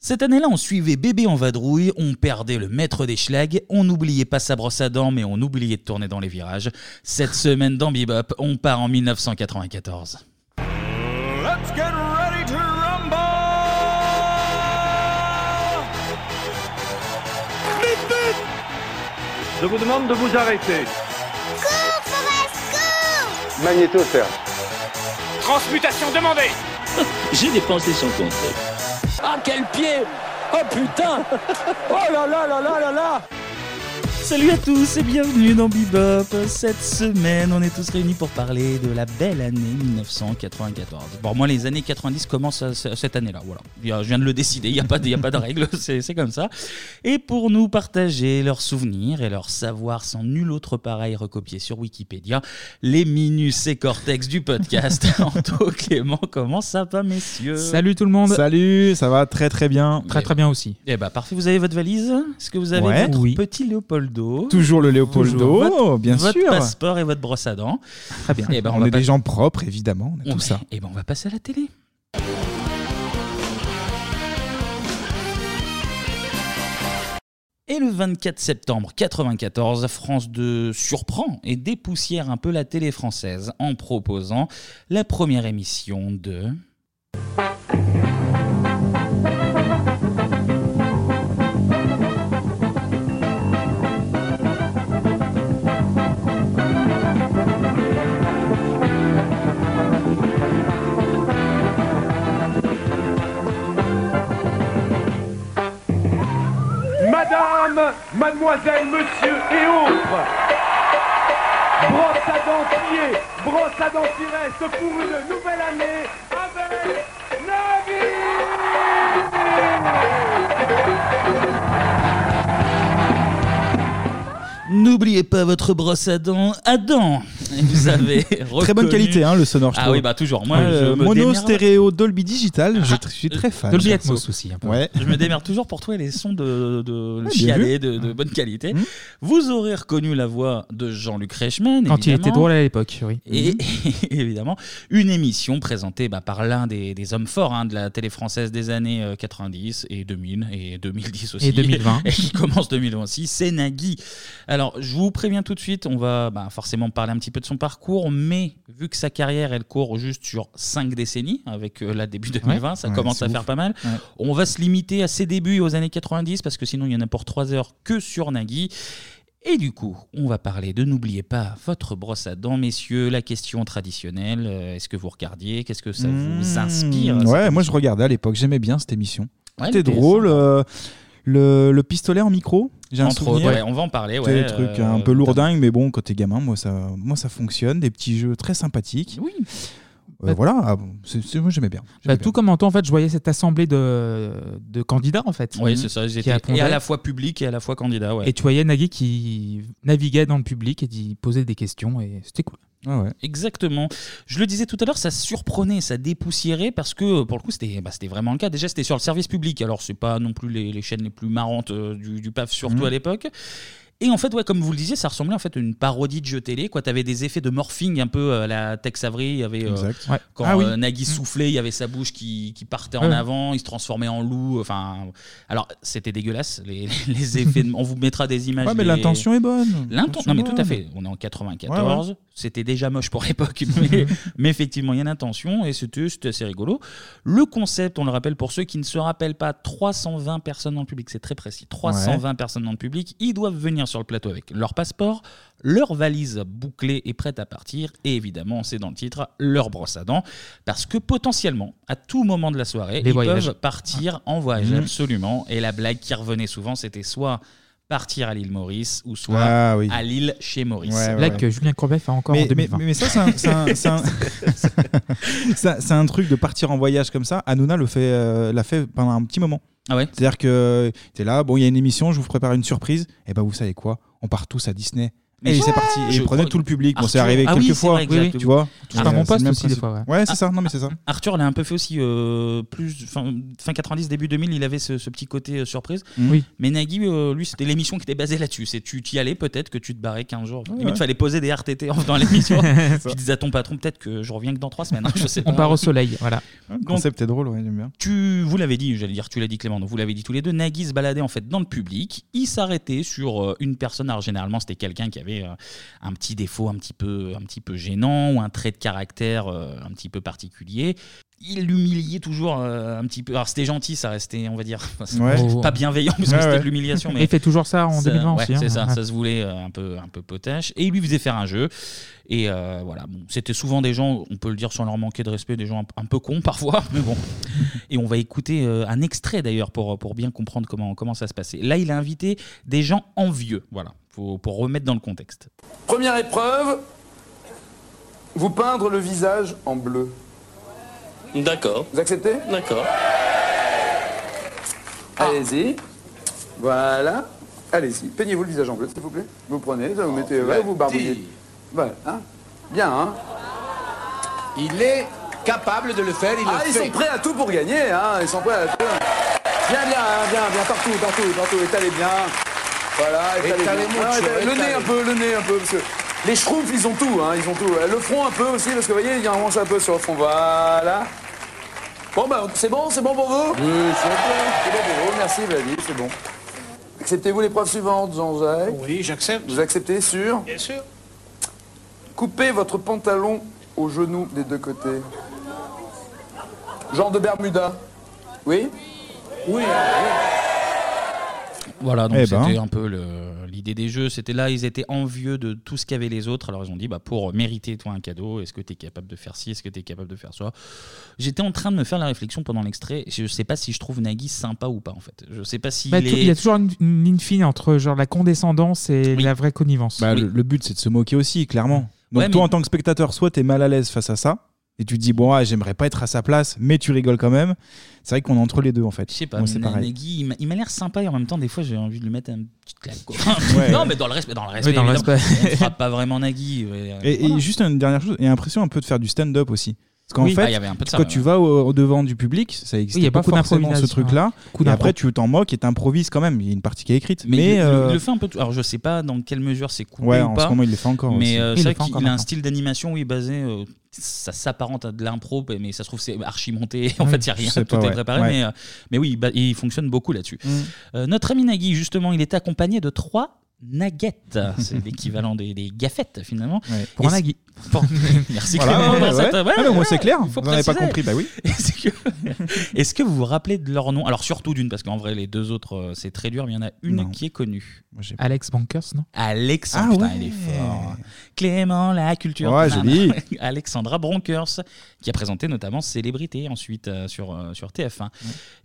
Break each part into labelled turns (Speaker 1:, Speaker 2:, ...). Speaker 1: Cette année-là, on suivait Bébé en vadrouille, on perdait le maître des schlags, on n'oubliait pas sa brosse à dents, mais on oubliait de tourner dans les virages. Cette semaine dans Bebop, on part en 1994.
Speaker 2: Let's get ready to rumble! Vite, vite!
Speaker 3: Je vous demande de vous arrêter.
Speaker 4: Cours, Forest, cours
Speaker 5: Magnéto, sir.
Speaker 2: Transmutation demandée!
Speaker 6: J'ai dépensé sans compter.
Speaker 7: Ah, quel pied Oh putain Oh là là là là là là
Speaker 1: Salut à tous et bienvenue dans Bebop. Cette semaine, on est tous réunis pour parler de la belle année 1994. Bon, moi, les années 90 commencent à ce- cette année-là. Voilà, Il y a- je viens de le décider. Il n'y a pas de, il y a pas de règle. C'est c'est comme ça. Et pour nous partager leurs souvenirs et leurs savoirs sans nul autre pareil recopié sur Wikipédia, les minus et cortex du podcast. Anto Clément, comment ça va, messieurs
Speaker 8: Salut tout le monde.
Speaker 9: Salut, ça va très très bien.
Speaker 8: Très très bien aussi.
Speaker 1: Eh bah parfait. Vous avez votre valise Est-ce que vous avez
Speaker 9: Ouais.
Speaker 1: votre
Speaker 8: Oui.
Speaker 1: petit Léopoldo
Speaker 9: Toujours le Léopoldo,
Speaker 1: Toujours.
Speaker 9: bien
Speaker 1: votre
Speaker 9: sûr.
Speaker 1: passeport et votre brosse à dents. Très bien. Et ben on,
Speaker 9: on
Speaker 1: va
Speaker 9: est
Speaker 1: pas-
Speaker 9: des gens propres, évidemment, on a
Speaker 1: on-
Speaker 9: tout ça.
Speaker 1: Eh ben on va passer à la télé. Et le 24 septembre 94, France 2 surprend et dépoussière un peu la télé française en proposant la première émission de
Speaker 3: Madame, mademoiselle, monsieur et autres. Brosse à dentier, brosse à dentiresse pour une nouvelle année avec
Speaker 1: N'oubliez pas votre brosse à dents à dents. Et Vous avez
Speaker 9: Très bonne
Speaker 1: reconnu-
Speaker 9: qualité, hein, le sonore, je
Speaker 1: Ah
Speaker 9: trouve.
Speaker 1: oui, bah toujours. Moi,
Speaker 9: Euh,
Speaker 1: je me
Speaker 9: mono,
Speaker 1: démerde. Ah, euh,
Speaker 9: stéréo, Dolby Digital, je t- suis très fan.
Speaker 8: Dolby
Speaker 9: perso.
Speaker 8: Atmos
Speaker 1: hein,
Speaker 8: aussi. Un peu.
Speaker 9: Ouais.
Speaker 1: Je me démerde toujours pour trouver les sons de, de
Speaker 9: Ah, bien
Speaker 1: chialés, de, de bonne qualité.
Speaker 9: Mm.
Speaker 1: Vous aurez reconnu la voix de Jean-Luc Reichmann.
Speaker 8: Quand il était
Speaker 1: évidemment.
Speaker 8: drôle à l'époque, oui. Mhm.
Speaker 1: Et
Speaker 9: Mhm.
Speaker 1: évidemment, une émission présentée bah, par l'un des, des hommes forts hein, de la télé française des années euh, 90 et 2000 et 2010 aussi.
Speaker 8: Et 2020.
Speaker 1: Et qui commence 2026, c'est Nagui. Alors, je vous préviens tout de suite, on va bah, forcément parler un petit peu de son parcours, mais vu que sa carrière, elle court juste sur 5 décennies, avec euh, là début 2020, ça
Speaker 9: Ouais,
Speaker 1: commence
Speaker 9: c'est
Speaker 1: à
Speaker 9: ouf.
Speaker 1: faire pas mal,
Speaker 9: Ouais.
Speaker 1: on va se limiter à ses débuts aux années 90, parce que sinon, il y en a pour 3 heures que sur Nagui. Et du coup, on va parler de n'oubliez pas votre brosse à dents, messieurs, la question traditionnelle, euh, est-ce que vous regardiez, qu'est-ce que ça vous
Speaker 9: Mmh,
Speaker 1: inspire cette
Speaker 9: Ouais, moi je
Speaker 1: émission
Speaker 9: regardais à l'époque, j'aimais bien cette émission.
Speaker 1: Ouais,
Speaker 9: C'était
Speaker 1: le PS.
Speaker 9: drôle. euh, le, le pistolet en micro, j'ai un
Speaker 1: Entre
Speaker 9: souvenir.
Speaker 1: autres, ouais, on va en parler.
Speaker 9: C'était
Speaker 1: ouais,
Speaker 9: des trucs
Speaker 1: euh,
Speaker 9: un peu lourdingues, mais bon, quand t'es gamin, moi ça, moi ça fonctionne. Des petits jeux très sympathiques.
Speaker 1: Oui,
Speaker 9: Euh,
Speaker 8: Bah-
Speaker 9: voilà, ah bon, c'est- c'est- moi j'aimais bien.
Speaker 8: Bah,
Speaker 9: J'aimais
Speaker 8: tout comme en temps, en fait, je voyais cette assemblée de, de candidats, en fait.
Speaker 1: Oui, c'est ça. Ils étaient
Speaker 8: appondaient.
Speaker 1: et à la fois public et à la fois candidat. Ouais.
Speaker 8: Et tu voyais Nagui qui naviguait dans le public et qui posait des questions et c'était cool.
Speaker 1: Ah
Speaker 9: bien. Ouais, ouais.
Speaker 1: Exactement. Je le disais tout à l'heure, ça surprenait, ça dépoussiérait parce que pour le coup, c'était bah, c'était vraiment le cas. Déjà, c'était sur le service public. Alors, c'est pas non plus les, les chaînes les plus marrantes euh, du, du PAF, surtout
Speaker 9: Mhm.
Speaker 1: à l'époque. Et en fait, ouais, comme vous le disiez, ça ressemblait en fait à une parodie de jeu télé. Tu avais des effets de morphing un peu euh, à la Tex Avery. Il y avait euh,
Speaker 9: Exact.
Speaker 8: Ouais.
Speaker 1: quand
Speaker 8: ah oui.
Speaker 1: euh, Nagui soufflait, il y avait sa bouche qui, qui partait en
Speaker 8: Ouais.
Speaker 1: avant, il se transformait en loup. Enfin, alors c'était dégueulasse les, les effets. de- On vous mettra des images.
Speaker 9: Ouais, mais
Speaker 1: des-
Speaker 9: l'intention est bonne.
Speaker 1: L'intention, non mais
Speaker 9: est
Speaker 1: tout à
Speaker 9: bonne.
Speaker 1: fait. On est en 94, c'était déjà moche pour l'époque, mais, mais effectivement il y a une intention et c'était c'était assez rigolo. Le concept, on le rappelle pour ceux qui ne se rappellent pas, 320 personnes dans le public, c'est très précis. 320 personnes dans le public, ils doivent venir sur le plateau avec leur passeport, leur valise bouclée et prête à partir, et évidemment c'est dans le titre leur brosse à dents, parce que potentiellement à tout moment de la soirée,
Speaker 8: Les
Speaker 1: ils
Speaker 8: voyages.
Speaker 1: peuvent partir en voyage
Speaker 9: Mhm.
Speaker 1: absolument. Et la blague qui revenait souvent, c'était soit partir à l'île Maurice ou soit
Speaker 9: Ah oui.
Speaker 1: à Lille chez Maurice.
Speaker 9: Ouais, ouais,
Speaker 8: Là
Speaker 9: ouais.
Speaker 8: que Julien Courbet fait encore en
Speaker 9: Mais, mais,
Speaker 8: 2020.
Speaker 9: mais ça, c'est un, c'est un- c'est un- c'est un- c'est un truc de partir en voyage comme ça. Hanouna le fait, euh, l'a fait pendant un petit moment. euh,
Speaker 1: Ah ouais
Speaker 9: Eh C'est-à-dire que t'es là, bon, il y a une émission, je vous prépare une surprise. Et ben, vous savez quoi On part tous à Disney. et c'est parti. Et
Speaker 1: Je
Speaker 9: il prenait
Speaker 1: crois-
Speaker 9: tout le public. Bon, c'est
Speaker 1: Arthur-
Speaker 9: arrivé
Speaker 1: Ah oui,
Speaker 9: quelques
Speaker 1: c'est
Speaker 9: fois.
Speaker 1: vrai, exact,
Speaker 9: Tu
Speaker 1: oui.
Speaker 9: vois
Speaker 1: Tout par
Speaker 9: Euh,
Speaker 1: mon
Speaker 9: c'est
Speaker 1: poste
Speaker 9: le même
Speaker 1: aussi, des
Speaker 9: principe.
Speaker 1: fois, ouais.
Speaker 9: Ouais, c'est ça. Non, mais c'est ça.
Speaker 1: Arthur l'a un peu fait aussi, euh, plus fin, fin 90, début 2000, il avait ce, ce petit côté euh, surprise.
Speaker 9: Mm.
Speaker 8: Oui.
Speaker 1: Mais Nagui, euh, lui, c'était l'émission qui était basée là-dessus. C'est tu y allais peut-être que tu te barrais 15 jours. Limite,
Speaker 8: ouais.
Speaker 1: fallait poser des RTT en faisant l'émission.
Speaker 8: C'est ça.
Speaker 1: tu disais à ton patron peut-être que je reviens que dans 3 semaines. hein, je sais
Speaker 8: On
Speaker 1: pas.
Speaker 8: part au soleil, voilà.
Speaker 1: Donc,
Speaker 9: était drôle, ouais, j'aime bien.
Speaker 1: Tu, vous l'avez dit, j'allais dire, tu l'as dit Clément, donc vous l'avez dit tous les deux, Nagui se baladait en fait dans le public, il s'arrêtait sur euh, une personne, alors généralement c'était quelqu'un qui avait euh, un petit défaut un petit, peu, un petit peu gênant ou un trait de caractère euh, un petit peu particulier. Il l'humiliait toujours euh, un petit peu. Alors c'était gentil, ça restait, on va dire, c'est
Speaker 8: Ouais.
Speaker 1: pas bienveillant parce que
Speaker 8: Ouais,
Speaker 1: c'était
Speaker 8: ouais.
Speaker 1: de l'humiliation.
Speaker 8: Et il fait toujours ça en
Speaker 1: Ça-
Speaker 8: 2020
Speaker 1: ouais,
Speaker 8: aussi, hein.
Speaker 1: c'est ça,
Speaker 8: Ouais.
Speaker 1: ça se voulait euh, un peu, un peu potache. Et il lui faisait faire un jeu. Et euh, voilà, bon, c'était souvent des gens, on peut le dire sans leur manquer de respect, des gens un, un peu cons parfois, mais bon. Et on va écouter euh, un extrait d'ailleurs pour, pour bien comprendre comment, comment ça se passait. Là, il a invité des gens envieux, voilà, faut- pour remettre dans le contexte.
Speaker 5: Première épreuve, vous peindre le visage en bleu. D'accord. Vous acceptez D'accord. Allez-y. Voilà. Allez-y. Peignez-vous le visage en bleu, s'il vous plaît. Vous prenez, vous mettez, ouais, vous barbouillez. Voilà. hein. Bien, hein Il est capable de le faire,
Speaker 10: il
Speaker 5: ah,
Speaker 10: le
Speaker 5: ils
Speaker 10: fait.
Speaker 5: sont prêts à tout pour gagner, hein. Ils sont prêts à tout. Bien, bien, hein, bien, bien, partout, partout, partout. Étalez bien. Voilà, étalez,
Speaker 10: Étalez
Speaker 5: bien.
Speaker 10: mucho,
Speaker 5: Ah, étalez- Le
Speaker 10: étalez.
Speaker 5: nez un peu, le nez un peu, parce que les schtroumpfs, ils ont tout, hein, ils ont tout. Le front un peu aussi, parce que vous voyez, il y a un manche un peu sur le front. Voilà. Bon, ben, c'est bon, c'est bon pour vous Oui, c'est bon. C'est bon pour vous, merci, Valérie, c'est bon. Acceptez-vous l'épreuve suivante, Jean-Jacques Oui, j'accepte. Vous acceptez, sûr Bien sûr. Coupez votre pantalon au genou des deux côtés. Genre de Bermuda. Oui Oui.
Speaker 1: Voilà, donc
Speaker 9: Eh ben.
Speaker 1: c'était un peu le- l'idée des jeux. C'était là, ils étaient envieux de tout ce qu'avaient les autres. Alors ils ont dit, bah, pour mériter toi un cadeau, est-ce que tu es capable de faire ci, est-ce que tu es capable de faire ça J'étais en train de me faire la réflexion pendant l'extrait. Je sais pas si je trouve Nagui sympa ou pas, en fait. Je sais pas si
Speaker 8: Bah,
Speaker 1: il
Speaker 8: tu-
Speaker 1: est...
Speaker 8: Il y a toujours une, une ligne fine entre genre la condescendance et la vraie connivence.
Speaker 9: Bah, le, le but, c'est de se moquer aussi, clairement. Donc,
Speaker 8: Ouais,
Speaker 9: toi,
Speaker 8: mais-
Speaker 9: en tant que spectateur, soit t'es mal à l'aise face à ça, et tu te dis, bon, ah, j'aimerais pas être à sa place, mais tu rigoles quand même. C'est vrai qu'on est entre les deux, en fait.
Speaker 1: Je sais pas,
Speaker 9: Moi,
Speaker 1: mais
Speaker 9: c'est
Speaker 1: Na-
Speaker 9: pareil.
Speaker 1: Nagui, il m'a- il m'a l'air sympa et en même temps, des fois, j'ai envie de lui mettre un petit claque. quoi.
Speaker 9: Ouais.
Speaker 1: non, mais dans le respect, dans le
Speaker 9: Oui,
Speaker 1: respect.
Speaker 9: dans le
Speaker 1: évidemment.
Speaker 9: respect.
Speaker 1: On ne frappe pas vraiment Nagui. ouais.
Speaker 9: Et, et juste une dernière chose, il y a l'impression un peu de faire du stand-up aussi. Parce qu'en
Speaker 1: Oui. Ah, il
Speaker 9: fait,
Speaker 1: y avait un peu de ça,
Speaker 9: quand
Speaker 1: ouais.
Speaker 9: tu vas au, au devant du public, ça existe
Speaker 1: Oui, il y a
Speaker 9: pas
Speaker 1: beaucoup
Speaker 9: forcément ce
Speaker 1: d'improvisation,
Speaker 9: truc-là.
Speaker 1: hein. Beaucoup
Speaker 9: Et après,
Speaker 1: d'impro.
Speaker 9: tu t'en moques et t'improvises quand même. Il y a une partie qui est écrite. Mais,
Speaker 1: Mais, il le-
Speaker 9: euh,
Speaker 1: le, fait un peu. tout. Alors je sais pas dans quelle mesure c'est coupé
Speaker 9: Ouais,
Speaker 1: ou
Speaker 9: en
Speaker 1: pas.
Speaker 9: ce moment, il le fait encore aussi.
Speaker 1: Mais euh,
Speaker 9: Il
Speaker 1: c'est vrai
Speaker 9: le fait encore
Speaker 1: qu'il a un
Speaker 9: maintenant.
Speaker 1: style d'animation oui basé. euh, ça s'apparente à de l'impro, mais ça se trouve c'est archi monté. En
Speaker 9: Oui,
Speaker 1: fait, il y a
Speaker 9: je
Speaker 1: rien,
Speaker 9: sais
Speaker 1: tout
Speaker 9: pas,
Speaker 1: est
Speaker 9: ouais.
Speaker 1: préparé.
Speaker 9: Ouais.
Speaker 1: Mais, euh, mais oui, bah, il fonctionne beaucoup là-dessus.
Speaker 9: Mm.
Speaker 1: Euh, notre ami Nagui, justement, il était accompagné de trois naguettes. C'est l'équivalent des, des gaffettes finalement. Et
Speaker 9: Pour un
Speaker 1: c'est-
Speaker 9: Nagui.
Speaker 1: Pour- Merci
Speaker 9: Voilà,
Speaker 1: Clément.
Speaker 9: ouais,
Speaker 1: pour
Speaker 9: ouais,
Speaker 1: cette-
Speaker 9: ouais. Ah, mais au moins, c'est clair.
Speaker 1: il faut
Speaker 9: Vous en avez pas
Speaker 1: préciser.
Speaker 9: compris, bah oui.
Speaker 1: Est-ce que... Est-ce que vous vous rappelez de leur nom Alors surtout d'une, parce qu'en vrai les deux autres euh, c'est très dur, mais il y en a une
Speaker 8: Non.
Speaker 1: qui est connue.
Speaker 8: Alex Bankers, non
Speaker 1: Alexandre,
Speaker 8: Ah
Speaker 1: putain,
Speaker 8: ouais.
Speaker 1: il est fort. Clément, la culture.
Speaker 8: Ouais,
Speaker 1: Putain,
Speaker 8: joli.
Speaker 1: non. Alexandra Bronkers, qui a présenté notamment Célébrité ensuite euh, sur, euh, sur TF1.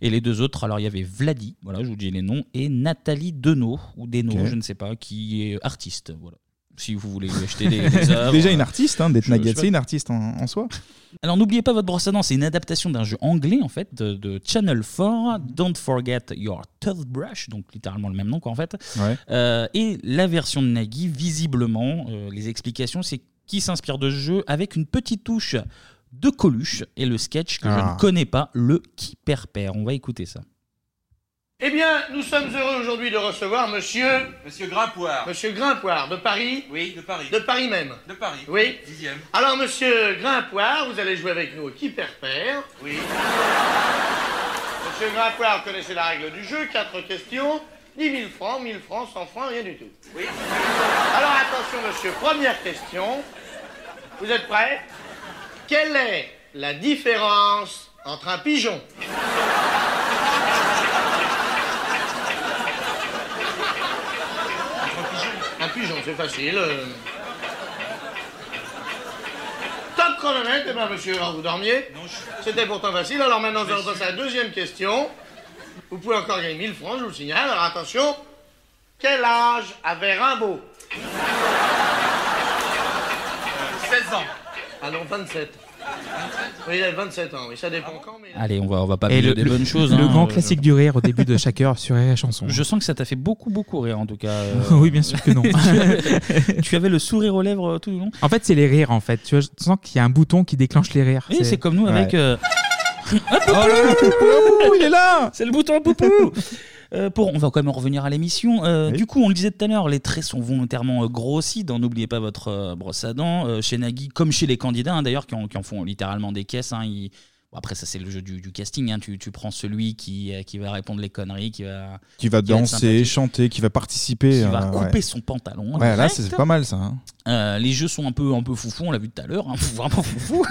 Speaker 1: Et les deux autres, alors il y avait Vladi, voilà, je vous dis les noms, et Nathalie Denot, ou Denot,
Speaker 9: Ok.
Speaker 1: je ne sais pas, qui est artiste. Voilà. Si vous voulez lui acheter des, des œuvres. euh,
Speaker 9: Déjà une artiste, hein, d'être
Speaker 1: je- je
Speaker 9: Nagui,
Speaker 1: sais
Speaker 9: c'est une
Speaker 1: pas.
Speaker 9: artiste en, en soi.
Speaker 1: Alors n'oubliez pas votre brosse à dents, c'est une adaptation d'un jeu anglais en fait de, de Channel 4, Don't Forget Your Toothbrush, donc littéralement le même nom quoi en fait.
Speaker 9: Ouais.
Speaker 1: Euh, et la version de Nagui, visiblement, euh, les explications c'est qui s'inspire de ce jeu avec une petite touche de Coluche et le sketch que je
Speaker 11: Ah.
Speaker 1: ne connais pas, le qui perd perd. On va écouter ça.
Speaker 11: Eh bien, nous sommes heureux aujourd'hui de recevoir monsieur. Monsieur Grimpoire. Monsieur Grimpoire, de Paris Oui, de Paris. De Paris même De Paris. Oui. Dixième. Alors, monsieur Grimpoire, vous allez jouer avec nous au qui perd perd. Oui. monsieur Grimpoire, vous connaissez la règle du jeu quatre questions. 10 000 francs, 1000 francs, 100 francs, rien du tout. Oui. Alors attention, monsieur, première question. Vous êtes prêts Quelle est la différence entre un pigeon Un pigeon, c'est facile. euh. Top chronomètre, eh bien, monsieur, alors vous dormiez C'était pourtant facile, alors maintenant je vais repasser à la deuxième question. Vous pouvez encore gagner 1000 francs, je vous le signale, alors attention. Quel âge avait Rimbaud 16 ans. Ah non, 27. Oui, il a 27 ans, oui, ça dépend quand, mais...
Speaker 1: Allez, on va, on va pas
Speaker 8: Et
Speaker 1: payer
Speaker 8: le-
Speaker 1: des
Speaker 8: le-
Speaker 1: bonnes choses.
Speaker 8: Le
Speaker 1: hein,
Speaker 8: grand
Speaker 1: euh,
Speaker 8: classique du rire au début de chaque heure sur Rire et Chanson.
Speaker 1: Je sens que ça t'a fait beaucoup, beaucoup rire en tout cas. euh.
Speaker 8: Oui, bien sûr que non.
Speaker 1: tu, avais, tu avais le sourire aux lèvres euh, tout le long.
Speaker 8: En fait, c'est les rires, en fait. Tu vois, je sens qu'il y a un bouton qui déclenche les rires.
Speaker 1: Oui, c'est comme nous avec, euh,
Speaker 8: il est là
Speaker 1: C'est le bouton poupou Euh, pour, on va quand même revenir à l'émission. Euh, Du coup, on le disait tout à l'heure, les traits sont volontairement euh, grossis dans N'oubliez pas votre euh, brosse à dents. Euh, chez Nagui, comme chez les candidats hein, d'ailleurs, qui, en- qui en font littéralement des caisses. hein, ils- bon, après, ça, c'est le jeu du, du casting. hein, tu, tu prends celui qui, euh, qui va répondre les conneries, qui va,
Speaker 9: Qui va
Speaker 1: être
Speaker 9: danser, chanter, qui va participer.
Speaker 1: Qui va
Speaker 9: euh,
Speaker 1: couper
Speaker 9: ouais.
Speaker 1: son pantalon,
Speaker 9: Ouais, là,
Speaker 1: direct.
Speaker 9: c'est pas mal ça. hein.
Speaker 1: Euh, les jeux sont un peu un peu foufou, on l'a vu tout à l'heure, hein, vraiment foufou.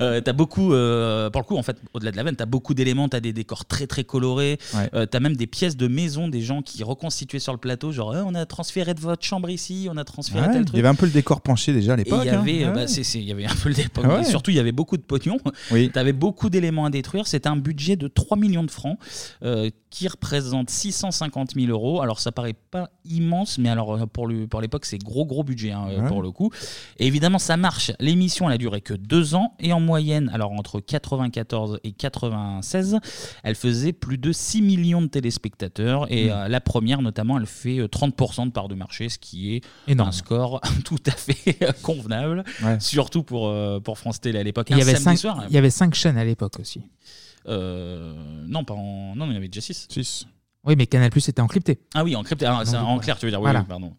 Speaker 1: euh, t'as beaucoup, euh, pour le coup, en fait, au-delà de la veine, t'as beaucoup d'éléments, t'as des décors très très colorés,
Speaker 9: Ouais.
Speaker 1: euh, t'as même des pièces de maison des gens qui reconstituaient sur le plateau, genre Eh, on a transféré de votre chambre ici, on a transféré
Speaker 9: Ouais,
Speaker 1: tel
Speaker 9: il
Speaker 1: truc.
Speaker 9: y avait un peu le décor penché déjà à
Speaker 1: Et il
Speaker 9: l'époque.
Speaker 1: y
Speaker 9: hein.
Speaker 1: avait, euh,
Speaker 9: Ouais.
Speaker 1: bah, c'est- c'est- il y avait un peu le dépoc,
Speaker 9: Ah ouais.
Speaker 1: mais surtout il y avait beaucoup de pognon.
Speaker 9: Oui.
Speaker 1: Tu avais beaucoup d'éléments à détruire. C'était un budget de 3 millions de francs euh, qui représente 650 000 euros. Alors ça paraît pas immense, mais alors euh, pour le- pour l'époque c'est gros gros budget hein, euh,
Speaker 9: Ouais.
Speaker 1: pour le coup. Et évidemment ça marche. L'émission elle a duré que deux ans et en moyenne, alors entre 94 et 96, elle faisait plus de 6 millions de téléspectateurs et
Speaker 8: Mm.
Speaker 1: euh, la première notamment elle fait euh, 30% de part de marché, ce qui est
Speaker 8: Énorme.
Speaker 1: un score tout à fait euh, convenable,
Speaker 9: Ouais.
Speaker 1: surtout pour, euh, pour France Télé à l'époque.
Speaker 8: Et Il y,
Speaker 1: Un
Speaker 8: avait
Speaker 1: samedi
Speaker 8: cinq,
Speaker 1: soir,
Speaker 8: il y avait cinq chaînes à l'époque aussi.
Speaker 1: euh, non, pas en... non, il y en avait déjà 6.
Speaker 9: Six.
Speaker 8: Oui, mais Canal Plus était encrypté.
Speaker 1: Ah oui, en, crypte- ah, c'est
Speaker 8: Donc,
Speaker 1: en
Speaker 8: voilà.
Speaker 1: clair, tu veux dire, oui,
Speaker 8: Voilà.
Speaker 1: oui, pardon.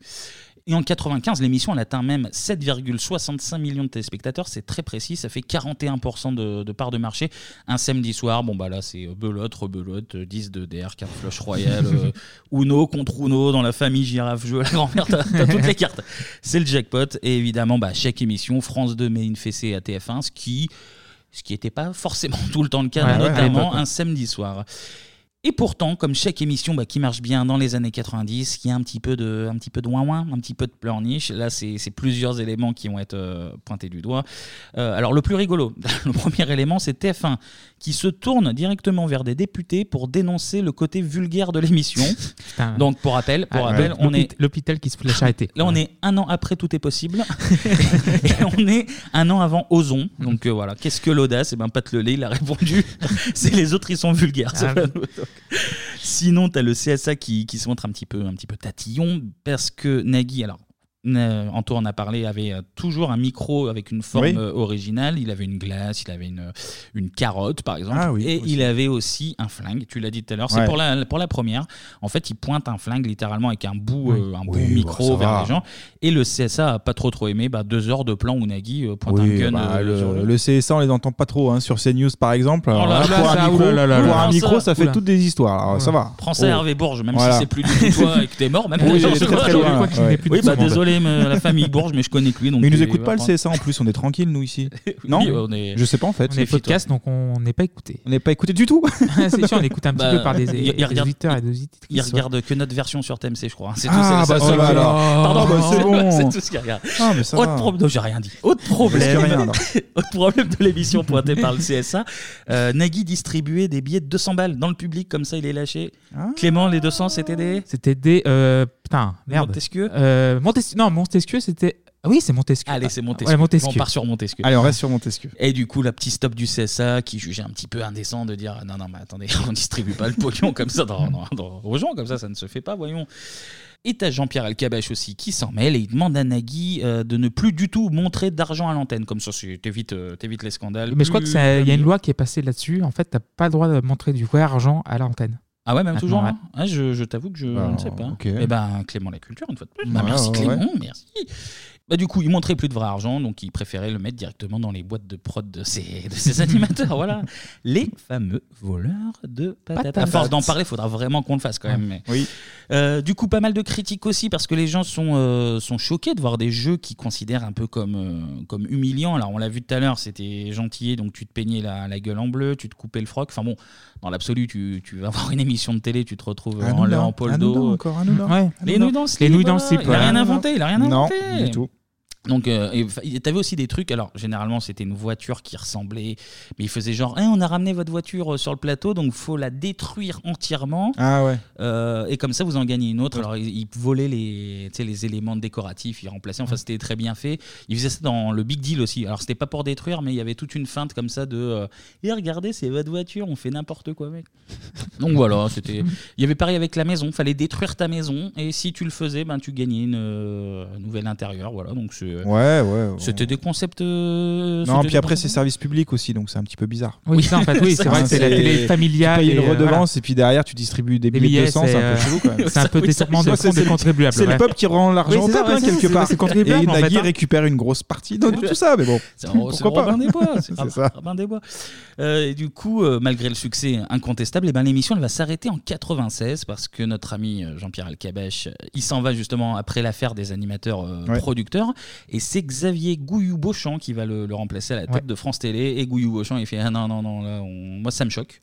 Speaker 1: Et en 95, l'émission, elle atteint même 7,65 millions de téléspectateurs, c'est très précis, ça fait 41% de, de part de marché. Un samedi soir, bon bah là c'est euh, belote, rebelote, euh, 10 de DR, carte flush royale, euh, Uno contre Uno, dans la famille girafe jeu, la grand-mère, t'as t'as toutes les cartes. C'est le jackpot, et évidemment, bah, chaque émission, France 2 met une fessée à TF1, ce qui ce qui n'était pas forcément tout le temps le cas,
Speaker 8: Ouais, ouais, à
Speaker 1: notamment
Speaker 8: l'époque, ouais.
Speaker 1: un samedi soir. Et pourtant, comme chaque émission bah, qui marche bien dans les années 90, qui a un petit peu de, un petit peu de ouin-ouin, un petit peu de pleurniche, là, c'est c'est plusieurs éléments qui vont être euh, pointés du doigt. Euh, alors, le plus rigolo, le premier élément, c'est TF1, qui se tourne directement vers des députés pour dénoncer le côté vulgaire de l'émission.
Speaker 8: Putain.
Speaker 1: Donc, pour rappel, pour
Speaker 8: Ah,
Speaker 1: rappel
Speaker 8: l'hôp-
Speaker 1: on est
Speaker 8: l'hôpit- L'hôpital qui se fout de la charité.
Speaker 1: Là, on est un an après Tout est possible. et on est un an avant Ozon. Donc euh, voilà, qu'est-ce que l'audace Eh ben, Pat Lelay, il a répondu. C'est les autres, ils sont vulgaires. c'est
Speaker 8: Ah,
Speaker 1: pas nous. Donc, Sinon, tu as le CSA qui, qui se montre un petit, peu, un petit peu tatillon parce que Nagui, alors. Na- Anto en a parlé, avait euh, toujours un micro avec une forme
Speaker 9: Oui.
Speaker 1: euh, originale. Il avait une glace, il avait une, euh, une carotte par exemple,
Speaker 9: Ah oui,
Speaker 1: et
Speaker 9: aussi.
Speaker 1: il avait aussi un flingue. Tu l'as dit tout à l'heure, c'est
Speaker 9: Ouais.
Speaker 1: pour, la, pour la première. En fait, il pointe un flingue littéralement avec un bout,
Speaker 8: Oui.
Speaker 1: euh, un bout
Speaker 9: Oui,
Speaker 1: micro
Speaker 9: bah, ça
Speaker 1: vers
Speaker 9: va.
Speaker 1: les gens. Et le CSA a pas trop trop aimé bah, deux heures de plan où Nagui euh, pointe
Speaker 9: Oui,
Speaker 1: un gun.
Speaker 9: bah,
Speaker 1: euh, sur
Speaker 9: le,
Speaker 1: le-
Speaker 9: le CSA, on les entend pas trop hein, sur CNews par exemple. Alors
Speaker 1: là
Speaker 9: là,
Speaker 1: là,
Speaker 9: pour un
Speaker 8: ça,
Speaker 9: micro,
Speaker 8: oula, là, là,
Speaker 9: pour
Speaker 1: là.
Speaker 9: un
Speaker 1: Oula.
Speaker 9: micro, ça fait toutes des histoires. Alors, Ça va.
Speaker 1: Prends ça
Speaker 9: Oh.
Speaker 1: Hervé Bourges, même
Speaker 9: Voilà.
Speaker 1: si c'est plus du tout toi et que t'es mort, Oh, même
Speaker 9: Oui,
Speaker 1: les gens
Speaker 9: il est
Speaker 1: se
Speaker 9: très, très
Speaker 1: moquent.
Speaker 9: loin.
Speaker 8: qu'il n'est plus
Speaker 1: Oui,
Speaker 8: de
Speaker 1: bah
Speaker 8: ce monde.
Speaker 1: désolé, mais la famille Bourges, mais je connais que lui. Donc
Speaker 9: Mais ils nous
Speaker 1: il
Speaker 9: écoutent
Speaker 1: va
Speaker 9: pas le
Speaker 1: prendre.
Speaker 9: CSA en plus, on est tranquille nous ici. Non
Speaker 1: Oui, on est-
Speaker 9: Je sais pas en fait.
Speaker 8: On est efficace, donc on n'est pas écouté.
Speaker 9: On n'est pas écouté du tout.
Speaker 8: c'est sûr, on écoute un petit
Speaker 1: Bah,
Speaker 8: peu par des,
Speaker 1: il-
Speaker 8: des,
Speaker 1: il regarde-
Speaker 8: auditeurs et des auditrices.
Speaker 1: Il
Speaker 8: ouais.
Speaker 1: regarde que notre version sur TMC, je crois. hein. C'est tout,
Speaker 9: Ah,
Speaker 1: c'est la
Speaker 9: bah,
Speaker 1: seule
Speaker 9: ça va,
Speaker 1: chose.
Speaker 9: alors.
Speaker 1: Pardon,
Speaker 9: Ah, bah, c'est bon.
Speaker 1: c'est tout ce qu'il regarde.
Speaker 9: Ah, mais ça
Speaker 1: Autre
Speaker 9: va.
Speaker 1: problème, non, j'ai rien dit. Autre
Speaker 9: Presque
Speaker 1: problème,
Speaker 9: rien, alors.
Speaker 1: Autre problème de l'émission pointée par le CSA, euh, Nagui distribuait des billets de 200 balles dans le public, comme ça il est lâché.
Speaker 9: Ah.
Speaker 1: Clément, les 200, c'était des.
Speaker 8: C'était des. euh, putain, merde.
Speaker 1: Montesquieu
Speaker 8: Euh, Montes- Non, Montesquieu, c'était. Ah oui, c'est Montesquieu.
Speaker 1: Allez, c'est Montesquieu.
Speaker 8: Ouais, Montesquieu.
Speaker 1: On part sur Montesquieu.
Speaker 9: Allez, on reste sur Montesquieu.
Speaker 1: Et du coup, la petite stop du CSA qui jugeait un petit peu indécent de dire non, non, mais attendez, on distribue pas le pognon comme ça dans- dans- dans- aux gens, comme ça, ça ne se fait pas, voyons. Et t'as Jean-Pierre Alcabache aussi qui s'en mêle et il demande à Nagui euh, de ne plus du tout montrer d'argent à l'antenne. Comme ça, c'est- t'évites euh, t'évites les scandales. Euh,
Speaker 8: Mais je crois
Speaker 1: Plus-
Speaker 8: qu'il y a une loi qui est passée là-dessus. En fait, t'as pas le droit de montrer du vrai argent à l'antenne.
Speaker 1: Ah ouais, même
Speaker 8: Maintenant,
Speaker 1: toujours
Speaker 8: ouais.
Speaker 1: hein Ah, Je, je t'avoue que je
Speaker 9: Ah,
Speaker 1: ne sais pas.
Speaker 9: ok.
Speaker 1: Et ben, Clément la culture, une fois de plus. Bah,
Speaker 9: Ouais,
Speaker 1: merci
Speaker 9: ouais,
Speaker 1: Clément, merci. Bah, du coup, il montrait plus de vrai argent, donc il préférait le mettre directement dans les boîtes de prod de ses, de ses animateurs. Voilà. Les fameux voleurs de patates.
Speaker 8: Patates.
Speaker 1: À force d'en parler, il faudra vraiment qu'on le fasse quand même. mais-
Speaker 9: Oui.
Speaker 1: Euh, du coup, pas mal de critiques aussi parce que les gens sont, euh, sont choqués de voir des jeux qu'ils considèrent un peu comme, euh, comme humiliants. Alors, on l'a vu tout à l'heure, c'était gentillet, donc tu te peignais la, la gueule en bleu, tu te coupais le froc. Enfin bon, dans l'absolu, tu, tu vas voir une émission de télé, tu te retrouves en,
Speaker 9: Hanouna,
Speaker 1: en pôle
Speaker 9: Hanouna
Speaker 1: d'eau.
Speaker 9: encore, Hanouna.
Speaker 8: Ouais.
Speaker 1: Les nouilles dans le slip.
Speaker 8: Les nouilles
Speaker 1: voilà.
Speaker 8: dans le slip,
Speaker 1: Il a
Speaker 8: ouais.
Speaker 1: rien inventé, il a rien
Speaker 9: Non,
Speaker 1: inventé.
Speaker 9: du tout.
Speaker 1: Donc, euh, et fa- et t'avais aussi des trucs. Alors, généralement, c'était une voiture qui ressemblait, mais il faisait genre, Hein, on a ramené votre voiture euh, sur le plateau, donc faut la détruire entièrement.
Speaker 9: Ah ouais.
Speaker 1: Euh, et comme ça, vous en gagnez une autre. Alors, ils, ils volaient les, tu sais, les éléments décoratifs, ils remplaçaient. Enfin, c'était très bien fait. Ils faisaient ça dans le Big Deal aussi. Alors, c'était pas pour détruire, mais il y avait toute une feinte comme ça de. euh, et regardez, c'est votre voiture, on fait n'importe quoi, mec. Donc voilà, c'était. Il y avait pareil avec la maison. Fallait détruire ta maison, et si tu le faisais, ben tu gagnais une euh, nouvelle intérieure. Voilà, donc c'est.
Speaker 9: Ouais, ouais.
Speaker 1: C'était des concepts. euh,
Speaker 9: Non,
Speaker 1: c'était
Speaker 9: puis
Speaker 1: des-
Speaker 9: après, c'est service public aussi, donc c'est un petit peu bizarre.
Speaker 1: Oui, ça, en fait, oui, c'est vrai, c'est la télé familiale
Speaker 9: Tu payes une
Speaker 1: et, euh,
Speaker 9: redevance
Speaker 1: voilà.
Speaker 9: et puis derrière, tu distribues des
Speaker 1: Des
Speaker 9: billets de
Speaker 1: billets,
Speaker 9: 100,
Speaker 1: c'est,
Speaker 9: c'est un
Speaker 1: euh,
Speaker 9: peu chelou quand même.
Speaker 8: c'est un peu détournement de
Speaker 9: Ouais,
Speaker 8: fonds
Speaker 9: c'est-
Speaker 8: de
Speaker 9: c'est-
Speaker 8: contribuables,
Speaker 9: C'est
Speaker 8: ouais.
Speaker 9: le peuple qui rend
Speaker 8: Oui,
Speaker 9: l'argent au
Speaker 8: c'est ça,
Speaker 9: peuple, hein,
Speaker 8: ouais, c'est-
Speaker 9: quelque
Speaker 8: c'est-
Speaker 9: part.
Speaker 8: c'est contribuable,
Speaker 9: Et
Speaker 8: en fait,
Speaker 9: Nagui
Speaker 8: hein.
Speaker 9: récupère une grosse partie de tout ça, mais bon.
Speaker 1: C'est Ro- c'est
Speaker 9: Pourquoi
Speaker 1: Robin des Bois.
Speaker 9: pas hein.
Speaker 1: C'est
Speaker 9: C'est
Speaker 1: Rob-
Speaker 9: ça.
Speaker 1: Robin des Bois. Euh, et du coup, euh, malgré le succès incontestable, eh ben, l'émission elle va s'arrêter en 96 parce que notre ami euh, Jean-Pierre Alcabèche, euh, il s'en va justement après l'affaire des animateurs euh,
Speaker 9: Ouais.
Speaker 1: producteurs. Et c'est Xavier Gouillou-Beauchamp qui va le, le remplacer à la tête
Speaker 8: Ouais.
Speaker 1: de France Télé. Et Gouillou-Beauchamp, il fait ah, non, non, non, là, on- moi ça me choque.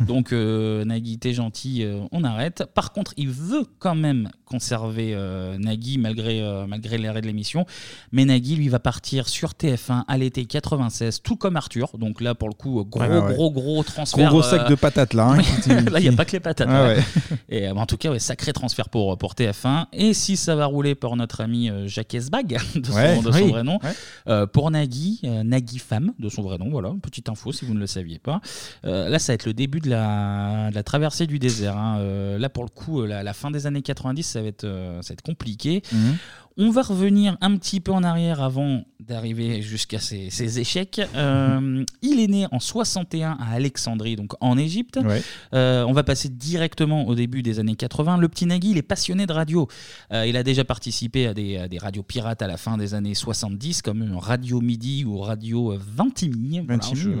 Speaker 1: Donc euh, Nagui, t'es gentil, euh, on arrête. Par contre, il veut quand même conserver euh, Nagui malgré, euh, malgré l'arrêt de l'émission. Mais Nagui, lui, va partir sur TF1 à l'été 96, tout comme Arthur. Donc là, pour le coup, gros,
Speaker 9: Ouais, ouais.
Speaker 1: gros, gros transfert.
Speaker 9: Gros, gros sac de patates, là, hein,
Speaker 1: oui.
Speaker 9: qui-
Speaker 1: là, il n'y a
Speaker 9: qui-
Speaker 1: pas que les patates.
Speaker 9: Ah
Speaker 1: ouais.
Speaker 9: ouais.
Speaker 1: Et, euh, en tout cas, ouais, sacré transfert pour, pour TF1. Et si ça va rouler pour notre ami euh, Jacques Esbag, de son,
Speaker 9: Ouais,
Speaker 1: de son
Speaker 9: oui.
Speaker 1: vrai nom,
Speaker 9: Ouais.
Speaker 1: euh, pour Nagui, euh, Nagui Femme, de son vrai nom, voilà, une petite info si vous ne le saviez pas. Euh, là, ça va être le début de la, de la traversée du désert. hein. Euh, là, pour le coup, euh, la, la fin des années 90, ça va être, euh, ça va être compliqué.
Speaker 9: Mhm.
Speaker 1: On va revenir un petit peu en arrière avant d'arriver jusqu'à ses, ses échecs. Euh, il est né en 61 à Alexandrie, donc en Égypte.
Speaker 9: Ouais.
Speaker 1: Euh, on va passer directement au début des années 80. Le petit Nagui, il est passionné de radio. Euh, il a déjà participé à des, à des radios pirates à la fin des années 70, comme Radio Midi ou Radio euh, Ventimille. Voilà,
Speaker 9: Ventimille,
Speaker 1: je-
Speaker 9: ouais.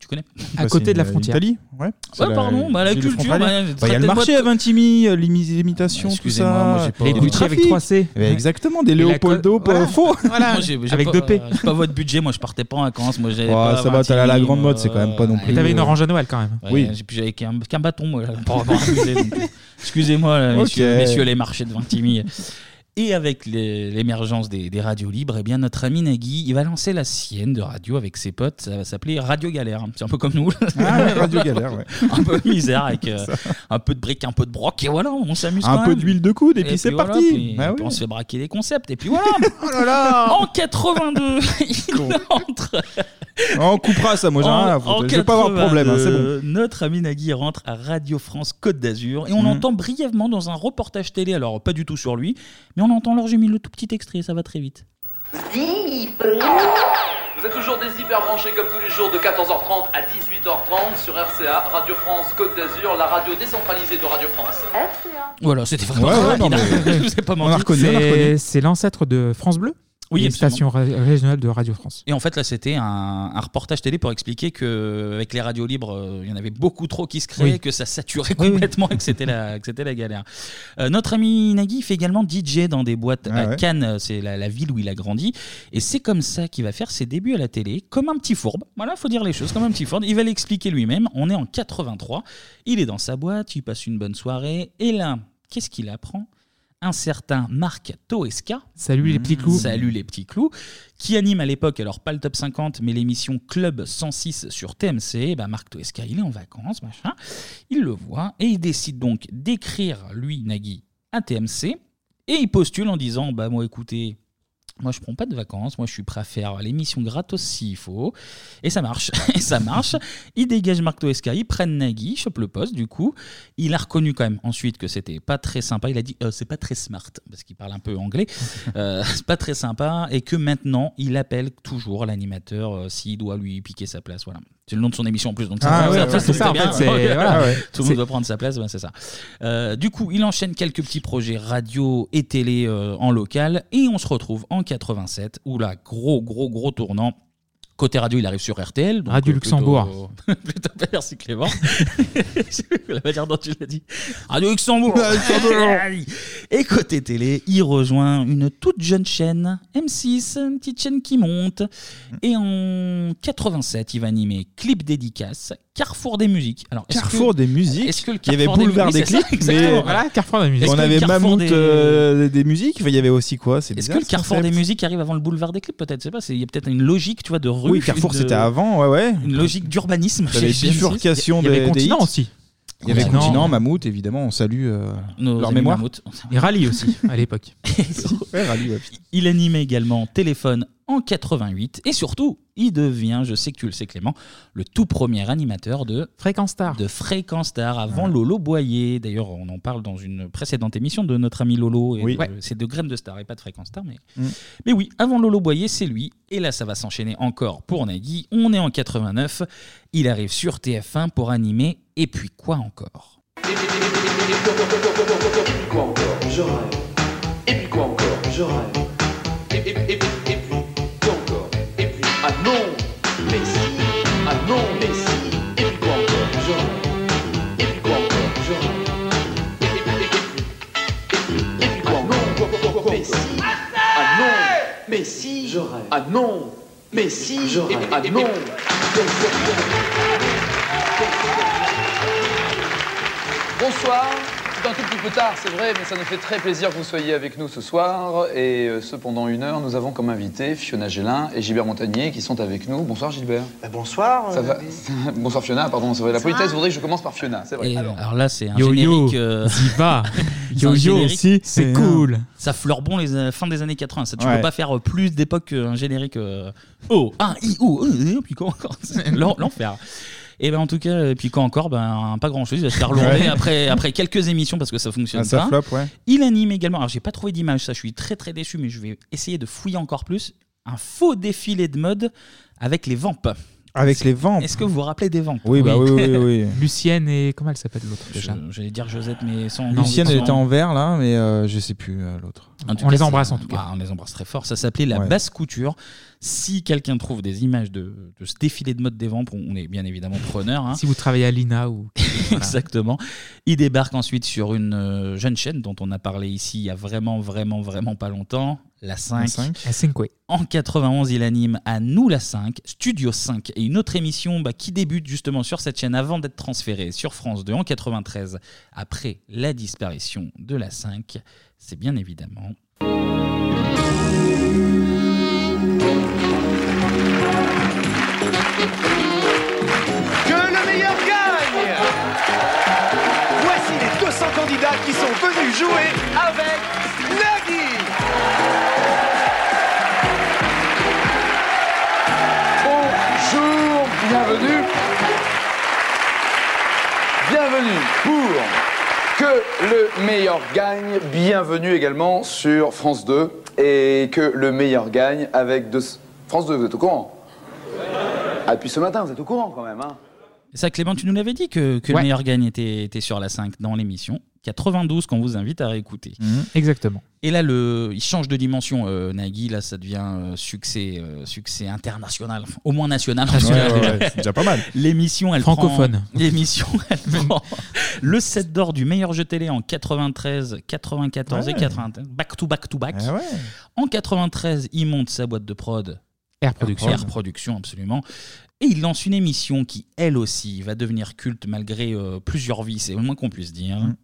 Speaker 1: Tu connais
Speaker 9: Bah, c'est une- l'Italie, ouais. C'est
Speaker 1: Ouais, pardon, bah, la
Speaker 9: c'est le
Speaker 1: culture,
Speaker 9: frontalier.
Speaker 1: bah,
Speaker 9: Bah, Il y a le
Speaker 1: traitez-moi
Speaker 9: marché
Speaker 1: de-
Speaker 9: à Vintimille, euh, l'imi- l'imitation, tout
Speaker 1: excusez-moi,
Speaker 9: ça.
Speaker 1: moi, j'ai pas- Les
Speaker 9: Du
Speaker 1: Gucci
Speaker 9: trafic.
Speaker 1: avec 3C.
Speaker 9: Mais Exactement, des
Speaker 1: Et la
Speaker 9: Léopoldo
Speaker 1: co-
Speaker 9: pour
Speaker 1: voilà.
Speaker 9: faux.
Speaker 1: Moi, j'ai- j'ai pas- euh, j'ai pas votre budget, moi je partais pas en vacances. Moi, j'avais
Speaker 9: Oh,
Speaker 1: pas
Speaker 9: ça va, t'es allé à la
Speaker 1: Vintimille,
Speaker 9: grande mode,
Speaker 1: moi,
Speaker 9: c'est quand même pas non
Speaker 1: ouais.
Speaker 9: plus, T'avais une euh, orange à Noël, quand même.
Speaker 1: Ouais,
Speaker 9: Oui.
Speaker 1: j'ai- J'avais qu'un qu'un bâton, moi, là, pour avoir un musée, donc, euh, Excusez-moi, là, messieurs,
Speaker 9: Ok.
Speaker 1: messieurs les marchés de Vintimille. Et avec les- l'émergence des, des radios libres, eh bien notre ami Nagui, il va lancer la sienne de radio avec ses potes. Ça va s'appeler Radio Galère. C'est un peu comme nous.
Speaker 9: Ah ouais, Radio Galère, ouais.
Speaker 1: un peu de misère avec euh, un peu de briques, un peu de broc. Et voilà, on s'amuse.
Speaker 9: Un
Speaker 1: quand
Speaker 9: peu
Speaker 1: même.
Speaker 9: de huile de coude, et puis c'est
Speaker 1: voilà,
Speaker 9: parti.
Speaker 1: puis-
Speaker 9: Bah
Speaker 1: puis
Speaker 9: oui.
Speaker 1: On se fait braquer des concepts. Et puis voilà.
Speaker 5: Oh
Speaker 1: En 82, il entre.
Speaker 9: On coupera ça, moi j'ai rien à foutre.
Speaker 1: en
Speaker 9: Je vais pas avoir de problème, hein, c'est
Speaker 1: 82,
Speaker 9: bon.
Speaker 1: Notre ami Nagui rentre à Radio France Côte d'Azur et on
Speaker 9: Mhm.
Speaker 1: l'entend brièvement dans un reportage télé, alors pas du tout sur lui, mais on entend leur j'ai mis le tout petit extrait, ça va très vite.
Speaker 10: Vous êtes toujours des hyper branchés comme tous les jours de 14h30 à 18h30 sur RCA, Radio France Côte d'Azur, la radio décentralisée de Radio France.
Speaker 1: Voilà, c'était vraiment
Speaker 8: Ouais, ouais,
Speaker 1: rapide,
Speaker 8: non,
Speaker 1: hein.
Speaker 8: mais-
Speaker 1: je vous ai pas
Speaker 8: On
Speaker 1: menti.
Speaker 8: a reconnu, on a reconnu. C'est l'ancêtre de France Bleu
Speaker 1: Oui,
Speaker 8: une
Speaker 1: absolument.
Speaker 8: station ra- régionale de Radio France.
Speaker 1: Et en fait, là, c'était un, un reportage télé pour expliquer que avec les radios libres, euh, il y en avait beaucoup trop qui se créaient,
Speaker 8: Oui.
Speaker 1: que ça saturait complètement et que c'était la, que c'était la galère. Euh, notre ami Nagui fait également DJ dans des boîtes
Speaker 8: Ah
Speaker 1: à
Speaker 8: ouais.
Speaker 1: Cannes, c'est la, la ville où il a grandi. Et c'est comme ça qu'il va faire ses débuts à la télé, comme un petit fourbe. Voilà, faut dire les choses, comme un petit fourbe. Il va l'expliquer lui-même. On est en 83. Il est dans sa boîte, il passe une bonne soirée. Et là, qu'est-ce qu'il apprend un certain Marc Toesca.
Speaker 8: Salut les petits clous.
Speaker 1: Salut les petits clous. Qui anime à l'époque, alors pas le top 50, mais l'émission Club 106 sur TMC. Eh ben, Marc Toesca, il est en vacances, machin. Il le voit et il décide donc d'écrire, lui, Nagui, à TMC. Et il postule en disant Bah, moi, écoutez. Moi, je prends pas de vacances. Moi, je suis prêt à faire l'émission gratos s'il faut. Et ça marche. Et ça marche. Ils dégagent Marc Toesca, ils prennent Nagui, ils chopent le poste, du coup. Il a reconnu quand même ensuite que c'était pas très sympa. Il a dit euh, c'est pas très smart, parce qu'il parle un peu anglais. Euh, c'est pas très sympa. Et que maintenant, il appelle toujours l'animateur euh, s'il doit lui piquer sa place. Voilà. C'est le nom de son émission en plus. Donc
Speaker 8: Ah
Speaker 1: ça-
Speaker 8: ouais,
Speaker 1: ça-
Speaker 8: ouais,
Speaker 1: ça,
Speaker 8: c'est ça, en
Speaker 1: bien.
Speaker 8: fait, c'est- voilà, ouais.
Speaker 1: Tout le
Speaker 8: C'est-
Speaker 1: monde doit prendre sa place, ouais, c'est ça. Euh, du coup, il enchaîne quelques petits projets radio et télé euh, en local. Et on se retrouve en 87, où là, gros, gros, gros tournant. Côté radio, il arrive sur RTL. donc,
Speaker 8: Radio
Speaker 1: euh, plutôt-
Speaker 8: Luxembourg.
Speaker 1: Plutôt pas, merci Clément. La manière dont tu l'as dit. Radio Luxembourg. Et côté télé, il rejoint une toute jeune chaîne, M6, une petite chaîne qui monte. Et en 87, il va animer Clip Dédicace, Carrefour des musiques. Alors, est-ce que-
Speaker 9: Carrefour des musiques.
Speaker 1: Est-ce que le
Speaker 9: il y avait
Speaker 1: Carrefour des
Speaker 9: Boulevard des,
Speaker 1: musiques, c'est ça,
Speaker 9: clips,
Speaker 1: exactement,
Speaker 9: mais
Speaker 1: voilà, Carrefour des musiques.
Speaker 9: On
Speaker 1: Est-ce que
Speaker 9: avait
Speaker 1: le Carrefour
Speaker 9: Mammouth
Speaker 1: des-
Speaker 9: euh, des musiques. Enfin, il y avait aussi quoi C'est
Speaker 1: Est-ce
Speaker 9: bizarre,
Speaker 1: que le
Speaker 9: ce
Speaker 1: carrefour des
Speaker 9: concept.
Speaker 1: musiques arrive avant le boulevard des clips Peut-être, je sais pas. c'est- Il y a peut-être une logique, tu vois, de rue.
Speaker 9: Oui, Carrefour,
Speaker 1: de-
Speaker 9: c'était avant, ouais, ouais.
Speaker 1: Une logique d'urbanisme.
Speaker 9: Il y avait
Speaker 1: chez- chez M6.
Speaker 9: bifurcation
Speaker 1: Il y avait
Speaker 9: des- des
Speaker 1: Continent
Speaker 9: hits.
Speaker 1: aussi.
Speaker 9: Il y avait
Speaker 1: Continent.
Speaker 9: Continent, Mammouth, évidemment, on salue euh,
Speaker 1: Nos
Speaker 9: leur
Speaker 1: amis
Speaker 9: mémoire.
Speaker 1: mammouths.
Speaker 9: Et Rallye aussi, à l'époque.
Speaker 1: Il animait également Téléphone en 88 et surtout, il devient, je sais que tu le sais Clément, le tout premier animateur de Fréquence Star. De Fréquence Star avant Lolo Boyer. D'ailleurs, on en parle dans une précédente émission de notre ami Lolo. et
Speaker 9: Oui.
Speaker 1: de-
Speaker 9: Ouais.
Speaker 1: C'est de Graines de Star et pas de Fréquence Star, mais
Speaker 9: Mm.
Speaker 1: mais oui, avant Lolo Boyer, c'est lui. Et là, ça va s'enchaîner encore pour Nagui. On est en 89. Il arrive sur TF1 pour animer Et puis quoi encore
Speaker 10: quoi encore Je rêve. Et puis quoi encore Je rêve. Et, et, et, et, et puis quoi encore Et puis ah non, mais si. Ah non, mais si. Et puis quoi encore Je rêve. Et puis quoi encore Je rêve. Et, et, et, et, puis- et puis- et puis quoi encore Quoi, quoi, quoi, quoi, Mais si. Ah non, mais si. Je rêve. Ah non, mais si. Je rêve. Ah non. Bonsoir. C'est un tout petit peu tard, c'est vrai, mais ça nous fait très plaisir que vous soyez avec nous ce soir. Et euh, ce, pendant une heure, nous avons comme invités Fiona Gélin et Gilbert Montagnier qui sont avec nous. Bonsoir Gilbert. bonsoir. Ça va... bonsoir Fiona, pardon, ça va. la politesse voudrait que je commence par Fiona, c'est vrai.
Speaker 1: Et alors, là, c'est un
Speaker 8: Yo-yo,
Speaker 1: générique. euh, c'est un
Speaker 8: Yo-yo
Speaker 1: générique-
Speaker 8: aussi, c'est
Speaker 1: euh,
Speaker 8: cool.
Speaker 1: Ça fleure bon les euh, fin des années 80. Ça, tu
Speaker 8: Ouais.
Speaker 1: peux pas faire euh, plus d'époque qu'un générique. euh, oh, un i ou euh, euh, puis quoi encore C'est l'en- L'enfer. Et ben en tout cas, euh, puis quand encore, ben pas grand chose. Il va se faire lourder
Speaker 9: Ouais.
Speaker 1: après, après quelques émissions parce que ça fonctionne
Speaker 9: Ah, ça
Speaker 1: pas.
Speaker 9: flop, ouais.
Speaker 1: Il anime également. Alors j'ai pas trouvé d'image, ça je suis très très déçu, mais je vais essayer de fouiller encore plus. Un faux défilé de mode avec les vampes.
Speaker 9: Avec les vents.
Speaker 1: Est-ce que vous vous rappelez des vampes
Speaker 9: Oui, bah oui, oui, oui.
Speaker 8: Lucienne et. Comment elle s'appelle l'autre déjà
Speaker 1: J'allais dire Josette, mais sans.
Speaker 9: Lucienne, elle
Speaker 1: sans-
Speaker 9: était en vert, là, mais euh, je sais plus euh, l'autre.
Speaker 1: En tout cas, ça- Ah, on les embrasse très fort. Ça s'appelait la
Speaker 9: Ouais.
Speaker 1: basse couture. Si quelqu'un trouve des images de, de ce défilé de mode des vampes, on on est bien évidemment preneur. hein.
Speaker 8: Si vous travaillez à l'INA ou.
Speaker 1: Exactement. Il débarque ensuite sur une euh, jeune chaîne dont on a parlé ici il y a vraiment, vraiment, vraiment pas longtemps, la 5.
Speaker 8: La 5. La 5, oui.
Speaker 1: En 91, il anime à Nous la 5, Studio 5, et une autre émission bah, qui débute justement sur cette chaîne avant d'être transférée sur France 2 en 93, après la disparition de la 5. C'est bien évidemment
Speaker 2: Que le meilleur gagne Voici les 200 candidats qui sont venus jouer avec Nagui
Speaker 5: Bonjour, bienvenue. Bienvenue pour Que le meilleur gagne. Bienvenue également sur France 2 et Que le meilleur gagne avec deux... France 2, vous êtes au courant Ah, depuis ce matin, vous êtes au courant quand même. Hein
Speaker 1: Ça, Clément, tu nous l'avais dit que, que le meilleur gagne était, était sur la 5 dans l'émission. 92 qu'on vous invite à réécouter.
Speaker 9: Mhm.
Speaker 8: Exactement.
Speaker 1: Et là, le, il change de dimension, euh, Nagui. Là, ça devient euh, succès, euh, succès international, enfin, au moins national. en tout
Speaker 9: Ouais,
Speaker 1: cas.
Speaker 9: ouais, ouais, c'est déjà pas mal.
Speaker 1: L'émission, elle
Speaker 8: Francophone.
Speaker 1: prend- l'émission, elle prend le set d'or du meilleur jeu télé en 93, 94 et
Speaker 8: Ouais.
Speaker 1: 93, back to back to back.
Speaker 9: Eh
Speaker 1: En 93, il monte sa boîte de prod.
Speaker 8: Air Production.
Speaker 1: Air Production, absolument. Et il lance une émission qui, elle aussi, va devenir culte malgré euh, plusieurs vies, c'est au moins qu'on puisse dire.
Speaker 8: Mm.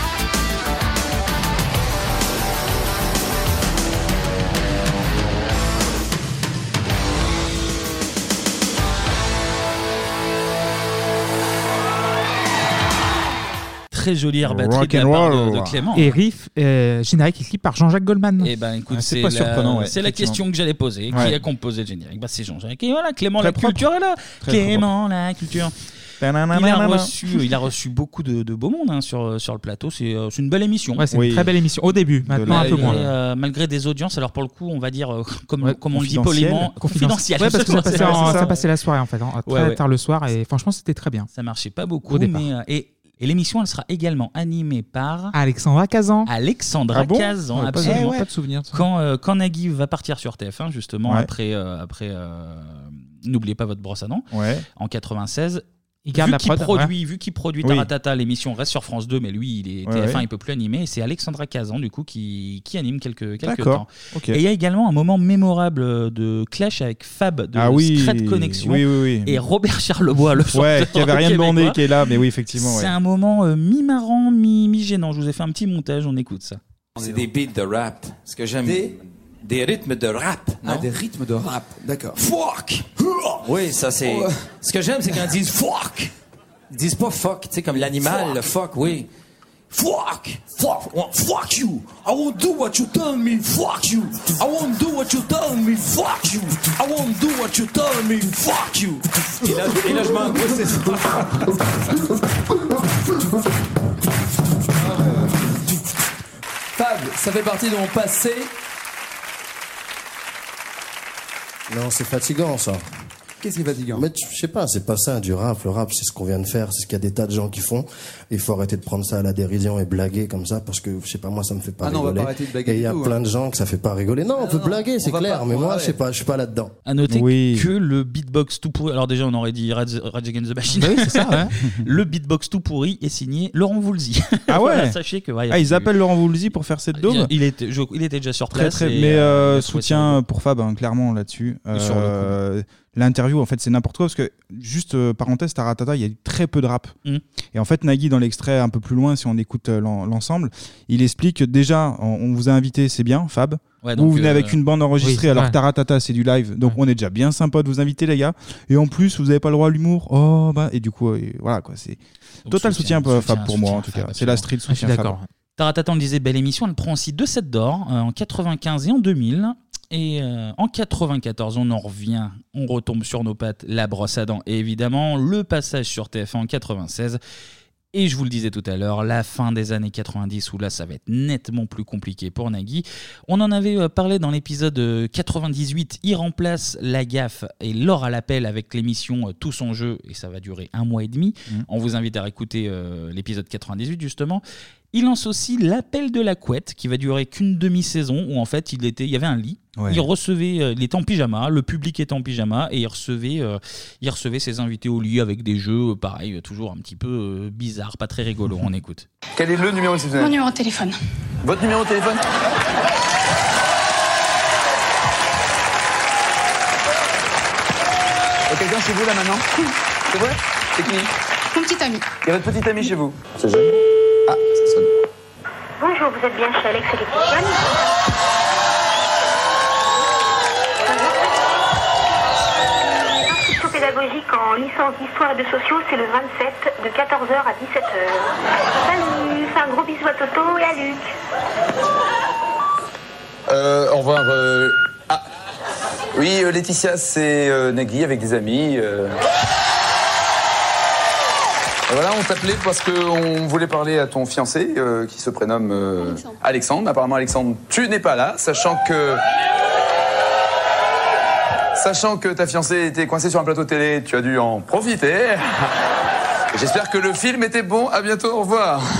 Speaker 2: Nagui
Speaker 1: très jolie herbatterie de la part de, de Clément.
Speaker 8: Et Riff, euh, générique écrit par Jean-Jacques Goldman.
Speaker 1: Eh ben, écoute,
Speaker 8: Ah,
Speaker 1: c'est
Speaker 8: pas
Speaker 1: la-
Speaker 8: surprenant, ouais,
Speaker 1: c'est la
Speaker 8: effectivement.
Speaker 1: question que j'allais poser. Qui
Speaker 8: Ouais.
Speaker 1: a composé le générique bah, C'est Jean-Jacques. Et voilà, Clément,
Speaker 8: Très
Speaker 1: la
Speaker 8: propre.
Speaker 1: culture est là.
Speaker 8: Très
Speaker 1: Clément, la culture.
Speaker 9: Il
Speaker 1: a, reçu, euh, il a reçu beaucoup de, de beau monde hein, sur, sur le plateau. C'est euh, c'est une belle émission.
Speaker 8: Ouais, c'est une Oui. très belle émission. Au début, maintenant, un peu
Speaker 1: Malgré,
Speaker 8: moins.
Speaker 1: euh, malgré des audiences, alors pour le coup, on va dire, euh, comme, comme on le dit
Speaker 8: Confidentiel.
Speaker 1: poliment, confidentiel.
Speaker 8: Ouais, parce que ça passait, en-
Speaker 1: C'est
Speaker 8: ça passait la soirée en fait, en-
Speaker 1: Ouais,
Speaker 8: très
Speaker 1: ouais.
Speaker 8: tard le soir et franchement c'était très bien.
Speaker 1: Ça marchait pas beaucoup,
Speaker 8: Au départ.
Speaker 1: mais, euh, et, et l'émission, elle sera également animée par
Speaker 8: Alexandra Kazan.
Speaker 1: Alexandra
Speaker 8: Ah bon
Speaker 1: Cazan,
Speaker 8: Ouais, pas-
Speaker 1: absolument.
Speaker 8: ouais, pas de souvenir, ça.
Speaker 1: Quand, euh, quand Nagui va partir sur TF1, justement,
Speaker 8: Ouais.
Speaker 1: après, euh, après euh, N'oubliez pas votre brosse à dents,
Speaker 9: Ouais.
Speaker 1: en 96.
Speaker 8: Il garde
Speaker 1: vu
Speaker 8: la
Speaker 1: qu'il
Speaker 8: prod,
Speaker 1: produit,
Speaker 8: ouais.
Speaker 1: Vu qu'il produit
Speaker 8: Oui.
Speaker 1: Taratata, l'émission reste sur France 2, mais lui, il est
Speaker 8: Ouais,
Speaker 1: TF1,
Speaker 8: ouais.
Speaker 1: il peut plus animer. Et c'est Alexandra Kazan, du coup, qui, qui anime Eh quelques, quelques
Speaker 9: D'accord.
Speaker 1: temps.
Speaker 9: Ok.
Speaker 1: Et il y a également un moment mémorable euh, de clash avec Fab de
Speaker 9: Ah oui.
Speaker 1: Secret Connection
Speaker 9: Oui, oui, oui.
Speaker 1: et Robert Charlebois, le chanteur
Speaker 9: Ouais, qui avait rien
Speaker 1: québécois.
Speaker 9: demandé, qui est là, mais oui, effectivement,
Speaker 1: C'est
Speaker 9: ouais.
Speaker 1: un moment euh, mi-marrant, mi- mi-gênant. Je vous ai fait un petit montage, on écoute ça.
Speaker 12: C'est des beats de rap. Ce que j'aime.
Speaker 1: Des-
Speaker 12: des rythmes de rap. Non? des rythmes de rap. D'accord. Oh. Fuck! Oui, ça c'est.
Speaker 13: Ouais.
Speaker 12: Ce que j'aime, c'est quand ils disent fuck! Ils disent pas fuck, tu sais, comme l'animal, le fuck, oui. Fuck! Fuck! Well, Fuck you! I won't do what you tell me, fuck you! I won't do what you tell me, fuck you! I won't do what you tell me, fuck you! Et là, et là je m'en. Oui, c'est ça.
Speaker 13: Fab, ça fait partie de mon passé.
Speaker 14: Non, c'est fatigant ça. Qu'est-ce qui est fatigant Mais tu- je sais pas, c'est pas ça du rap. Le rap, c'est ce qu'on vient de faire, c'est ce qu'il y a des tas de gens qui font. Il faut arrêter de prendre ça à la dérision et blaguer comme ça parce que je sais pas moi, ça me fait pas
Speaker 13: Ah non, on va
Speaker 14: rigoler.
Speaker 13: pas arrêter de blaguer
Speaker 14: et il
Speaker 13: du
Speaker 14: y a
Speaker 13: tout,
Speaker 14: plein
Speaker 13: hein.
Speaker 14: de gens que ça fait pas rigoler. Non, on peut blaguer, c'est clair, mais moi, je sais pas, je suis pas là-dedans.
Speaker 1: À noter
Speaker 14: Oui.
Speaker 1: que le beatbox tout pourri. Alors déjà, on aurait dit Rage Rage Against the Machine.
Speaker 9: Ah
Speaker 14: Bah oui, c'est ça, ouais.
Speaker 1: le beatbox tout pourri est signé Laurent Voulzy.
Speaker 9: Ah ouais
Speaker 1: Voilà, Sachez que. ouais, il y a
Speaker 9: Ah, ils
Speaker 1: plus- Euh,
Speaker 9: appellent Laurent Voulzy pour faire cette dôme
Speaker 1: Il était, je- il était déjà sur
Speaker 9: Très
Speaker 1: place.
Speaker 9: très.
Speaker 1: et,
Speaker 9: Mais
Speaker 1: euh,
Speaker 9: euh, soutien pour Fab, hein, clairement là-dessus.
Speaker 1: Et sur le coup.
Speaker 9: Euh, L'interview, en fait, c'est n'importe quoi parce que juste euh, parenthèse, Taratata, il y a eu très peu de rap.
Speaker 1: Mhm.
Speaker 9: Et en fait, Nagui, dans l'extrait un peu plus loin, si on écoute euh, l'en- l'ensemble, il explique que déjà, on, on vous a invité, c'est bien, Fab.
Speaker 1: Ouais,
Speaker 9: vous
Speaker 1: donc,
Speaker 9: venez
Speaker 1: euh,
Speaker 9: avec une bande enregistrée,
Speaker 1: oui,
Speaker 9: alors
Speaker 1: ouais.
Speaker 9: Taratata, c'est du live, donc on est déjà bien sympa de vous inviter, les gars. Et en plus, vous n'avez pas le droit à l'humour. Oh, bah, et du coup, euh, voilà quoi, c'est total soutien,
Speaker 1: soutien,
Speaker 9: pour
Speaker 1: soutien,
Speaker 9: Fab pour moi, en tout cas. C'est la street
Speaker 1: Ah, je suis
Speaker 9: soutien, Fab.
Speaker 1: d'accord. Taratata, on le disait, belle émission. Elle prend aussi deux sets d'or euh, en 95 et en 2000. Et euh, en 94, on en revient, on retombe sur nos pattes, la brosse à dents et évidemment le passage sur TF1 en 96. Et je vous le disais tout à l'heure, la fin des années 90, où là ça va être nettement plus compliqué pour Nagui. On en avait euh, parlé dans l'épisode euh, 98, il remplace la gaffe et l'or à l'appel avec l'émission euh, Tout son jeu, et ça va durer un mois et demi. On vous invite à réécouter euh, l'épisode 98 justement. Il lance aussi l'appel de la couette, qui va durer qu'une demi-saison, où en fait il, était, il y avait un lit.
Speaker 9: Ouais.
Speaker 1: Il recevait, euh, il était en pyjama, le public était en pyjama, et il recevait, euh, il recevait ses invités au lit avec des jeux, euh, pareil, euh, toujours un petit peu euh, bizarre, pas très rigolo. On écoute.
Speaker 5: Quel est le numéro exceptionnel
Speaker 15: Mon numéro de téléphone.
Speaker 5: Votre numéro de téléphone Il y a quelqu'un chez vous là maintenant C'est vrai C'est qui
Speaker 15: Mon petit ami.
Speaker 5: Il y a votre petite amie chez vous
Speaker 14: C'est jeune.
Speaker 5: Ah, ça sonne.
Speaker 4: Bonjour, vous êtes bien chez Alex Electrician L'institut pédagogique en licence d'histoire et de sociaux, c'est le 27 de 14h à 17h. Salut, fais un gros bisou à Toto et à Luc.
Speaker 5: Euh, au revoir. euh, Ah Oui, euh, Laetitia, c'est euh, Nagui avec des amis. euh. Et voilà, on t'appelait parce qu'on voulait parler à ton fiancé euh, qui se prénomme euh, Alexandre. Apparemment, Alexandre, tu n'es pas là, sachant que. Sachant que ta fiancée était coincée sur un plateau télé, tu as dû en profiter. Et J'espère que le film était bon. À bientôt, au revoir.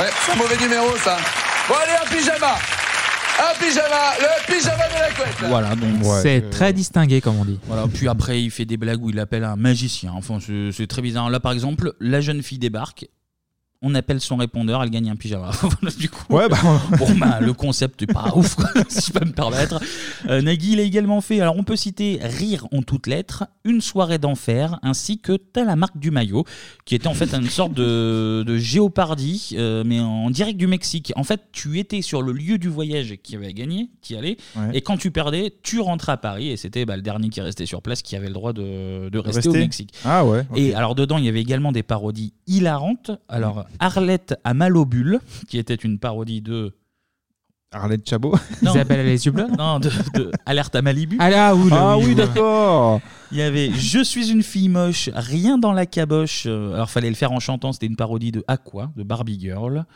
Speaker 5: Ouais, c'est un mauvais numéro, ça. Bon, allez, un pyjama. Un pyjama, le pyjama de la couette.
Speaker 1: Voilà, donc
Speaker 8: C'est très distingué comme on dit.
Speaker 1: Voilà, puis après, il fait des blagues où il appelle un magicien. Enfin, c'est c'est très bizarre. Là, par exemple, la jeune fille débarque. on appelle son répondeur, elle gagne un pyjama. Voilà, du coup,
Speaker 9: Ouais, bah,
Speaker 1: bon, bah, le concept est pas ouf, quoi, si je peux me permettre. Euh, Nagui l'a également fait. Alors, on peut citer Rire en toutes lettres, Une soirée d'enfer, ainsi que T'as la marque du maillot, qui était en fait une sorte de, de géopardie, euh, mais en direct du Mexique. En fait, tu étais sur le lieu du voyage qui avait gagné, qui allait,
Speaker 9: Ouais.
Speaker 1: et quand tu perdais, tu rentrais à Paris, et c'était bah, le dernier qui restait sur place qui avait le droit de, de rester, au
Speaker 9: Rester
Speaker 1: Mexique.
Speaker 9: Ah ouais, ok.
Speaker 1: Et alors dedans, il y avait également des parodies hilarantes. Alors Arlette à Malobule, qui était une parodie de
Speaker 9: Arlette Chabot.
Speaker 1: Isabelle à les yeux bleus Non, de, de Alerte à Malibu.
Speaker 9: Ah là, oui, le- Ah oui, oui, oui. d'accord.
Speaker 1: Il y avait Je suis une fille moche, rien dans la caboche. Euh, Alors fallait le faire en chantant, c'était une parodie de Aqua, de Barbie Girl.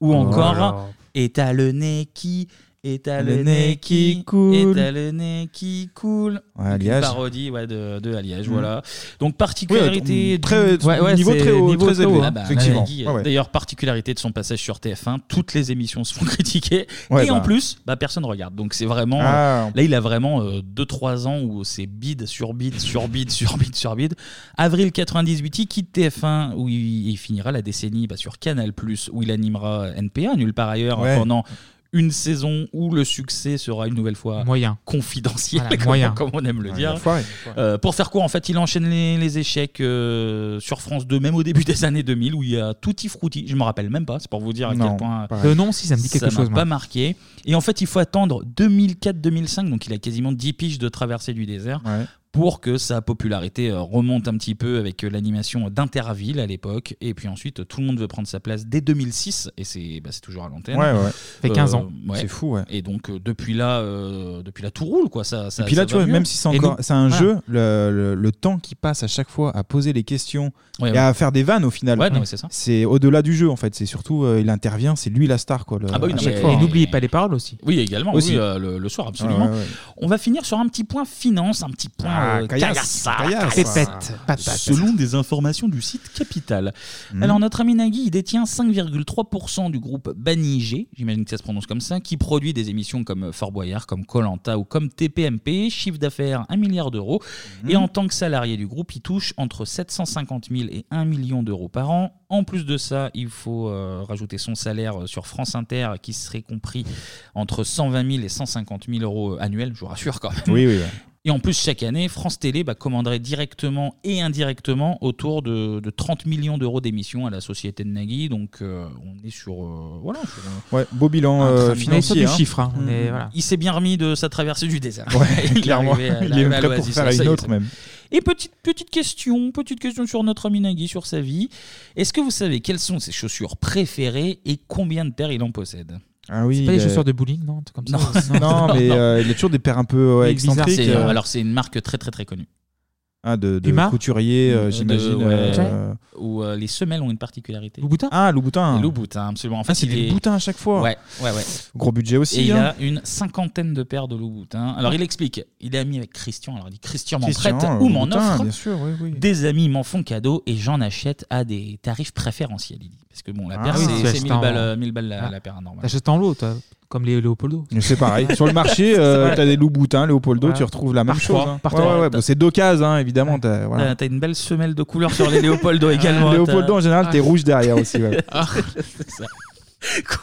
Speaker 1: Ou
Speaker 9: Alors.
Speaker 1: encore Et t'as le nez qui. Et t'as le,
Speaker 9: Le nez qui coule.
Speaker 1: Et t'as le nez qui coule.
Speaker 9: Ouais,
Speaker 1: Une
Speaker 9: Alliage.
Speaker 1: parodie ouais, de, de Alliage,
Speaker 9: Mm.
Speaker 1: voilà. Donc particularité
Speaker 9: Oui,
Speaker 1: du-
Speaker 9: très- niveau
Speaker 1: c'est
Speaker 9: très haut, très élevé, hein,
Speaker 1: Ah bah,
Speaker 9: effectivement.
Speaker 1: Nagui,
Speaker 9: Ouais, ouais.
Speaker 1: D'ailleurs, particularité de son passage sur TF1, toutes les émissions se font critiquer.
Speaker 9: Ouais,
Speaker 1: et en
Speaker 9: bah.
Speaker 1: plus, bah, personne regarde. Donc c'est vraiment.
Speaker 9: Ah.
Speaker 1: euh, là, il a vraiment 2-3 ans où c'est bide sur bide, sur bide, sur bide, sur bide. Avril 98, il quitte TF1 où il, il finira la décennie bah, sur Canal, où il animera NPA, nulle part ailleurs,
Speaker 9: Ouais.
Speaker 1: pendant. Une saison où le succès sera une nouvelle fois
Speaker 8: Moyen.
Speaker 1: confidentiel,
Speaker 8: Voilà,
Speaker 1: comme,
Speaker 8: moyen.
Speaker 1: comme on aime le
Speaker 8: Ouais,
Speaker 1: dire.
Speaker 8: l'enfoiré.
Speaker 1: Euh, pour faire court, en fait, il enchaîne les, les échecs euh, sur France 2, même au début des années 2000, où il y a Tutti Frutti. Je me rappelle même pas, c'est pour vous dire à
Speaker 8: Non,
Speaker 1: quel point.
Speaker 8: pareil. Le nom, si, ça me dit quelque
Speaker 1: m'a
Speaker 8: chose, moi.
Speaker 1: pas marqué. Et en fait, il faut attendre 2004-2005, donc il a quasiment 10 piges de traversée du désert. Pour que sa popularité euh, remonte un petit peu avec euh, l'animation d'Interville à l'époque. Et puis ensuite, tout le monde veut prendre sa place dès 2006. Et c'est bah, c'est toujours à l'antenne. Euh,
Speaker 9: Ouais, ouais. Fait 15 ans.
Speaker 1: ouais.
Speaker 9: C'est fou, ouais.
Speaker 1: Et donc, euh, depuis là, euh, depuis là, tout roule, quoi. Ça, ça-
Speaker 9: Et puis
Speaker 1: ça
Speaker 9: là, tu
Speaker 1: va
Speaker 9: vois,
Speaker 1: mieux.
Speaker 9: même si c'est
Speaker 1: Et
Speaker 9: encore,
Speaker 1: donc,
Speaker 9: c'est un
Speaker 1: voilà.
Speaker 9: jeu, le, le- le temps qui passe à chaque fois à poser les questions
Speaker 1: Ouais,
Speaker 9: et
Speaker 1: ouais.
Speaker 9: à faire des vannes au final.
Speaker 1: Ouais, non, mais c'est ça.
Speaker 9: au-delà du jeu en fait. C'est surtout, euh, il intervient, c'est lui la star quoi. le-
Speaker 1: Ah bah oui,
Speaker 9: à
Speaker 1: non,
Speaker 9: chaque
Speaker 1: mais-
Speaker 9: fois.
Speaker 1: et n'oubliez
Speaker 8: pas les paroles aussi.
Speaker 1: Oui, également,
Speaker 9: Aussi.
Speaker 1: oui, euh, le, le soir, absolument.
Speaker 9: Ouais, ouais, ouais.
Speaker 1: On va finir sur un petit point finance, un petit point
Speaker 9: Ah,
Speaker 1: euh,
Speaker 9: caillasse,
Speaker 1: caillasse,
Speaker 9: caillasse.
Speaker 1: caillasse.
Speaker 9: Pépette, patate.
Speaker 1: Selon des informations du site Capital.
Speaker 9: Mm.
Speaker 1: Alors, notre ami Nagui, il détient 5,3% du groupe Banigé, j'imagine que ça se prononce comme ça, qui produit des émissions comme euh, Fort Boyard, comme Colanta ou comme TPMP, chiffre d'affaires 1 milliard d'euros. Et en tant que salarié du groupe, il touche entre 750 000 et 1 million d'euros par an. En plus de ça, il faut euh, rajouter son salaire euh, sur France Inter qui serait compris entre 120 000 et 150 000 euros annuels, je vous rassure quand même.
Speaker 9: Oui, oui, ouais.
Speaker 1: Et en plus, chaque année, France Télé bah, commanderait directement et indirectement autour de, de 30 millions d'euros d'émissions à la société de Nagui. Donc, euh, on est sur. euh, voilà. sur, euh,
Speaker 9: Ouais, beau bilan euh, financier. hein. Mm.
Speaker 1: il s'est bien remis de sa traversée du désert.
Speaker 9: Ouais,
Speaker 1: Il est
Speaker 9: clairement.
Speaker 1: arrivé à-
Speaker 9: Il est
Speaker 1: à
Speaker 9: prêt pour
Speaker 1: l'Oasis,
Speaker 9: faire
Speaker 1: là, ça y
Speaker 9: une
Speaker 1: est,
Speaker 9: autre,
Speaker 1: c'est-
Speaker 9: même.
Speaker 1: Et petite, petite question, petite question sur notre ami Nagui, sur sa vie. Est-ce que vous savez quelles sont ses chaussures préférées et combien de paires il en possède
Speaker 9: Ah oui.
Speaker 8: C'est pas les
Speaker 9: il est-
Speaker 8: chaussures de bowling, non Un truc comme ça
Speaker 9: Non, mais euh, il a toujours des paires un peu ouais, excentriques.
Speaker 1: C'est-
Speaker 9: euh,
Speaker 1: Alors c'est une marque très très très connue.
Speaker 9: ah, de, de
Speaker 1: Puma
Speaker 9: couturier, euh,
Speaker 1: Euh, de-
Speaker 9: j'imagine.
Speaker 1: ouais,
Speaker 9: euh,
Speaker 1: Où euh, les semelles ont une particularité.
Speaker 8: Louboutin
Speaker 9: Ah, Louboutin.
Speaker 1: Les Louboutin, absolument. En fait,
Speaker 9: c'est
Speaker 1: il
Speaker 9: des
Speaker 1: est-
Speaker 9: Louboutin à chaque fois.
Speaker 1: Ouais, ouais, ouais.
Speaker 9: Gros budget aussi,
Speaker 1: Et il
Speaker 9: hein.
Speaker 1: a une cinquantaine de paires de Louboutin. Alors il explique, il est ami avec Christian. Alors il dit Christian m'en
Speaker 9: Christian,
Speaker 1: prête
Speaker 9: euh,
Speaker 1: ou m'en
Speaker 9: Louboutin,
Speaker 1: offre.
Speaker 9: bien sûr, oui, oui.
Speaker 1: Des amis m'en font cadeau et j'en achète à des tarifs préférentiels. Il dit. Parce que bon, la
Speaker 8: Ah
Speaker 1: paire,
Speaker 8: oui, tu
Speaker 1: c'est- c'est
Speaker 8: achètes
Speaker 1: 1000
Speaker 8: en-
Speaker 1: balles, euh, 1000 balles la,
Speaker 8: Ah.
Speaker 1: la paire normale.
Speaker 8: T'achètes en lot, toi, comme les Léopoldo.
Speaker 9: C'est pareil. Sur le marché, euh, t'as des Louboutin, Léopoldo,
Speaker 8: Voilà.
Speaker 9: tu retrouves la même
Speaker 8: Par
Speaker 9: chose.
Speaker 8: trois,
Speaker 9: hein.
Speaker 8: par
Speaker 9: Ouais,
Speaker 8: trois.
Speaker 9: ouais, ouais, bon, c'est d'occasion, hein, évidemment. t'as- voilà.
Speaker 1: T'as- T'as une belle semelle de couleur sur les Léopoldo également.
Speaker 9: Léopoldo,
Speaker 1: t'as-
Speaker 9: en général, t'es rouge derrière aussi, ouais.
Speaker 1: Ah, c'est ça.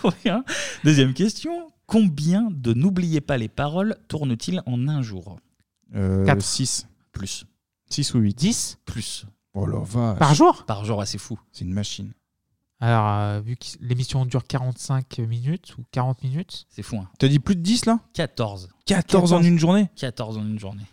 Speaker 1: Combien Deuxième question. Combien de N'oubliez pas les paroles tourne-t-il en un jour
Speaker 9: Euh,
Speaker 1: Quatre.
Speaker 9: six.
Speaker 1: Plus.
Speaker 9: 6 ou 8
Speaker 8: 10
Speaker 1: Plus.
Speaker 9: Oh la vache.
Speaker 8: Par jour
Speaker 1: Par jour, ouais, c'est fou.
Speaker 9: C'est une machine.
Speaker 8: Alors, euh, vu que l'émission dure 45 minutes ou 40 minutes.
Speaker 1: C'est fou, hein.
Speaker 9: T'as dit plus de 10 là
Speaker 1: 14.
Speaker 9: 14 en une journée Ah,
Speaker 1: 14 en une journée.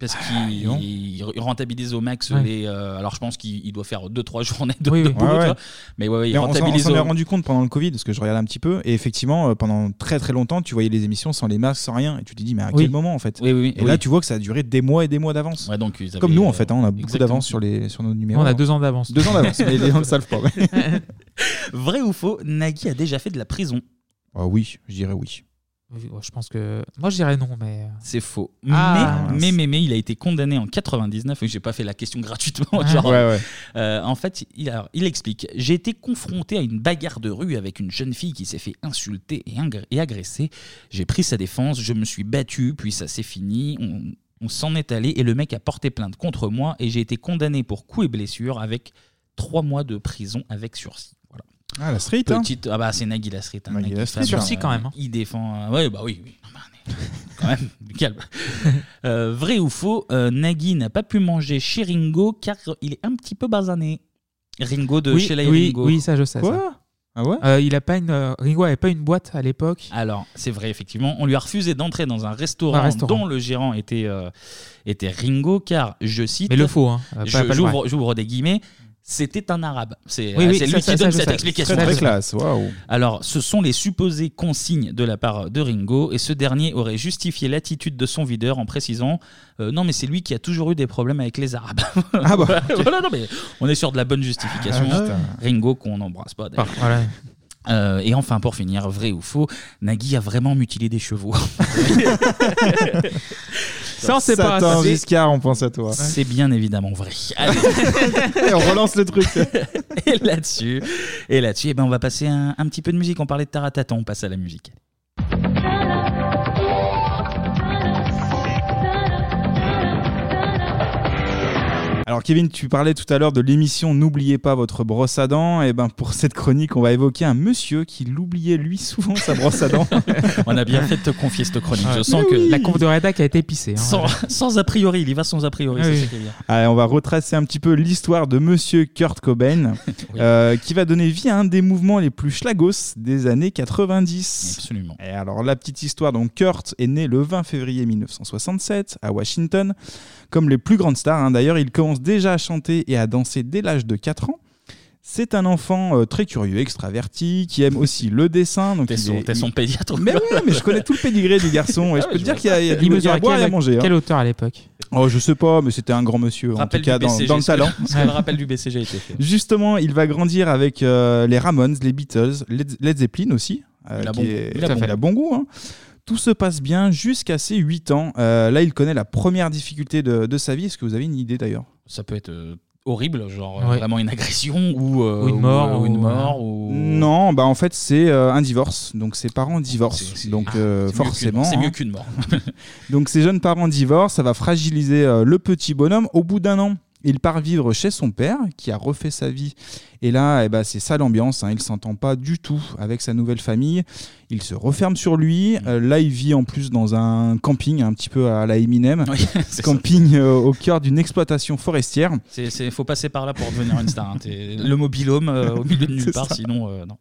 Speaker 1: Parce
Speaker 9: dis donc.
Speaker 1: qu'il il il rentabilise au max
Speaker 9: Ouais.
Speaker 1: les. euh, alors je pense qu'il il doit faire 2-3 journées de,
Speaker 9: Oui,
Speaker 1: de
Speaker 9: oui.
Speaker 1: boulot,
Speaker 9: Ouais,
Speaker 1: tu
Speaker 9: ouais.
Speaker 1: vois. Mais ouais, ouais, il
Speaker 9: Mais on s'en- on
Speaker 1: rentabilise.
Speaker 9: s'en est
Speaker 1: au-
Speaker 9: rendu compte pendant le Covid, parce que je regardais un petit peu, et effectivement, euh, pendant très très longtemps, tu voyais les émissions sans les masques, sans rien, et tu te dis, mais à
Speaker 1: Oui.
Speaker 9: quel moment en fait
Speaker 1: Oui, oui,
Speaker 9: Et
Speaker 1: oui.
Speaker 9: là, tu vois que ça a duré des mois et des mois d'avance.
Speaker 1: Ouais, donc, ils
Speaker 9: Comme
Speaker 1: avaient,
Speaker 9: nous en
Speaker 1: euh,
Speaker 9: fait, hein, on a beaucoup
Speaker 1: exactement.
Speaker 9: d'avance sur, les- sur nos numéros.
Speaker 8: on a deux ans d'avance.
Speaker 9: Deux ans d'avance, mais les gens ne le savent pas. ouais.
Speaker 1: Vrai ou faux, Nagui a déjà fait de la prison.
Speaker 9: Ah oui, je dirais oui.
Speaker 8: Oui, ouais, Je pense que. Moi, je dirais non, mais. euh.
Speaker 1: C'est faux.
Speaker 8: Ah.
Speaker 1: mais, mais, mais, mais, il a été condamné en 99. et J'ai pas fait la question gratuitement.
Speaker 8: Ah.
Speaker 1: genre.
Speaker 8: Ouais, ouais.
Speaker 1: Euh, en fait, il, alors, il explique J'ai été confronté à une bagarre de rue avec une jeune fille qui s'est fait insulter et, ingré- et agresser. J'ai pris sa défense, je me suis battu, puis ça s'est fini. On, on s'en est allé et le mec a porté plainte contre moi et j'ai été condamné pour coups et blessures avec trois mois de prison avec sursis. Voilà.
Speaker 9: Ah, la street, hein.
Speaker 1: Petite- Ah bah, c'est Nagui la street. hein,
Speaker 9: Nagui
Speaker 1: Nagui
Speaker 9: la
Speaker 1: Fabre,
Speaker 9: street, sursis
Speaker 1: euh,
Speaker 9: quand même, hein.
Speaker 1: Il défend. euh, ouais, bah oui, oui. Ah bah, Quand même, du calme. Euh, vrai ou faux, euh, Nagui n'a pas pu manger chez Ringo car il est un petit peu basané. Ringo de
Speaker 8: oui,
Speaker 1: Sheila et
Speaker 8: oui,
Speaker 1: Ringo.
Speaker 8: oui, ça je sais.
Speaker 1: Quoi
Speaker 8: ça.
Speaker 9: Ah ouais
Speaker 8: Euh, il a pas une, euh, Ringo avait pas une boîte à l'époque.
Speaker 1: Alors, c'est vrai, effectivement. On lui a refusé d'entrer dans un restaurant,
Speaker 8: Un restaurant.
Speaker 1: dont le gérant était, euh, était Ringo, car, je cite.
Speaker 8: Mais le faux, hein, pas-
Speaker 1: je-
Speaker 8: pas le vrai.
Speaker 1: J'ouvre j'ouvre des guillemets. C'était un arabe. C'est
Speaker 8: Oui,
Speaker 1: euh,
Speaker 8: oui,
Speaker 1: c'est
Speaker 8: ça,
Speaker 1: lui
Speaker 8: ça,
Speaker 1: qui
Speaker 8: ça,
Speaker 1: donne
Speaker 8: je
Speaker 1: cette
Speaker 8: sais.
Speaker 1: explication.
Speaker 8: Très, très
Speaker 9: classe, waouh.
Speaker 1: Alors, ce sont les supposées consignes de la part de Ringo, et ce dernier aurait justifié l'attitude de son videur en précisant euh, Non, mais c'est lui qui a toujours eu des problèmes avec les Arabes. Ah bah Voilà, non, mais on est sur de la bonne justification.
Speaker 8: Ah, putain.
Speaker 1: Ringo, qu'on n'embrasse pas d'ailleurs.
Speaker 8: Ah, voilà.
Speaker 1: Euh, et enfin, pour finir, vrai ou faux, Nagui a vraiment mutilé des chevaux.
Speaker 9: Ça, on sait pas, Satan, ça, c'est- Giscard, on pense à toi.
Speaker 1: C'est bien évidemment vrai. Allez.
Speaker 9: Et on relance le truc.
Speaker 1: et là-dessus, et là-dessus, eh ben, on va passer un, un petit peu de musique. On parlait de Taratata, on passe à la musique.
Speaker 9: Alors Kevin, tu parlais tout à l'heure de l'émission N'oubliez pas votre brosse à dents. Et ben pour cette chronique, on va évoquer un monsieur qui l'oubliait lui souvent sa brosse à dents. Ah.
Speaker 1: On a bien fait de te confier cette chronique. Je
Speaker 8: Ouais.
Speaker 1: sens
Speaker 8: Mais
Speaker 1: que
Speaker 8: oui. la conf de rédac a été pissée. hein.
Speaker 1: sans, sans a priori, il y va sans a priori.
Speaker 8: Ah
Speaker 1: c'est
Speaker 8: oui.
Speaker 1: ça qui est bien.
Speaker 9: Allez, on va retracer un petit peu l'histoire de monsieur Kurt Cobain, euh, qui va donner vie à un des mouvements les plus schlagos des années 90.
Speaker 1: Absolument.
Speaker 9: Et alors, la petite histoire, donc Kurt est né le 20 février 1967 à Washington. Comme les plus grandes stars, hein. d'ailleurs, il commence déjà à chanter et à danser dès l'âge de 4 ans. C'est un enfant euh, très curieux, extraverti, qui aime aussi le dessin. donc
Speaker 1: T'es
Speaker 9: il
Speaker 1: son,
Speaker 9: est-
Speaker 1: t'es son
Speaker 9: il-
Speaker 1: pédiatre.
Speaker 9: Mais ouais, mais je connais tout le pédigré du garçon.
Speaker 1: Ah,
Speaker 9: et je peux te dire qu'il y a, il y a du
Speaker 8: Il
Speaker 9: il y a à
Speaker 8: mesurait
Speaker 9: boire et à
Speaker 8: quelle-
Speaker 9: manger. hein.
Speaker 8: Quelle hauteur à l'époque
Speaker 9: Oh, je sais pas, mais c'était un grand monsieur, en tout
Speaker 1: Rappel
Speaker 9: cas,
Speaker 1: du
Speaker 9: dans,
Speaker 1: BCG,
Speaker 9: dans le
Speaker 1: ce que-
Speaker 9: talent.
Speaker 1: ce que le rappel du BCG était fait.
Speaker 9: Justement, il va grandir avec euh, les Ramones, les Beatles, Led, Led Zeppelin aussi. euh,
Speaker 1: Il a
Speaker 9: qui
Speaker 1: bon
Speaker 9: est-
Speaker 1: goût.
Speaker 9: tout à fait, il a bon goût. hein. Tout se passe bien jusqu'à ses 8 ans. Euh, là, il connaît la première difficulté de, de sa vie. Est-ce que vous avez une idée d'ailleurs
Speaker 1: Ça peut être euh, horrible, genre euh,
Speaker 9: Ouais.
Speaker 1: vraiment une agression ou, euh,
Speaker 9: Ou une
Speaker 1: ou,
Speaker 9: mort,
Speaker 1: euh, ou une
Speaker 9: ou-
Speaker 1: mort ou...
Speaker 9: Non, bah en fait, c'est euh, un divorce. Donc, ses parents divorcent. Donc, euh,
Speaker 1: C'est mieux qu'une-
Speaker 9: forcément.
Speaker 1: C'est mieux
Speaker 9: hein.
Speaker 1: qu'une mort.
Speaker 9: Donc ces jeunes parents divorcent, ça va fragiliser euh, le petit bonhomme. Au bout d'un an, il part vivre chez son père, qui a refait sa vie. Et là, eh ben, c'est ça l'ambiance. hein. Il s'entend pas du tout avec sa nouvelle famille. Il se referme sur lui. Euh, là, il vit en plus dans un camping, un petit peu à la Eminem. camping euh, au cœur d'une exploitation forestière.
Speaker 1: C'est, c'est- faut passer par là pour devenir une star. hein. T'es le mobilhome euh, au milieu de
Speaker 9: C'est
Speaker 1: nulle part,
Speaker 9: ça.
Speaker 1: sinon euh, non.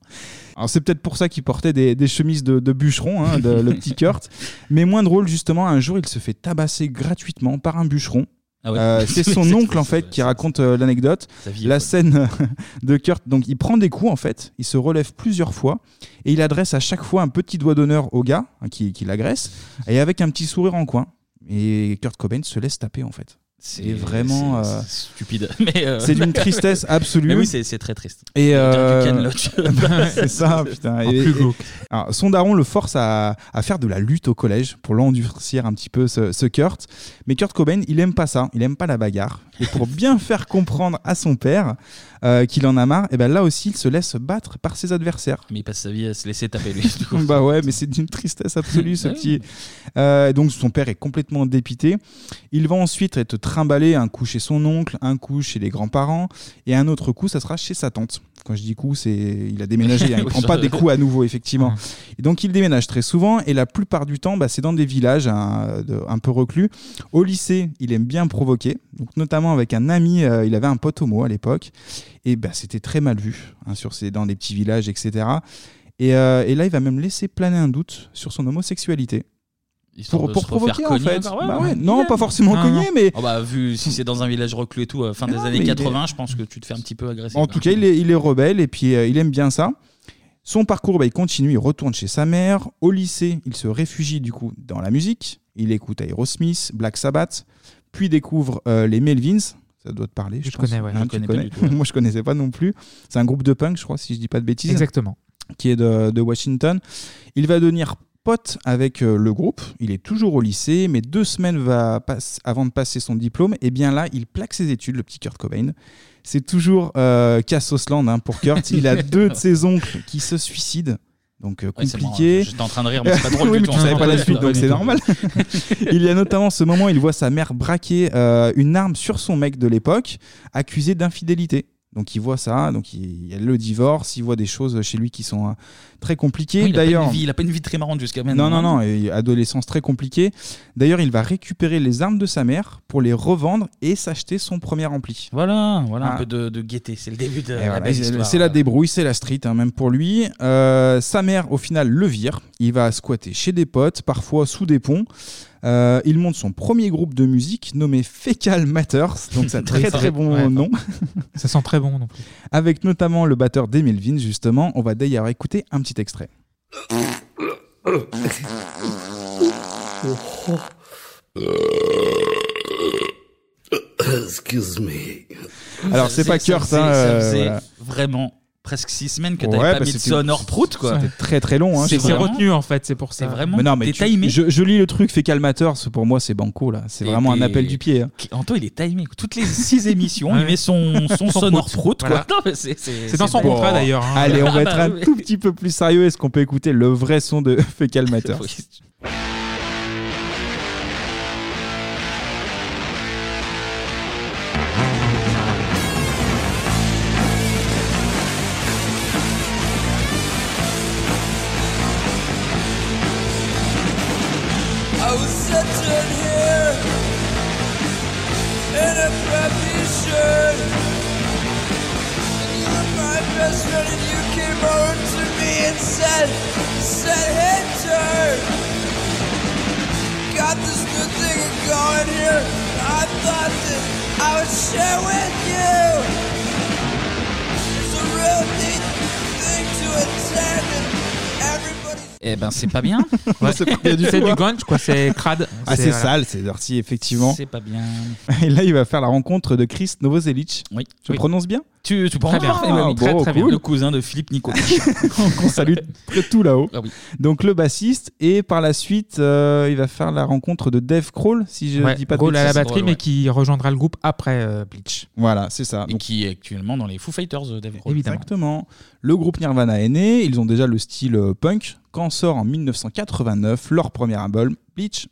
Speaker 9: Alors c'est peut-être pour ça qu'il portait des, des chemises de, de bûcheron, hein, de, le petit Kurt. Mais moins drôle justement, un jour il se fait tabasser gratuitement par un bûcheron.
Speaker 1: Ah ouais.
Speaker 9: Euh, c'est son
Speaker 1: C'est
Speaker 9: oncle en fait qui raconte euh, l'anecdote,
Speaker 1: Sa vie est
Speaker 9: la scène euh, de Kurt. Donc il prend des coups en fait, il se relève plusieurs fois et il adresse à chaque fois un petit doigt d'honneur au gars hein, qui, qui l'agresse et avec un petit sourire en coin. Et Kurt Cobain se laisse taper en fait.
Speaker 1: C'est
Speaker 9: Et vraiment.
Speaker 1: c'est-
Speaker 9: euh,
Speaker 1: c'est stupide. Mais euh,
Speaker 9: c'est d'une tristesse absolue.
Speaker 1: Mais oui, c'est, c'est très triste.
Speaker 9: Et euh,
Speaker 1: Du Ken Loach.
Speaker 9: c'est ça, putain.
Speaker 1: En
Speaker 9: Et-
Speaker 1: plus
Speaker 9: et-
Speaker 1: glauque.
Speaker 9: alors, son daron le force à, à faire de la lutte au collège pour l'endurcir un petit peu, ce, ce Kurt. Mais Kurt Cobain, il aime pas ça, il aime pas la bagarre. Et pour bien faire comprendre à son père euh, qu'il en a marre, et ben là aussi, il se laisse battre par ses adversaires.
Speaker 1: Mais il passe sa vie à se laisser taper lui. du coup.
Speaker 9: bah ouais, mais c'est d'une tristesse absolue ce
Speaker 1: Ah oui.
Speaker 9: petit. Euh, donc son père est complètement dépité. Il va ensuite être trimballé un coup chez son oncle, un coup chez les grands-parents et un autre coup, ça sera chez sa tante. Quand je dis coup, c'est il a déménagé, hein, il
Speaker 1: Oui,
Speaker 9: prend
Speaker 1: ça-
Speaker 9: pas des coups à nouveau effectivement.
Speaker 1: Mmh.
Speaker 9: Et donc il déménage très souvent et la plupart du temps, bah, c'est dans des villages hein, de- un peu reclus. Au lycée, il aime bien provoquer, donc notamment avec un ami, euh, il avait un pote homo à l'époque et bah, c'était très mal vu hein, sur ces dans des petits villages etc. Et, euh, et là, il va même laisser planer un doute sur son homosexualité.
Speaker 1: Histoire
Speaker 9: pour
Speaker 1: de
Speaker 9: pour
Speaker 1: Euh, se refaire
Speaker 9: provoquer, en
Speaker 1: cogner
Speaker 9: fait.
Speaker 1: encore, ouais,
Speaker 9: Bah
Speaker 1: ouais,
Speaker 9: ouais,
Speaker 1: il
Speaker 9: non,
Speaker 1: aime.
Speaker 9: pas forcément
Speaker 1: Ah,
Speaker 9: cogner,
Speaker 1: non.
Speaker 9: mais Ah
Speaker 1: Oh, bah, vu si c'est dans un village reclus et tout, euh, fin des
Speaker 9: Non,
Speaker 1: années
Speaker 9: mais il est-
Speaker 1: 80, je pense que tu te fais un petit peu agresser.
Speaker 9: en tout cas, il est, il est rebelle et puis euh, il aime bien ça. Son parcours, bah, il continue, il retourne chez sa mère. Au lycée, il se réfugie du coup dans la musique. Il écoute Aerosmith, Black Sabbath, puis découvre euh, les Melvins. Ça doit te parler. Je, pense.
Speaker 8: connais, ouais. Je
Speaker 9: Hein, tu
Speaker 8: connais pas
Speaker 9: connais.
Speaker 8: du tout, ouais.
Speaker 9: Moi, je connaissais pas non plus. C'est un groupe de punk, je crois, si je dis pas de bêtises.
Speaker 8: Exactement.
Speaker 9: Qui est de, de Washington. Il va devenir pote avec euh, le groupe. Il est toujours au lycée, mais deux semaines va pas- avant de passer son diplôme, et bien là, il plaque ses études, le petit Kurt Cobain. C'est toujours euh, Cassosland hein, pour Kurt. Il a deux de ses oncles qui se suicident. Donc euh,
Speaker 1: Ouais, c'est marrant.
Speaker 9: compliqué.
Speaker 1: J'étais en train de rire, mais c'est pas drôle
Speaker 9: oui,
Speaker 1: du
Speaker 9: mais
Speaker 1: tout. hein.
Speaker 9: tu savais
Speaker 1: Non,
Speaker 9: pas
Speaker 1: non,
Speaker 9: la
Speaker 1: non,
Speaker 9: suite,
Speaker 1: non,
Speaker 9: donc
Speaker 1: du
Speaker 9: c'est
Speaker 1: tout.
Speaker 9: normal. il y a notamment ce moment, il voit sa mère braquer euh, une arme sur son mec de l'époque, accusé d'infidélité. Donc il voit ça, donc il, il y a le divorce, il voit des choses chez lui qui sont euh, très compliquées.
Speaker 1: Oui, il a pas
Speaker 9: D'ailleurs,
Speaker 1: une vie- il a pas une vie très marrante jusqu'à maintenant. hein.
Speaker 9: non, non, non, et adolescence très compliquée. D'ailleurs, il va récupérer les armes de sa mère pour les revendre et s'acheter son premier ampli.
Speaker 1: Voilà, voilà
Speaker 9: Ah.
Speaker 1: un peu de, de gaieté. C'est le début de
Speaker 9: Et
Speaker 1: Euh, la
Speaker 9: voilà,
Speaker 1: belle
Speaker 9: Eh c'est
Speaker 1: histoire.
Speaker 9: c'est la débrouille, c'est la street, hein, même pour lui. Euh, sa mère, au final, le vire. Il va squatter chez des potes, parfois sous des ponts. Euh, il monte son premier groupe de musique nommé Fecal Matters, donc c'est un très très bon
Speaker 8: Ouais.
Speaker 9: nom,
Speaker 8: Ça sent très bon. non plus.
Speaker 9: avec notamment le batteur d'Emelvin, justement. On va d'ailleurs écouter un petit extrait.
Speaker 15: Excuse me.
Speaker 9: Alors, c'est pas
Speaker 1: cœur
Speaker 9: Kurt,
Speaker 1: ça.
Speaker 9: hein,
Speaker 1: faisait- Ça
Speaker 9: euh,
Speaker 1: faisait
Speaker 9: voilà.
Speaker 1: vraiment presque six semaines que
Speaker 9: Ouais,
Speaker 1: t'avais pas
Speaker 9: bah,
Speaker 1: mis de
Speaker 9: c'était-
Speaker 1: sonore prout, quoi.
Speaker 9: C'était très très long. Hein,
Speaker 1: C'est
Speaker 9: je trouve.
Speaker 1: vraiment-
Speaker 8: Retenu en fait, c'est pour ça.
Speaker 1: C'est vraiment.
Speaker 9: Mais non, mais
Speaker 1: t'es
Speaker 9: tu-
Speaker 1: timé.
Speaker 9: je, je lis le truc Fecal Matters, pour moi c'est banco là. C'est
Speaker 1: Et
Speaker 9: vraiment un
Speaker 1: t'es-
Speaker 9: appel du pied. hein.
Speaker 1: Anto, il est timé. Toutes les six émissions, il
Speaker 9: Ouais.
Speaker 1: met son, son
Speaker 9: Son
Speaker 1: sonore
Speaker 9: prout.
Speaker 1: prout,
Speaker 9: Voilà.
Speaker 1: quoi. Non, mais c'est- c'est-
Speaker 8: C'est dans
Speaker 1: c'est
Speaker 8: son
Speaker 1: dingue.
Speaker 8: contrat,
Speaker 1: Bon.
Speaker 8: d'ailleurs, hein.
Speaker 9: Allez, on va
Speaker 1: Ah,
Speaker 9: être
Speaker 1: bah,
Speaker 9: un
Speaker 1: oui.
Speaker 9: tout petit peu plus sérieux. Est-ce qu'on peut écouter le vrai son de Fecal Matters
Speaker 15: I was sitting here in a preppy shirt. And you were my best friend, and you came over to me and said, said, hey, Turd, got this new thing going here. I thought that I would share with you. It's a real neat thing to attend, and everybody.
Speaker 1: Eh ben, c'est pas bien.
Speaker 9: C'est pas bien du
Speaker 8: C'est
Speaker 9: tout,
Speaker 8: du
Speaker 9: hein.
Speaker 8: grunge, quoi. C'est crade.
Speaker 9: Ah, c'est
Speaker 8: voilà.
Speaker 9: sale, c'est dirty, effectivement.
Speaker 1: C'est pas bien.
Speaker 9: Et là, il va faire la rencontre de Chris Novoselic.
Speaker 1: Oui.
Speaker 9: Je
Speaker 1: Oui.
Speaker 9: prononce bien
Speaker 1: Tu, tu prends
Speaker 9: Très bien.
Speaker 1: parfait, oui,
Speaker 9: Ah,
Speaker 1: oui,
Speaker 9: bon,
Speaker 1: très, très
Speaker 9: cool.
Speaker 1: bien. Le cousin de Philippe Nico.
Speaker 9: On salue très tout là-haut.
Speaker 1: Ah
Speaker 9: Donc, le bassiste. Et par la suite, euh, il va faire la rencontre de Dave Kroll, si je
Speaker 8: Ouais,
Speaker 9: dis pas de
Speaker 8: Grohl à la
Speaker 9: bêtises.
Speaker 8: batterie, mais qui rejoindra le groupe après euh, Bleach.
Speaker 9: Voilà, c'est ça.
Speaker 1: Et qui est actuellement dans les Foo Fighters, euh, Dave Grohl.
Speaker 9: Exactement. Le groupe Nirvana est né, ils ont déjà le style euh, punk. Quand sort en 1989 leur premier album, Bleach.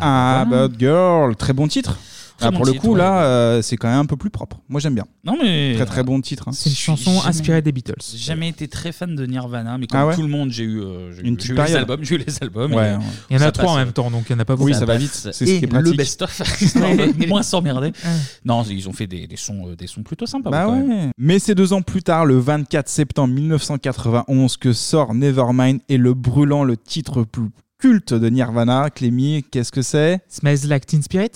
Speaker 9: Ah, Bad Girl, très bon titre.
Speaker 8: Très
Speaker 9: Ah,
Speaker 8: bon
Speaker 9: pour le
Speaker 8: titre,
Speaker 9: coup,
Speaker 8: ouais.
Speaker 9: là, euh, c'est quand même un peu plus propre. Moi, j'aime bien.
Speaker 1: Non, mais- euh,
Speaker 9: Très, très bon titre. hein.
Speaker 8: C'est une chanson
Speaker 1: jamais-
Speaker 8: inspirée des Beatles.
Speaker 1: J'ai jamais été très fan de Nirvana, mais comme
Speaker 9: Ah ouais
Speaker 1: tout le monde, j'ai eu, euh, j'ai eu-
Speaker 9: Une
Speaker 1: j'ai
Speaker 9: petite
Speaker 1: eu les
Speaker 9: période.
Speaker 1: albums. J'ai eu les albums.
Speaker 9: Ouais,
Speaker 1: et
Speaker 9: ouais.
Speaker 8: Il y en a
Speaker 1: ça
Speaker 8: trois en
Speaker 1: passe,
Speaker 8: même
Speaker 1: euh,
Speaker 8: temps, donc il y en a pas beaucoup.
Speaker 9: Oui, ça va
Speaker 1: passe.
Speaker 9: vite, c'est ce
Speaker 1: Et
Speaker 9: qui est pratique.
Speaker 1: Le best-of, histoire de moins s'en emmerder. Non, ils ont fait des, des sons, euh, des sons plutôt sympas.
Speaker 9: Bah
Speaker 1: quand
Speaker 9: ouais.
Speaker 1: même.
Speaker 9: Mais c'est deux ans plus tard, le 24 septembre 1991, que sort Nevermind et le brûlant, le titre plus culte de Nirvana. Clémy, qu'est-ce que c'est
Speaker 8: Smells Like Teen Spirit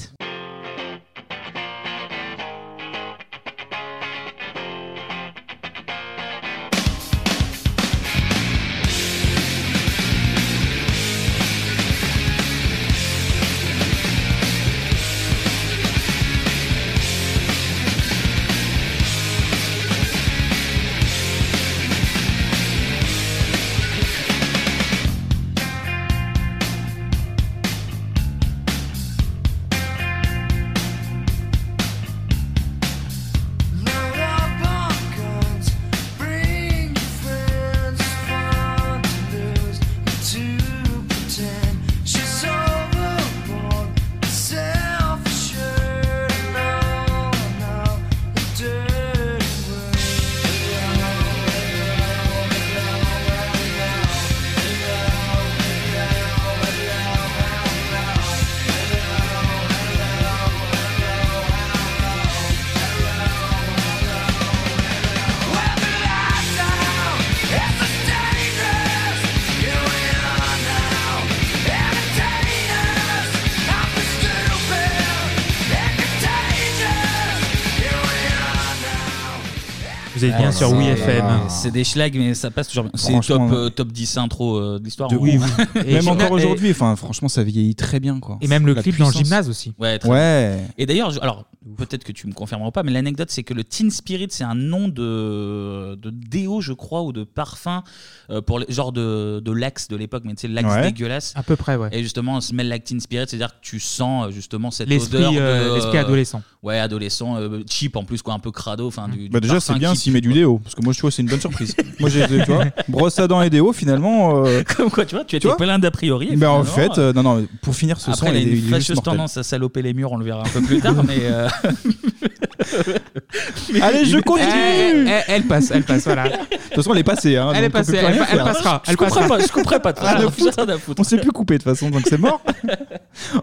Speaker 15: I
Speaker 8: Vous êtes bien sur
Speaker 1: oui
Speaker 8: WeFM.
Speaker 1: Ah, C'est des schlags, mais ça passe toujours bien. C'est top,
Speaker 9: Franchement,
Speaker 1: euh, top 10 intro euh, de l'histoire.
Speaker 9: De
Speaker 1: en
Speaker 9: oui,
Speaker 1: gros.
Speaker 9: oui.
Speaker 1: Et
Speaker 9: Même
Speaker 1: je-
Speaker 9: encore
Speaker 1: et-
Speaker 9: aujourd'hui, enfin, franchement, ça vieillit très bien. Quoi.
Speaker 1: Et même le
Speaker 9: La
Speaker 1: clip dans le
Speaker 9: puissance.
Speaker 1: gymnase aussi. Ouais, très
Speaker 9: ouais.
Speaker 1: Et d'ailleurs, je- alors peut-être que tu me confirmeras pas, mais l'anecdote c'est que le Teen Spirit c'est un nom de, de déo, je crois, ou de parfum euh, pour les, genre de, de lax de l'époque, mais tu sais, le lax
Speaker 8: Ouais.
Speaker 1: dégueulasse.
Speaker 8: À peu près, ouais.
Speaker 1: Et justement, smell like Teen Spirit, c'est-à-dire que tu sens euh, justement cette
Speaker 8: L'esprit,
Speaker 1: odeur de-
Speaker 8: euh, l'esprit adolescent.
Speaker 1: Ouais, adolescent, euh, cheap en plus quoi, un peu crado, enfin du, du
Speaker 9: Bah déjà,
Speaker 1: parfum
Speaker 9: c'est bien
Speaker 1: qui-
Speaker 9: s'il met du déo, parce que moi, je trouve que c'est une bonne surprise. moi, j'ai tu vois, brosse à dents et déo, finalement. euh,
Speaker 1: Comme quoi, tu vois, tu étais
Speaker 9: vois
Speaker 1: plein d'a priori. et
Speaker 9: Ben, en
Speaker 1: finalement,
Speaker 9: fait, euh, non, non, pour finir ce
Speaker 1: Après,
Speaker 9: son,
Speaker 1: elle a
Speaker 9: il est-
Speaker 1: une
Speaker 9: il est juste
Speaker 1: fâcheuse
Speaker 9: mortel.
Speaker 1: tendance à saloper les murs, on le verra un peu plus tard, mais. euh, mais-
Speaker 9: Allez, je continue
Speaker 8: Eh, eh, elle passe, elle passe, voilà.
Speaker 9: De toute façon, elle est passée. hein,
Speaker 8: Elle est
Speaker 9: donc on peut
Speaker 8: passée,
Speaker 9: plus
Speaker 8: elle
Speaker 9: rien
Speaker 8: pa- elle
Speaker 9: faire.
Speaker 8: passera, Je elle couperai passera. Ah, pas, je couperai pas, de toute
Speaker 9: Rien
Speaker 1: Ah,
Speaker 8: façon,
Speaker 9: à foutre.
Speaker 8: rien à foutre.
Speaker 9: On s'est plus coupé de toute façon, donc c'est mort.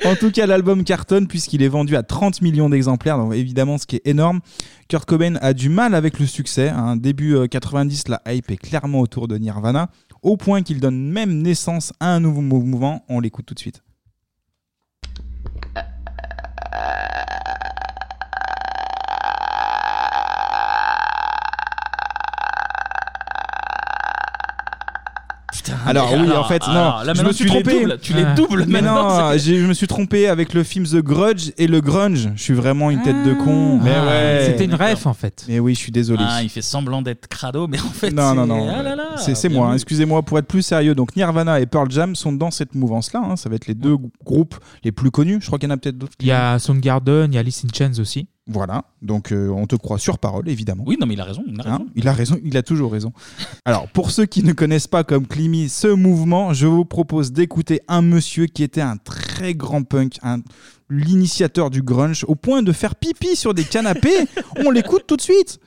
Speaker 9: en tout cas, l'album cartonne puisqu'il est vendu à 30 millions d'exemplaires, donc évidemment, ce qui est énorme. Kurt Cobain a du mal avec le succès. hein. Début euh, 90, la hype est clairement autour de Nirvana, au point qu'il donne même naissance à un nouveau mou- mouvement. On l'écoute tout de suite.
Speaker 1: Putain,
Speaker 9: Alors
Speaker 1: Ah, mais
Speaker 9: oui, en fait,
Speaker 1: alors, là,
Speaker 9: non, je
Speaker 1: maintenant,
Speaker 9: me
Speaker 1: tu
Speaker 9: suis
Speaker 1: les
Speaker 9: trompé.
Speaker 1: doubles, tu les doubles
Speaker 9: Mais
Speaker 1: maintenant,
Speaker 9: non,
Speaker 1: c'est-
Speaker 9: j'ai- je me suis trompé avec le film The Grudge et le grunge. Je suis vraiment une tête de con. Mais
Speaker 8: Ah,
Speaker 9: ouais.
Speaker 8: c'était une ref, en fait.
Speaker 9: Mais oui, je suis désolé.
Speaker 1: Ah, il fait semblant d'être crado, mais en fait.
Speaker 9: Non,
Speaker 1: c'est-
Speaker 9: non, non.
Speaker 1: Ah là là,
Speaker 9: c'est c'est
Speaker 1: bien
Speaker 9: moi, hein,
Speaker 1: vu.
Speaker 9: excusez-moi. Pour être plus sérieux, donc Nirvana et Pearl Jam sont dans cette mouvance-là. hein. Ça va être les deux grou- groupes les plus connus. Je crois qu'il y en a peut-être d'autres.
Speaker 8: Il y a Soundgarden, il y a Alice in Chains aussi.
Speaker 9: Voilà, donc euh, on te croit sur parole, évidemment.
Speaker 1: Oui, non, mais il a raison. Il a
Speaker 9: Hein,
Speaker 1: raison.
Speaker 9: il a raison, il a toujours raison. Alors, pour ceux qui ne connaissent pas comme Climi ce mouvement, je vous propose d'écouter un monsieur qui était un très grand punk, un- l'initiateur du grunge, au point de faire pipi sur des canapés. On l'écoute tout de suite.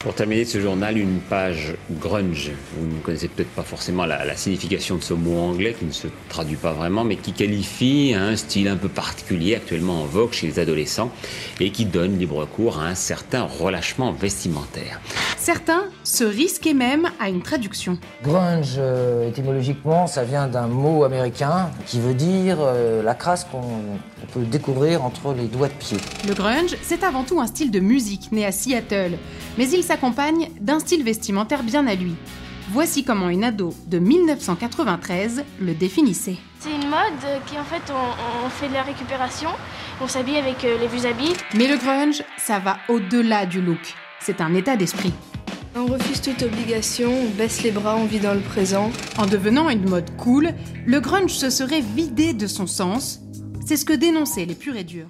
Speaker 16: Pour terminer ce journal, une page grunge. Vous ne connaissez peut-être pas forcément la, la signification de ce mot anglais qui ne se traduit pas vraiment, mais qui qualifie un style un peu particulier actuellement en vogue chez les adolescents et qui donne libre cours à un certain relâchement vestimentaire.
Speaker 17: Certains se risquaient même à une traduction.
Speaker 18: Grunge, euh, étymologiquement, ça vient d'un mot américain qui veut dire euh, la crasse qu'on qu'on peut découvrir entre les doigts de pied.
Speaker 17: Le grunge, c'est avant tout un style de musique né à Seattle, mais il s'accompagne d'un style vestimentaire bien à lui. Voici comment une ado de 1993 le définissait.
Speaker 19: C'est une mode euh, qui en fait on, on fait de la récupération, on s'habille avec euh, les vieux habits.
Speaker 17: Mais le grunge, ça va au-delà du look. C'est un état d'esprit.
Speaker 20: On refuse toute obligation, on baisse les bras, on vit dans le présent.
Speaker 17: En devenant une mode cool, le grunge se serait vidé de son sens. C'est ce que dénonçaient les purs et durs.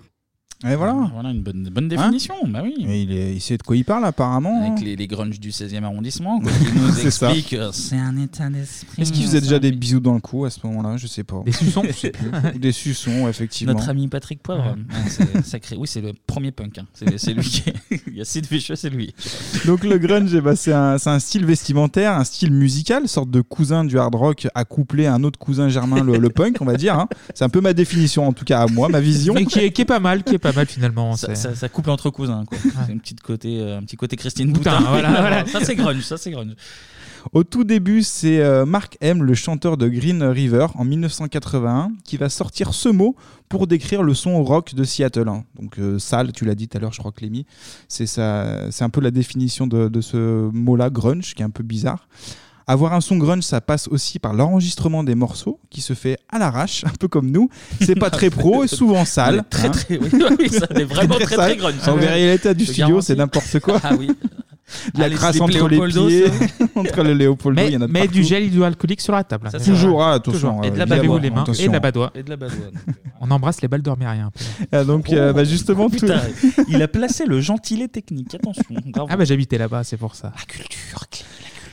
Speaker 9: Et voilà.
Speaker 1: Voilà une bonne, bonne
Speaker 9: Hein
Speaker 1: définition, bah oui.
Speaker 9: Et il, est- il sait de quoi il parle, apparemment. hein.
Speaker 1: Avec les, les grunge du 16e arrondissement, quoi, qui nous
Speaker 9: C'est ça.
Speaker 1: expliquent euh, c'est un état d'esprit.
Speaker 9: Est-ce qu'il faisait déjà des bisous dans le cou à ce moment-là Je sais pas. Des
Speaker 8: suçons
Speaker 9: Je sais plus. Ou Des suçons, effectivement.
Speaker 1: Notre ami Patrick Poivre, hein, c'est sacré. Oui, c'est le premier punk. hein. C'est c'est lui qui. Il y a Sid Vicious, c'est lui.
Speaker 9: Donc le grunge, eh ben, c'est un, c'est un style vestimentaire, un style musical, sorte de cousin du hard rock accouplé à un autre cousin germain, le, le punk, on va dire. hein. C'est un peu ma définition, en tout cas à moi, ma vision.
Speaker 8: Mais qui est, qui est pas mal, qui est pas mal finalement.
Speaker 1: Ça,
Speaker 8: c'est-
Speaker 1: ça- ça couple entre cousins. Quoi. C'est une petite côté, euh, un petit côté Christine
Speaker 8: Boutin,
Speaker 1: Boutin.
Speaker 8: voilà, voilà.
Speaker 1: Ça, c'est grunge. Ça, c'est grunge.
Speaker 9: Au tout début, c'est euh, Mark M, le chanteur de Green River, en 1981, qui va sortir ce mot pour décrire le son rock de Seattle. hein. Donc euh, sale, tu l'as dit tout à l'heure, je crois, Clémy. C'est ça, c'est un peu la définition de, de ce mot-là, grunge, qui est un peu bizarre. Avoir un son grunge, ça passe aussi par l'enregistrement des morceaux, qui se fait à l'arrache, un peu comme nous. C'est pas très pro, et souvent sale.
Speaker 1: Très,
Speaker 9: hein.
Speaker 1: très. Oui, oui, ça, c'est vraiment très, très,
Speaker 9: sale.
Speaker 1: grunge.
Speaker 9: En réalité, du
Speaker 1: Je
Speaker 9: studio,
Speaker 1: garantis.
Speaker 9: c'est n'importe quoi.
Speaker 1: Ah oui.
Speaker 9: De la
Speaker 1: Allez,
Speaker 9: crasse
Speaker 1: slip
Speaker 9: entre
Speaker 1: Léopoldo,
Speaker 9: les pieds,
Speaker 1: ça.
Speaker 9: entre le Léopoldo, il y en a de
Speaker 8: mais
Speaker 9: partout.
Speaker 8: du gel hydroalcoolique sur la table.
Speaker 9: Ça, c'est Toujours, vrai. ah, attention,
Speaker 8: Et de la
Speaker 9: euh, bien
Speaker 8: badoie,
Speaker 9: boire,
Speaker 8: les mains. Et
Speaker 9: attention.
Speaker 8: de la badoie.
Speaker 1: Et de la badoie, donc,
Speaker 8: On embrasse les balles dormiriens.
Speaker 9: Ah, donc, euh, bah, justement, tout-
Speaker 1: Oh, Putain, il a placé le gentilé technique. Attention. bravo.
Speaker 8: Ah bah j'habitais là-bas, c'est pour ça. La
Speaker 1: culture,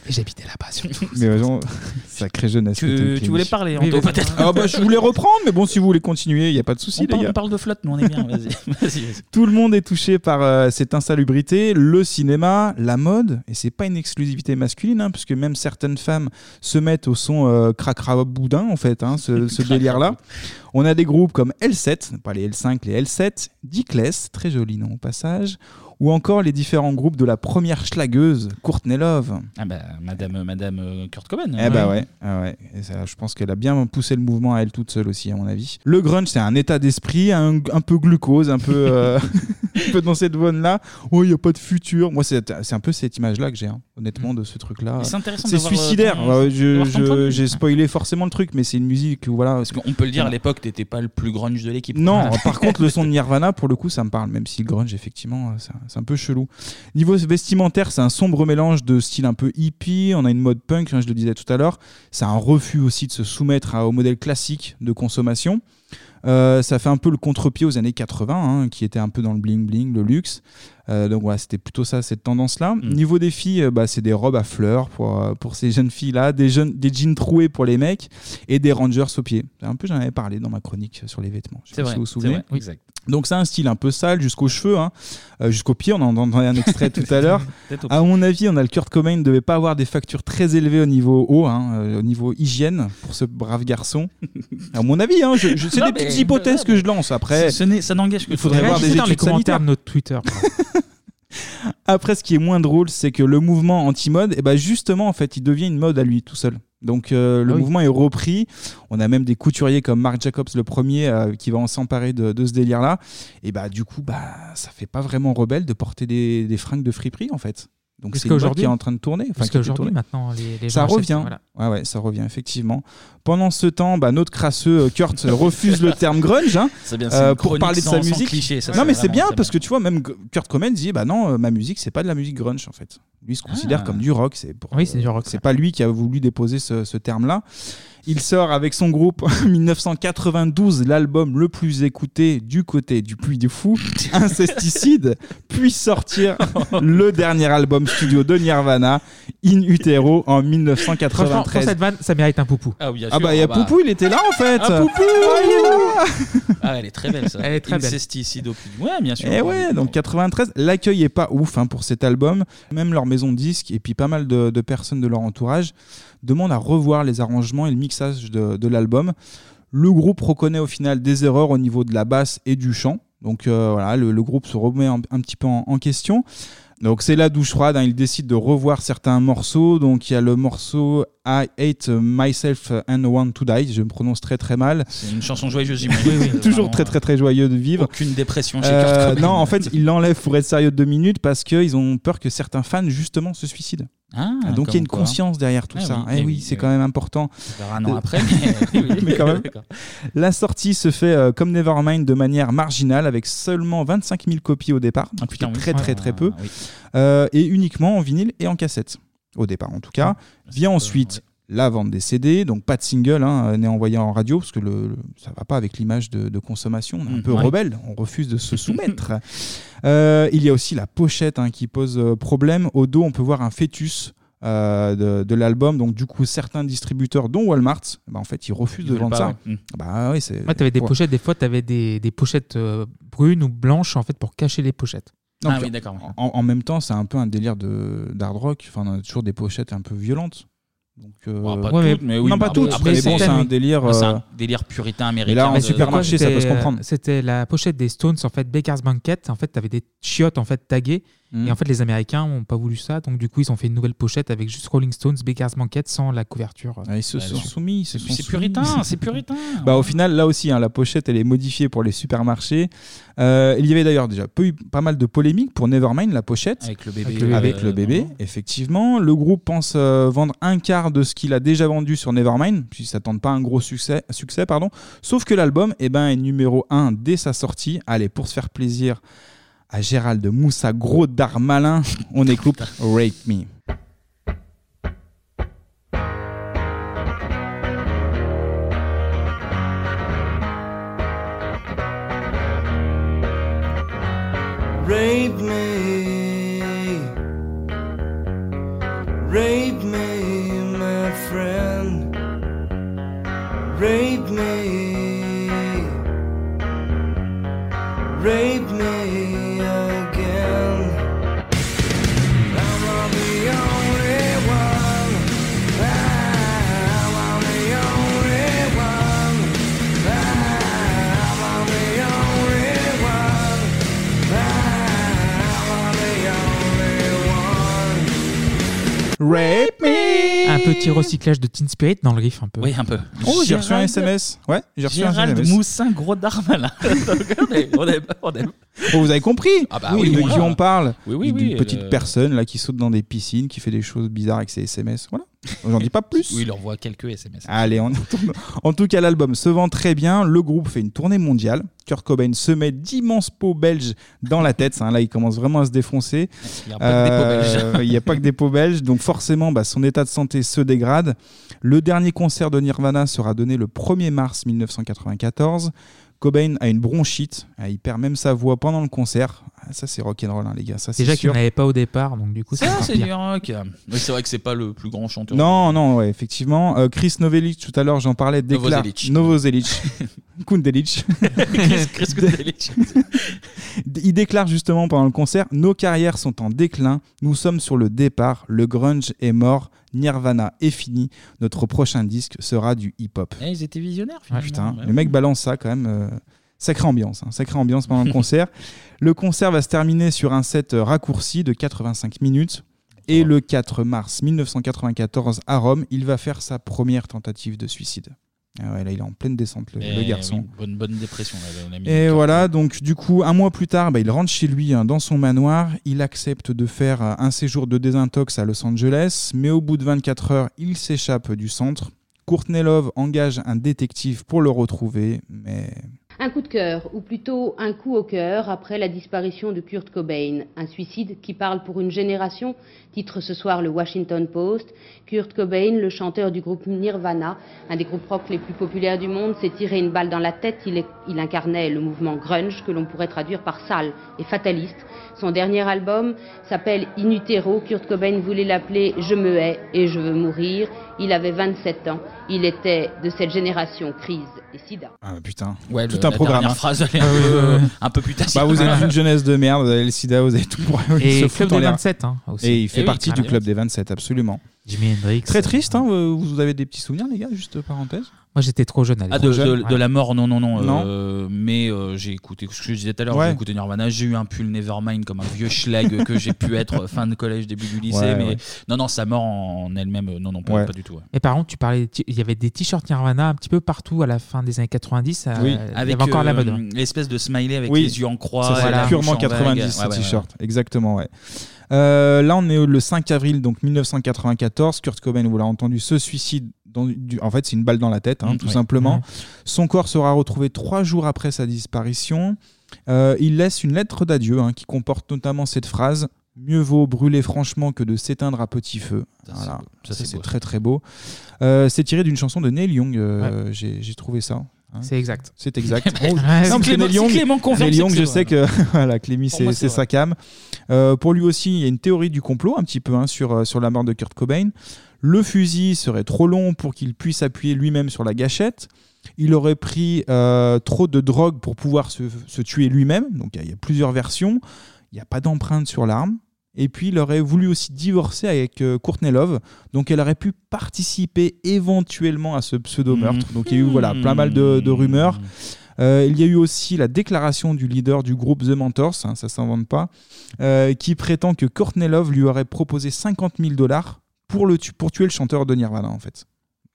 Speaker 8: Et j'habitais là-bas surtout.
Speaker 9: Mais vraiment, sacrée jeunesse.
Speaker 1: Tu-
Speaker 9: que t'es,
Speaker 1: tu
Speaker 9: Clémy.
Speaker 1: voulais parler, Anto,
Speaker 9: vas-y.
Speaker 1: peut-être.
Speaker 9: Ah bah, je voulais reprendre, mais bon, si vous voulez continuer, il n'y a pas de souci,
Speaker 1: on,
Speaker 9: les
Speaker 1: parle, on
Speaker 9: gars.
Speaker 1: parle de flotte, nous on est bien. Vas-y. Vas-y, vas-y.
Speaker 9: Tout le monde est touché par euh, cette insalubrité, le cinéma, la mode, et c'est pas une exclusivité masculine, hein, puisque même certaines femmes se mettent au son euh, cracra boudin, en fait, hein, ce, ce délire-là. On a des groupes comme L7, pas les L5, les L7, Dickless, très joli nom au passage, ou encore les différents groupes de la première schlagueuse, Courtney Love.
Speaker 1: Ah bah, madame, euh, madame euh, Kurt Cobain.
Speaker 9: Eh bah ouais, ah ouais. Et ça, je pense qu'elle a bien poussé le mouvement à elle toute seule aussi, à mon avis. Le grunge, c'est un état d'esprit, un, un peu glucose, un peu, euh, un peu dans cette bonne-là. Oh, il n'y a pas de futur. Moi, c'est c'est un peu cette image-là que j'ai, hein, honnêtement, de ce truc-là.
Speaker 1: Mm. Mais c'est intéressant
Speaker 9: C'est
Speaker 1: d'avoir, euh,
Speaker 9: suicidaire.
Speaker 1: ton-
Speaker 9: Ouais, je-
Speaker 1: d'avoir ton
Speaker 9: je-
Speaker 1: point de vue.
Speaker 9: J'ai spoilé forcément le truc, mais c'est une musique, où, voilà. Parce
Speaker 1: On peut le dire, à l'époque, t'étais pas le plus grunge de l'équipe.
Speaker 9: non, par contre, le son de Nirvana, pour le coup, ça me parle, même si le grunge, effectivement, euh, c'est un- c'est un peu chelou. Niveau vestimentaire, c'est un sombre mélange de style un peu hippie, on a une mode punk, hein, je le disais tout à l'heure, c'est un refus aussi de se soumettre à- au modèle classique de consommation. Euh, ça fait un peu le contre-pied aux années 80, hein, qui était un peu dans le bling-bling, le luxe. Euh, donc voilà, c'était plutôt ça, cette tendance-là. Niveau des filles, euh, bah, c'est des robes à fleurs pour, euh, pour ces jeunes filles-là, des, jeunes- des jeans troués pour les mecs et des rangers aux pieds. Un peu, j'en avais parlé dans ma chronique sur les vêtements. Je sais
Speaker 1: C'est
Speaker 9: pas
Speaker 1: vrai,
Speaker 9: si vous vous
Speaker 1: c'est
Speaker 9: souvenez.
Speaker 1: vrai, Oui. exact.
Speaker 9: Donc c'est un style un peu sale jusqu'aux cheveux, hein, euh, jusqu'aux pieds. On en entendait un extrait tout à l'heure.
Speaker 1: Peut-être au
Speaker 9: À mon avis, on a le Kurt Cobain ne devait pas avoir des factures très élevées au niveau eau, hein, euh, au niveau hygiène pour ce brave garçon. À mon avis, hein, je- je- c'est
Speaker 1: Non,
Speaker 9: des
Speaker 1: mais-
Speaker 9: petites hypothèses que je lance. Après,
Speaker 1: Ce- ce n'est- ça n'engage que
Speaker 9: il faudrait
Speaker 1: toi.
Speaker 9: voir des
Speaker 1: Réagissez dans
Speaker 9: études
Speaker 1: les commentaires
Speaker 9: sanitaires.
Speaker 1: de
Speaker 9: notre Twitter. Après, ce qui est moins drôle, c'est que le mouvement anti-mode, eh ben justement, en fait, il devient une mode à lui tout seul. Donc euh, le
Speaker 1: Ah oui.
Speaker 9: mouvement est repris. On a même des couturiers comme Marc Jacobs le premier euh, qui va en s'emparer de, de ce délire-là. Et bah du coup, bah ça fait pas vraiment rebelle de porter des, des fringues de friperie en fait. Donc
Speaker 8: Parce
Speaker 9: c'est une mode
Speaker 8: qu'aujourd'hui-
Speaker 9: qui est en train de tourner. Enfin,
Speaker 8: parce
Speaker 9: qui était
Speaker 8: qu'aujourd'hui,
Speaker 9: tournée.
Speaker 8: maintenant, les- les
Speaker 9: ça
Speaker 8: gens achètent,
Speaker 9: revient.
Speaker 8: voilà.
Speaker 9: Ouais, ouais, ça revient effectivement. Pendant ce temps, bah, notre crasseux euh, Kurt refuse le terme grunge hein,
Speaker 1: C'est bien, c'est une
Speaker 9: pour
Speaker 1: chronique
Speaker 9: parler de
Speaker 1: sans-
Speaker 9: sa
Speaker 1: sans
Speaker 9: musique.
Speaker 1: cliché, ça,
Speaker 9: non,
Speaker 1: c'est
Speaker 9: mais c'est
Speaker 1: vraiment-
Speaker 9: bien
Speaker 1: c'est
Speaker 9: parce que tu vois, même G- Kurt Cobain dit bah non, euh, ma musique, c'est pas de la musique grunge en fait. Lui il se considère comme du rock. C'est pour,
Speaker 8: Ah.
Speaker 9: euh,
Speaker 8: Oui, c'est du rock,
Speaker 9: C'est pas lui qui a voulu déposer ce, ce terme-là. Il sort avec son groupe en 1992 l'album le plus écouté du côté du Puy du Fou, Incesticide, puis sortir le dernier album studio de Nirvana, In Utero, en
Speaker 8: Franchement, pour
Speaker 9: 1993.
Speaker 8: cette vanne, ça mérite un poupou.
Speaker 1: Ah, bien
Speaker 9: Ah bah, il y a Poupou, il était là en fait.
Speaker 8: Ah, Poupou
Speaker 9: Ah, il est là
Speaker 1: Ah, elle est très belle, ça.
Speaker 8: Elle est très belle.
Speaker 1: Incesticide au plus- Ouais, bien sûr.
Speaker 9: Eh ouais, donc 93, l'accueil est pas ouf hein, pour cet album. Même leur maison de disques et puis pas mal de, de personnes de leur entourage demandent à revoir les arrangements et le mixage de, de l'album. Le groupe reconnaît au final des erreurs au niveau de la basse et du chant. Donc euh, voilà, le, le groupe se remet un, un petit peu en, en question. Donc c'est la douche froide, hein, ils décident de revoir certains morceaux. Donc il y a le morceau I Hate Myself and Want to Die, je me prononce très très mal.
Speaker 1: C'est une chanson joyeuse, j'imagine.
Speaker 9: Toujours très très très joyeux de vivre.
Speaker 1: Aucune dépression chez
Speaker 9: Euh,
Speaker 1: Kurt Cobain.
Speaker 9: Non, en fait, ils l'enlèvent pour être sérieux deux minutes parce qu'ils ont peur que certains fans, justement, se suicident.
Speaker 1: Ah, comme
Speaker 9: Donc il y a une
Speaker 1: quoi.
Speaker 9: conscience derrière tout
Speaker 1: Ah
Speaker 9: ça.
Speaker 1: oui,
Speaker 9: Eh
Speaker 1: eh
Speaker 9: oui,
Speaker 1: oui,
Speaker 9: c'est
Speaker 1: eh
Speaker 9: quand même important.
Speaker 1: On verra un an
Speaker 9: De-
Speaker 1: après, mais oui.
Speaker 9: Mais quand même.
Speaker 1: D'accord.
Speaker 9: La sortie se fait euh, comme Nevermind de manière marginale avec seulement 25 000 copies au départ. Donc
Speaker 1: Ah, putain,
Speaker 9: c'est
Speaker 1: oui.
Speaker 9: très très très
Speaker 1: Ah,
Speaker 9: peu.
Speaker 1: oui.
Speaker 9: Euh, et uniquement en vinyle et en cassette. Au départ en tout cas. Vient ensuite la vente des CD, donc pas de single hein, n'est envoyé en radio parce que le, le- ça va pas avec l'image de, de consommation. On est
Speaker 8: Mm,
Speaker 9: un peu
Speaker 1: ouais.
Speaker 9: rebelle, on refuse de se soumettre. Euh, il y a aussi la pochette hein, qui pose euh, problème. Au dos, on peut voir un fœtus. euh, de, de l'album donc du coup certains distributeurs dont Walmart bah, en fait ils refusent de
Speaker 8: veulent
Speaker 9: vendre
Speaker 8: pas,
Speaker 9: ça
Speaker 8: ouais. Mm.
Speaker 9: bah oui c'est
Speaker 8: Ouais, t'avais des
Speaker 9: Ouais.
Speaker 8: pochettes, des fois, t'avais des, des pochettes euh, brunes ou blanches, en fait, pour cacher les pochettes.
Speaker 1: Ah
Speaker 9: Non, puis En, en même temps, c'est un peu un délire de d'hard rock. Enfin, on a toujours des pochettes un peu violentes. Donc, euh,
Speaker 1: Bon, pas
Speaker 9: ouais,
Speaker 1: toutes, mais oui,
Speaker 9: non,
Speaker 1: mais
Speaker 9: pas
Speaker 1: après-
Speaker 9: toutes.
Speaker 1: après,
Speaker 9: mais
Speaker 1: c'est-
Speaker 9: bon, c'est un délire.
Speaker 1: Ah, c'est
Speaker 9: euh,
Speaker 1: un délire puritain américain. euh,
Speaker 9: Mais là, en
Speaker 1: de-
Speaker 9: supermarché, ça peut se
Speaker 8: C'était-
Speaker 9: comprendre.
Speaker 8: C'était la pochette des Stones, en fait, Baker's Banquet. En fait, t'avais des chiottes, en fait, taguées.
Speaker 9: Mm.
Speaker 8: Et en fait, les Américains ont pas voulu ça. Donc, du coup, ils ont fait une nouvelle pochette avec juste Rolling Stones, Baker's Banquet, sans la couverture.
Speaker 9: Ah, ils se
Speaker 1: bah,
Speaker 8: Ouais,
Speaker 9: sont
Speaker 8: donc-
Speaker 9: soumis. ils se sont
Speaker 1: C'est
Speaker 9: soumis.
Speaker 1: puritain, c'est puritain.
Speaker 9: Bah, au final, là aussi, hein, la pochette, elle est modifiée pour les supermarchés. Euh, il y avait d'ailleurs déjà peu- pas mal de polémiques pour Nevermind, la pochette.
Speaker 1: Avec le bébé. euh,
Speaker 9: Avec le bébé, euh,
Speaker 1: Avec le bébé.
Speaker 9: effectivement. Le groupe pense euh, vendre un quart de ce qu'il a déjà vendu sur Nevermind, puisqu'ils ne s'attendent pas à un gros succès. succès pardon. Sauf que l'album eh ben, est numéro 1 dès sa sortie. Allez, pour se faire plaisir à Gérald Moussa, gros d'art malin, on écoute Rape Me.
Speaker 15: Rape me, rape me, my friend. Rape me, rape me again. I'm not the only one. I'm not the only one. I'm not the only one. I'm
Speaker 9: Rape me
Speaker 8: Un petit recyclage de Teen Spirit dans le riff un peu. Oh,
Speaker 1: Oui, un peu.
Speaker 9: j'ai reçu un SMS. Ouais, j'ai reçu un
Speaker 1: Gérald
Speaker 9: SMS.
Speaker 1: Moussin, gros d'Armalin. on aime, on aime, on aime.
Speaker 9: Bon, vous avez compris
Speaker 1: Ah bah
Speaker 9: Oui,
Speaker 1: oui,
Speaker 9: de
Speaker 1: voilà.
Speaker 9: qui on parle.
Speaker 1: Oui, oui,
Speaker 9: D'une
Speaker 1: oui,
Speaker 9: petite
Speaker 1: euh,
Speaker 9: personne là qui saute dans des piscines, qui fait des choses bizarres avec ses SMS. Voilà. J'en dis pas plus.
Speaker 1: Oui, il envoie quelques SMS.
Speaker 9: Allez, on tourne. En tout cas, l'album se vend très bien. Le groupe fait une tournée mondiale. Kurt Cobain se met d'immenses peaux belges dans la tête. hein. Là, il commence vraiment à se défoncer. Euh,
Speaker 1: Il y a pas que des peaux belges.
Speaker 9: il n'y a pas que des peaux belges. Donc, forcément, bah, son état de santé se dégrade. Le dernier concert de Nirvana sera donné le 1er mars 1994. Cobain a une bronchite. Ah, Il perd même sa voix pendant le concert. Ah, Ça, c'est rock'n'roll, hein, les gars. Ça, c'est
Speaker 8: Déjà qu'il
Speaker 9: sûr.
Speaker 8: n'en avait pas au départ, donc du coup, c'est
Speaker 1: Ça,
Speaker 8: encore
Speaker 1: c'est
Speaker 8: pire.
Speaker 1: du rock. Oui, c'est vrai que c'est pas le plus grand chanteur.
Speaker 9: Non, non, ouais, effectivement. Euh, Chris Novelic, tout à l'heure, j'en parlais, déclare
Speaker 1: Novoselic.
Speaker 9: Novoselic. Kundelic.
Speaker 1: Chris, Chris Kundelic.
Speaker 9: Il déclare justement pendant le concert Nos carrières sont en déclin, nous sommes sur le départ, le grunge est mort, Nirvana est fini, notre prochain disque sera du hip-hop.
Speaker 1: Eh, ils étaient visionnaires, finalement.
Speaker 9: Ah,
Speaker 1: Bah
Speaker 9: putain,
Speaker 1: Ouais.
Speaker 9: le mec balance ça quand même. euh, sacrée ambiance, hein, sacrée ambiance pendant le concert. Le concert va se terminer sur un set euh, raccourci de 85 minutes.
Speaker 1: Oh.
Speaker 9: Et le 4 mars 1994 à Rome, il va faire sa première tentative de suicide. Ah ouais, là, il est en pleine descente, le,
Speaker 1: Eh
Speaker 9: le garçon. Eh
Speaker 1: oui, bonne, bonne dépression, là, l'ami.
Speaker 9: Et voilà, donc du coup, un mois plus tard, bah, il rentre chez lui hein, dans son manoir. Il accepte de faire euh, un séjour de désintox à Los Angeles, mais au bout de 24 heures, il s'échappe du centre. Courtney Love engage un détective pour le retrouver, mais
Speaker 21: Un coup de cœur, ou plutôt un coup au cœur, après la disparition de Kurt Cobain. Un suicide qui parle pour une génération, titre ce soir le Washington Post. Kurt Cobain, le chanteur du groupe Nirvana, un des groupes rock les plus populaires du monde, s'est tiré une balle dans la tête. Il, est- il incarnait le mouvement grunge, que l'on pourrait traduire par sale et fataliste. Son dernier album s'appelle In Utero. Kurt Cobain voulait l'appeler Je me hais et je veux mourir. Il avait 27 ans. Il était de cette génération crise et sida.
Speaker 9: Ah putain,
Speaker 1: Ouais,
Speaker 9: tout
Speaker 1: le-
Speaker 9: un
Speaker 1: Euh, la
Speaker 9: programme.
Speaker 8: hein.
Speaker 1: dernière phrase, elle est un
Speaker 9: Ah,
Speaker 1: peu-
Speaker 9: ouais, ouais, ouais.
Speaker 1: un peu putassière.
Speaker 9: Bah, vous êtes une jeunesse de merde, vous avez le sida, vous avez tout pour
Speaker 8: Et
Speaker 9: ils se
Speaker 8: Club
Speaker 9: foutent en
Speaker 8: des
Speaker 9: l'air.
Speaker 8: 27, hein, aussi.
Speaker 9: Et il
Speaker 8: Eh
Speaker 9: fait
Speaker 8: oui,
Speaker 9: partie
Speaker 8: très
Speaker 9: du
Speaker 8: bien.
Speaker 9: club des 27, absolument.
Speaker 8: Jimi Hendrix.
Speaker 9: Très triste, hein, vous vous avez des petits souvenirs, les gars, juste parenthèse
Speaker 8: Moi, j'étais trop jeune
Speaker 1: Ah,
Speaker 8: à l'époque.
Speaker 1: de,
Speaker 8: Trop
Speaker 1: de-
Speaker 8: jeune,
Speaker 1: de
Speaker 8: ouais.
Speaker 1: la mort, non, non, non.
Speaker 8: Non.
Speaker 1: euh, mais euh, j'ai écouté, ce que je disais tout à l'heure,
Speaker 9: Ouais.
Speaker 1: j'ai écouté Nirvana, j'ai eu un pull Nevermind comme un vieux schlag que j'ai pu être fin de collège, début du lycée.
Speaker 8: Ouais,
Speaker 1: mais
Speaker 8: ouais.
Speaker 1: non, non, sa mort en elle-même, euh, non, non, pas,
Speaker 9: Ouais.
Speaker 1: pas du tout. ouais.
Speaker 8: Et par contre, tu parlais, des t- il y avait des t-shirts Nirvana un petit peu partout à la fin des années 90. euh, il y avait encore la
Speaker 1: euh,
Speaker 8: mode. ouais.
Speaker 1: l'espèce de smiley avec
Speaker 9: hein. Oui.
Speaker 1: les yeux en croix.
Speaker 9: Ça, c'est
Speaker 1: et la
Speaker 9: purement
Speaker 1: bouche en vague.
Speaker 9: 90,
Speaker 1: Ouais,
Speaker 9: ce
Speaker 1: ouais, ouais.
Speaker 9: t-shirt. Exactement, ouais. Euh, là, on est au- le 5 avril donc 1994. Kurt Cobain, vous l'avez entendu, se suicide. dans du- en fait, c'est une balle dans la tête, hein,
Speaker 1: Mm,
Speaker 9: tout
Speaker 1: oui.
Speaker 9: simplement.
Speaker 1: Mm.
Speaker 9: Son corps sera retrouvé trois jours après sa disparition. Euh, il laisse une lettre d'adieu hein, qui comporte notamment cette phrase Mieux vaut brûler franchement que de s'éteindre à petit feu. Voilà. Ça, c'est très très beau. Euh, c'est tiré d'une chanson de Neil Young. euh, J'ai j'ai trouvé ça. hein.
Speaker 1: hum.
Speaker 8: C'est exact.
Speaker 9: C'est exact.
Speaker 8: Ouais,
Speaker 9: Non,
Speaker 8: c'est
Speaker 9: parce que
Speaker 8: Clément-
Speaker 9: Neil Young-
Speaker 8: si Clément confirme,
Speaker 9: Neil
Speaker 8: c'est
Speaker 9: Young,
Speaker 8: que
Speaker 9: je
Speaker 8: c'est
Speaker 9: sais
Speaker 8: vrai.
Speaker 9: que voilà, Clémy,
Speaker 8: Pour
Speaker 9: c'est
Speaker 8: moi, c'est
Speaker 9: c'est sa
Speaker 8: vrai.
Speaker 9: cam. Euh, pour lui aussi, il y a une théorie du complot un petit peu hein, sur, euh, sur la mort de Kurt Cobain. Le fusil serait trop long pour qu'il puisse appuyer lui-même sur la gâchette. Il aurait pris euh, trop de drogue pour pouvoir se, se tuer lui-même. Donc il y a- il y, a plusieurs versions. Il n'y a pas d'empreinte sur l'arme. Et puis il aurait voulu aussi divorcer avec euh, Courtney Love. Donc elle aurait pu participer éventuellement à ce pseudo-meurtre.
Speaker 8: Mmh.
Speaker 9: Donc il y a eu voilà,
Speaker 1: Hmm.
Speaker 9: plein mal de, de rumeurs. Euh, il y a eu aussi la déclaration du leader du groupe The Mentors, hein, ça s'invente pas, euh, qui prétend que Courtney Love lui aurait proposé 50 000 dollars pour, le tu- pour tuer le chanteur de Nirvana, en fait.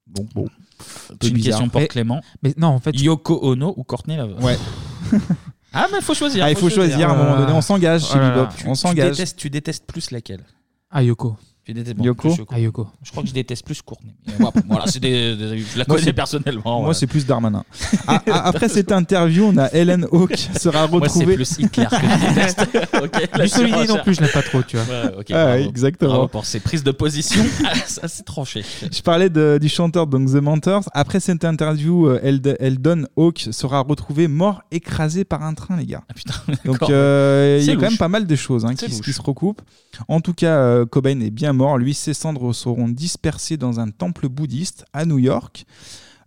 Speaker 9: Bon, bon.
Speaker 1: C'est une question pour Clément.
Speaker 8: Mais non, en fait.
Speaker 1: Yoko Ono ou Courtney Love
Speaker 9: Ouais.
Speaker 1: Ah, mais faut choisir.
Speaker 9: Ah, il faut choisir, à un moment donné, on s'engage chez
Speaker 1: Oh là là.
Speaker 9: Bebop,
Speaker 1: Tu-
Speaker 9: on
Speaker 1: tu
Speaker 9: s'engage.
Speaker 1: détestes- Tu détestes plus laquelle
Speaker 8: Ah, Yoko.
Speaker 1: Tu détestes bon,
Speaker 9: Yoko
Speaker 1: plus
Speaker 8: Ah, Yoko.
Speaker 1: Je crois que je déteste plus Courtney. Mais voilà, voilà, c'est des- des- je la
Speaker 9: Moi,
Speaker 1: connais
Speaker 9: c'est-
Speaker 1: personnellement.
Speaker 9: Moi, c'est plus Darmanin. Ah, ah, après cette interview, on a Helen Hawke qui sera
Speaker 1: Moi, c'est
Speaker 9: retrouvée.
Speaker 1: plus Hitler que je déteste. Ok, là,
Speaker 8: Mussolini
Speaker 1: c'est
Speaker 8: non
Speaker 1: rangé.
Speaker 8: plus, je l'aime pas trop, tu vois.
Speaker 1: Ouais, ok,
Speaker 9: Ah,
Speaker 1: bravo.
Speaker 9: exactement.
Speaker 1: Bravo pour ces prises de position. Ah, ça, c'est tranché.
Speaker 9: Je parlais de- du chanteur donc The Mentors. Après cette interview, euh, Eld- Eldon Hawke sera retrouvé mort écrasé par un train, les gars. donc
Speaker 1: Ah, d'accord.
Speaker 9: euh, il y a
Speaker 1: C'est
Speaker 9: quand même
Speaker 1: louche.
Speaker 9: pas mal de choses hein,
Speaker 1: C'est
Speaker 9: qui,
Speaker 1: louche.
Speaker 9: qui se recoupent. En tout cas, euh, Cobain est bien mort. Lui, ses cendres seront dispersées dans un temple bouddhiste à New York.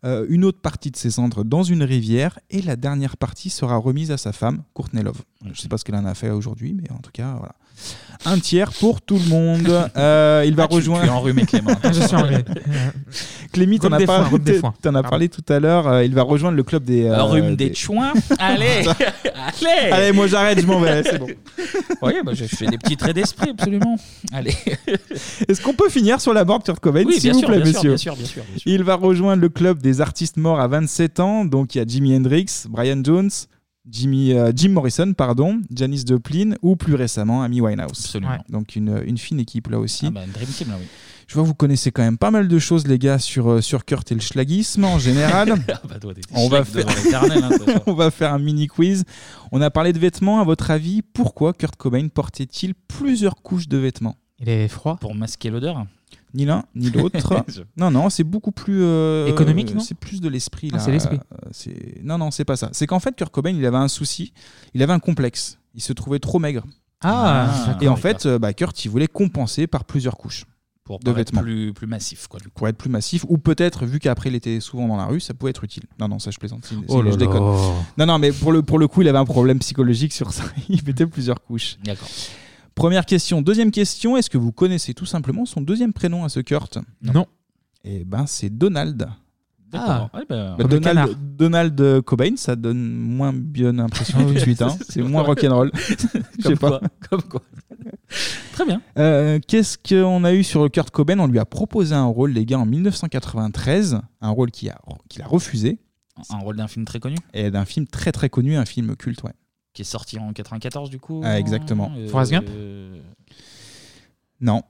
Speaker 9: Euh, une autre partie de ses cendres dans une rivière et la dernière partie sera remise à sa femme, Courtney Love. Je ne sais pas ce qu'elle en a fait aujourd'hui, mais en tout cas, voilà. Un tiers pour tout le monde. Euh, il va
Speaker 1: Ah, tu-
Speaker 9: rejoindre.
Speaker 1: tu es enrhumé, Clément. Je suis enrhumé.
Speaker 9: Clémy, t'en
Speaker 1: Rhume
Speaker 9: as,
Speaker 1: des
Speaker 9: parlé-
Speaker 1: foins, rhume des foins.
Speaker 9: t'en as parlé tout à l'heure. euh, il va rejoindre le club des. euh,
Speaker 1: Rhume des chouins. Allez Allez
Speaker 9: Allez, moi j'arrête, je m'en vais. C'est bon.
Speaker 1: Oui, bah, j'ai fait des petits traits d'esprit, absolument. Allez.
Speaker 9: Est-ce qu'on peut finir sur la mort de Kurt Cobain,
Speaker 1: Oui,
Speaker 9: s'il
Speaker 1: bien
Speaker 9: vous
Speaker 1: sûr,
Speaker 9: plaît,
Speaker 1: bien sûr,
Speaker 9: messieurs
Speaker 1: bien sûr, bien sûr, bien
Speaker 9: Il va rejoindre le club des artistes morts à 27 ans. Donc, il y a Jimi Hendrix, Brian Jones, Jimmy, euh, Jim Morrison, pardon, Janis Joplin ou plus récemment Amy Winehouse.
Speaker 1: Absolument. Ouais.
Speaker 9: Donc, une, une fine équipe là aussi.
Speaker 1: Ah bah, une Dream Team, là, oui.
Speaker 9: Je vois que vous connaissez quand même pas mal de choses, les gars, sur, euh, sur Kurt et le schlagisme en général.
Speaker 1: Ah bah, toi, t'es
Speaker 9: on,
Speaker 1: schlag
Speaker 9: va faire...
Speaker 1: devant l'éternel, hein, toi, toi.
Speaker 9: on va faire un mini quiz. On a parlé de vêtements. À votre avis, pourquoi Kurt Cobain portait-il plusieurs couches de vêtements
Speaker 1: Il est froid. Pour masquer l'odeur.
Speaker 9: Ni l'un ni l'autre. non, non, c'est beaucoup plus. euh,
Speaker 1: Économique, non
Speaker 9: C'est plus de l'esprit.
Speaker 1: Ah,
Speaker 9: là.
Speaker 1: c'est l'esprit.
Speaker 9: Euh, c'est- Non, non, c'est pas ça. C'est qu'en fait, Kurt Cobain, il avait un souci. Il avait un complexe. Il se trouvait trop maigre.
Speaker 1: Ah, Ah,
Speaker 9: Et
Speaker 1: d'accord,
Speaker 9: en fait, euh, bah, Kurt, il voulait compenser par plusieurs couches
Speaker 1: Pour
Speaker 9: de
Speaker 1: paraître
Speaker 9: vêtements.
Speaker 1: plus, plus massif, quoi, du coup.
Speaker 9: Pour être plus massif, ou peut-être, vu qu'après il était souvent dans la rue, ça pouvait être utile. Non, non, ça je plaisante. c'est-
Speaker 1: Oh
Speaker 9: c'est-
Speaker 1: là
Speaker 9: je déconne.
Speaker 1: là.
Speaker 9: Non, non, mais pour le, pour le coup, il avait un problème psychologique sur ça. Il mettait plusieurs couches.
Speaker 1: D'accord.
Speaker 9: Première question. Deuxième question, est-ce que vous connaissez tout simplement son deuxième prénom à ce Kurt
Speaker 8: Non.
Speaker 9: Eh ben, c'est Donald.
Speaker 1: D'accord. Ah, ouais, bah,
Speaker 9: Bah,
Speaker 1: comme le canard.
Speaker 9: Donald, Donald euh, Cobain, ça donne moins bien impression
Speaker 1: Ah
Speaker 9: tout de
Speaker 1: oui.
Speaker 9: suite. hein. C'est moins rock'n'roll. Je sais
Speaker 1: Comme
Speaker 9: pas.
Speaker 1: quoi, Comme quoi. Très bien.
Speaker 9: Euh, Qu'est-ce qu'on a eu sur Kurt Cobain On lui a proposé un rôle, les gars, en 1993, un rôle qu'il a, qu'il a refusé,
Speaker 1: Un rôle d'un film très connu
Speaker 9: et d'un film très très connu, un film culte, ouais.
Speaker 1: qui est sorti en 94 du coup.
Speaker 9: Ah, exactement.
Speaker 1: Euh,
Speaker 9: Forrest Gump
Speaker 1: euh,
Speaker 9: Non.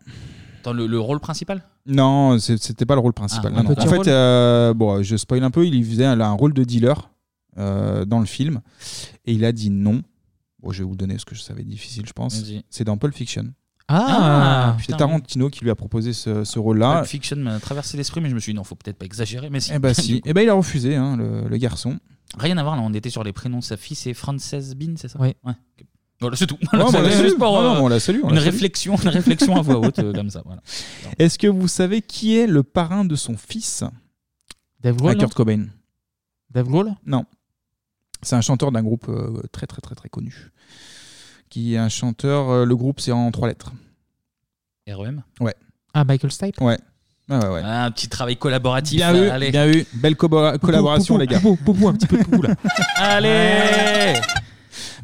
Speaker 1: Attends, le, le rôle principal
Speaker 9: Non, c'est- c'était pas le rôle
Speaker 1: Ah,
Speaker 9: principal. non,
Speaker 1: un
Speaker 9: non.
Speaker 1: petit
Speaker 9: En fait,
Speaker 1: rôle
Speaker 9: euh, bon, je spoil un peu, il faisait un, un rôle de dealer euh, dans le film, et il a dit non. Bon, je vais vous donner ce que ça va être difficile, je pense.
Speaker 1: Vas-y.
Speaker 9: C'est dans Pulp Fiction.
Speaker 1: Ah,
Speaker 9: C'est
Speaker 1: putain,
Speaker 9: Tarantino qui lui a proposé ce, ce rôle-là.
Speaker 1: Pulp Fiction m'a traversé l'esprit, mais je me suis dit non, faut peut-être pas exagérer. Mais si.
Speaker 9: Eh ben
Speaker 1: Du
Speaker 9: si.
Speaker 1: coup,
Speaker 9: Eh ben il a refusé, hein, le, le garçon.
Speaker 1: Rien à voir, là, on était sur les prénoms de sa fille, c'est Frances Bean, c'est ça
Speaker 9: Oui.
Speaker 1: Ouais. Ok. Voilà, c'est tout.
Speaker 9: Ouais, on
Speaker 1: C'est
Speaker 9: la
Speaker 1: juste
Speaker 9: salue.
Speaker 1: pour,
Speaker 9: Non, non,
Speaker 1: euh,
Speaker 9: mais on la salue, on
Speaker 1: une
Speaker 9: la salue.
Speaker 1: réflexion, une réflexion à voix haute, euh, comme ça. Voilà.
Speaker 9: Est-ce que vous savez qui est le parrain de son fils
Speaker 8: Dave
Speaker 1: Grohl,
Speaker 9: À Kurt
Speaker 1: non
Speaker 9: Cobain.
Speaker 8: Dave Grohl
Speaker 9: Non. C'est un chanteur d'un groupe euh, très très très très connu. Qui est un chanteur, euh, le groupe c'est en trois lettres.
Speaker 1: REM.
Speaker 9: Ouais.
Speaker 8: Ah, Michael Stipe
Speaker 9: Ouais. Ah, ouais, ouais.
Speaker 1: Ah, un petit travail collaboratif.
Speaker 9: Bien
Speaker 1: là,
Speaker 9: eu,
Speaker 1: allez.
Speaker 9: bien eu. Belle cobo- collaboration
Speaker 8: poupou,
Speaker 9: les gars.
Speaker 8: poupou, poupou, un petit peu de poupou là.
Speaker 1: Allez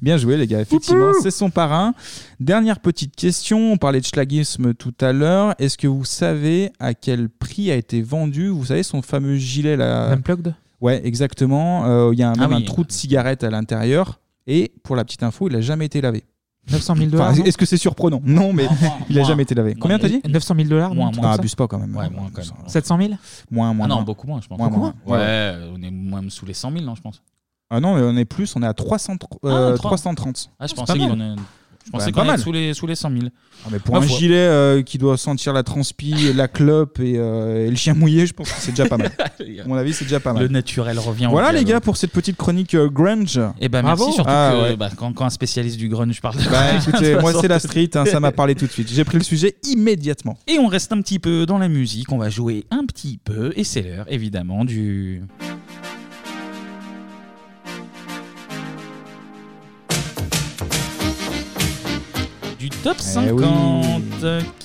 Speaker 9: Bien joué les gars, effectivement, c'est son parrain. Dernière petite question, on parlait de schlagisme tout à l'heure. Est-ce que vous savez à quel prix a été vendu, vous savez, son fameux gilet là
Speaker 8: Unplugged
Speaker 9: Ouais, exactement. Euh, Il y a un,
Speaker 8: Ah
Speaker 9: même un
Speaker 8: oui.
Speaker 9: trou de cigarette à l'intérieur. Et pour la petite info, il n'a jamais été lavé.
Speaker 8: 900 000
Speaker 9: Enfin,
Speaker 8: dollars.
Speaker 9: Est-ce que c'est surprenant Non, mais il n'a jamais été lavé. Combien t'as dit
Speaker 8: 900 000 dollars
Speaker 9: Moins,
Speaker 8: non,
Speaker 9: moins.
Speaker 8: comme
Speaker 9: Ah,
Speaker 8: ça.
Speaker 9: abuse pas quand même.
Speaker 1: Ouais, moins quand même.
Speaker 8: 700 000
Speaker 9: Moins, moins.
Speaker 1: Ah non,
Speaker 9: moins.
Speaker 1: beaucoup moins, je pense.
Speaker 9: Moins, moins.
Speaker 1: Ouais,
Speaker 9: Ouais.
Speaker 1: on est moins sous les 100 000, non, je pense.
Speaker 9: Ah non, mais on est plus, on est à 300, euh,
Speaker 1: Ah, trois-
Speaker 9: 330.
Speaker 1: Ah, je
Speaker 9: C'est
Speaker 1: pensais
Speaker 9: pas
Speaker 1: qu'on
Speaker 9: mal.
Speaker 1: est- je pensais
Speaker 9: Bah,
Speaker 1: qu'on
Speaker 9: pas
Speaker 1: allait
Speaker 9: mal.
Speaker 1: être sous les, sous les 100 000.
Speaker 9: Ah, mais pour
Speaker 1: Ah,
Speaker 9: un
Speaker 1: faut-
Speaker 9: gilet euh, qui doit sentir la transpi, et la clope et, euh, et le chien mouillé, je pense que c'est déjà pas mal. à mon avis, c'est déjà pas mal.
Speaker 1: Le naturel revient. au
Speaker 9: Voilà les
Speaker 1: dialogue.
Speaker 9: gars pour cette petite chronique euh, grunge.
Speaker 1: Eh ben
Speaker 9: Bravo.
Speaker 1: merci surtout
Speaker 9: Ah,
Speaker 1: que
Speaker 9: ouais.
Speaker 1: bah, quand, quand un spécialiste du grunge parle. de
Speaker 9: Bah,
Speaker 1: grunge,
Speaker 9: écoutez,
Speaker 1: de
Speaker 9: moi
Speaker 1: façon-
Speaker 9: c'est la street, hein, ça m'a parlé tout de suite. J'ai pris le sujet immédiatement.
Speaker 1: Et on reste un petit peu dans la musique, on va jouer un petit peu et c'est l'heure évidemment du. Du
Speaker 9: Eh
Speaker 1: top 50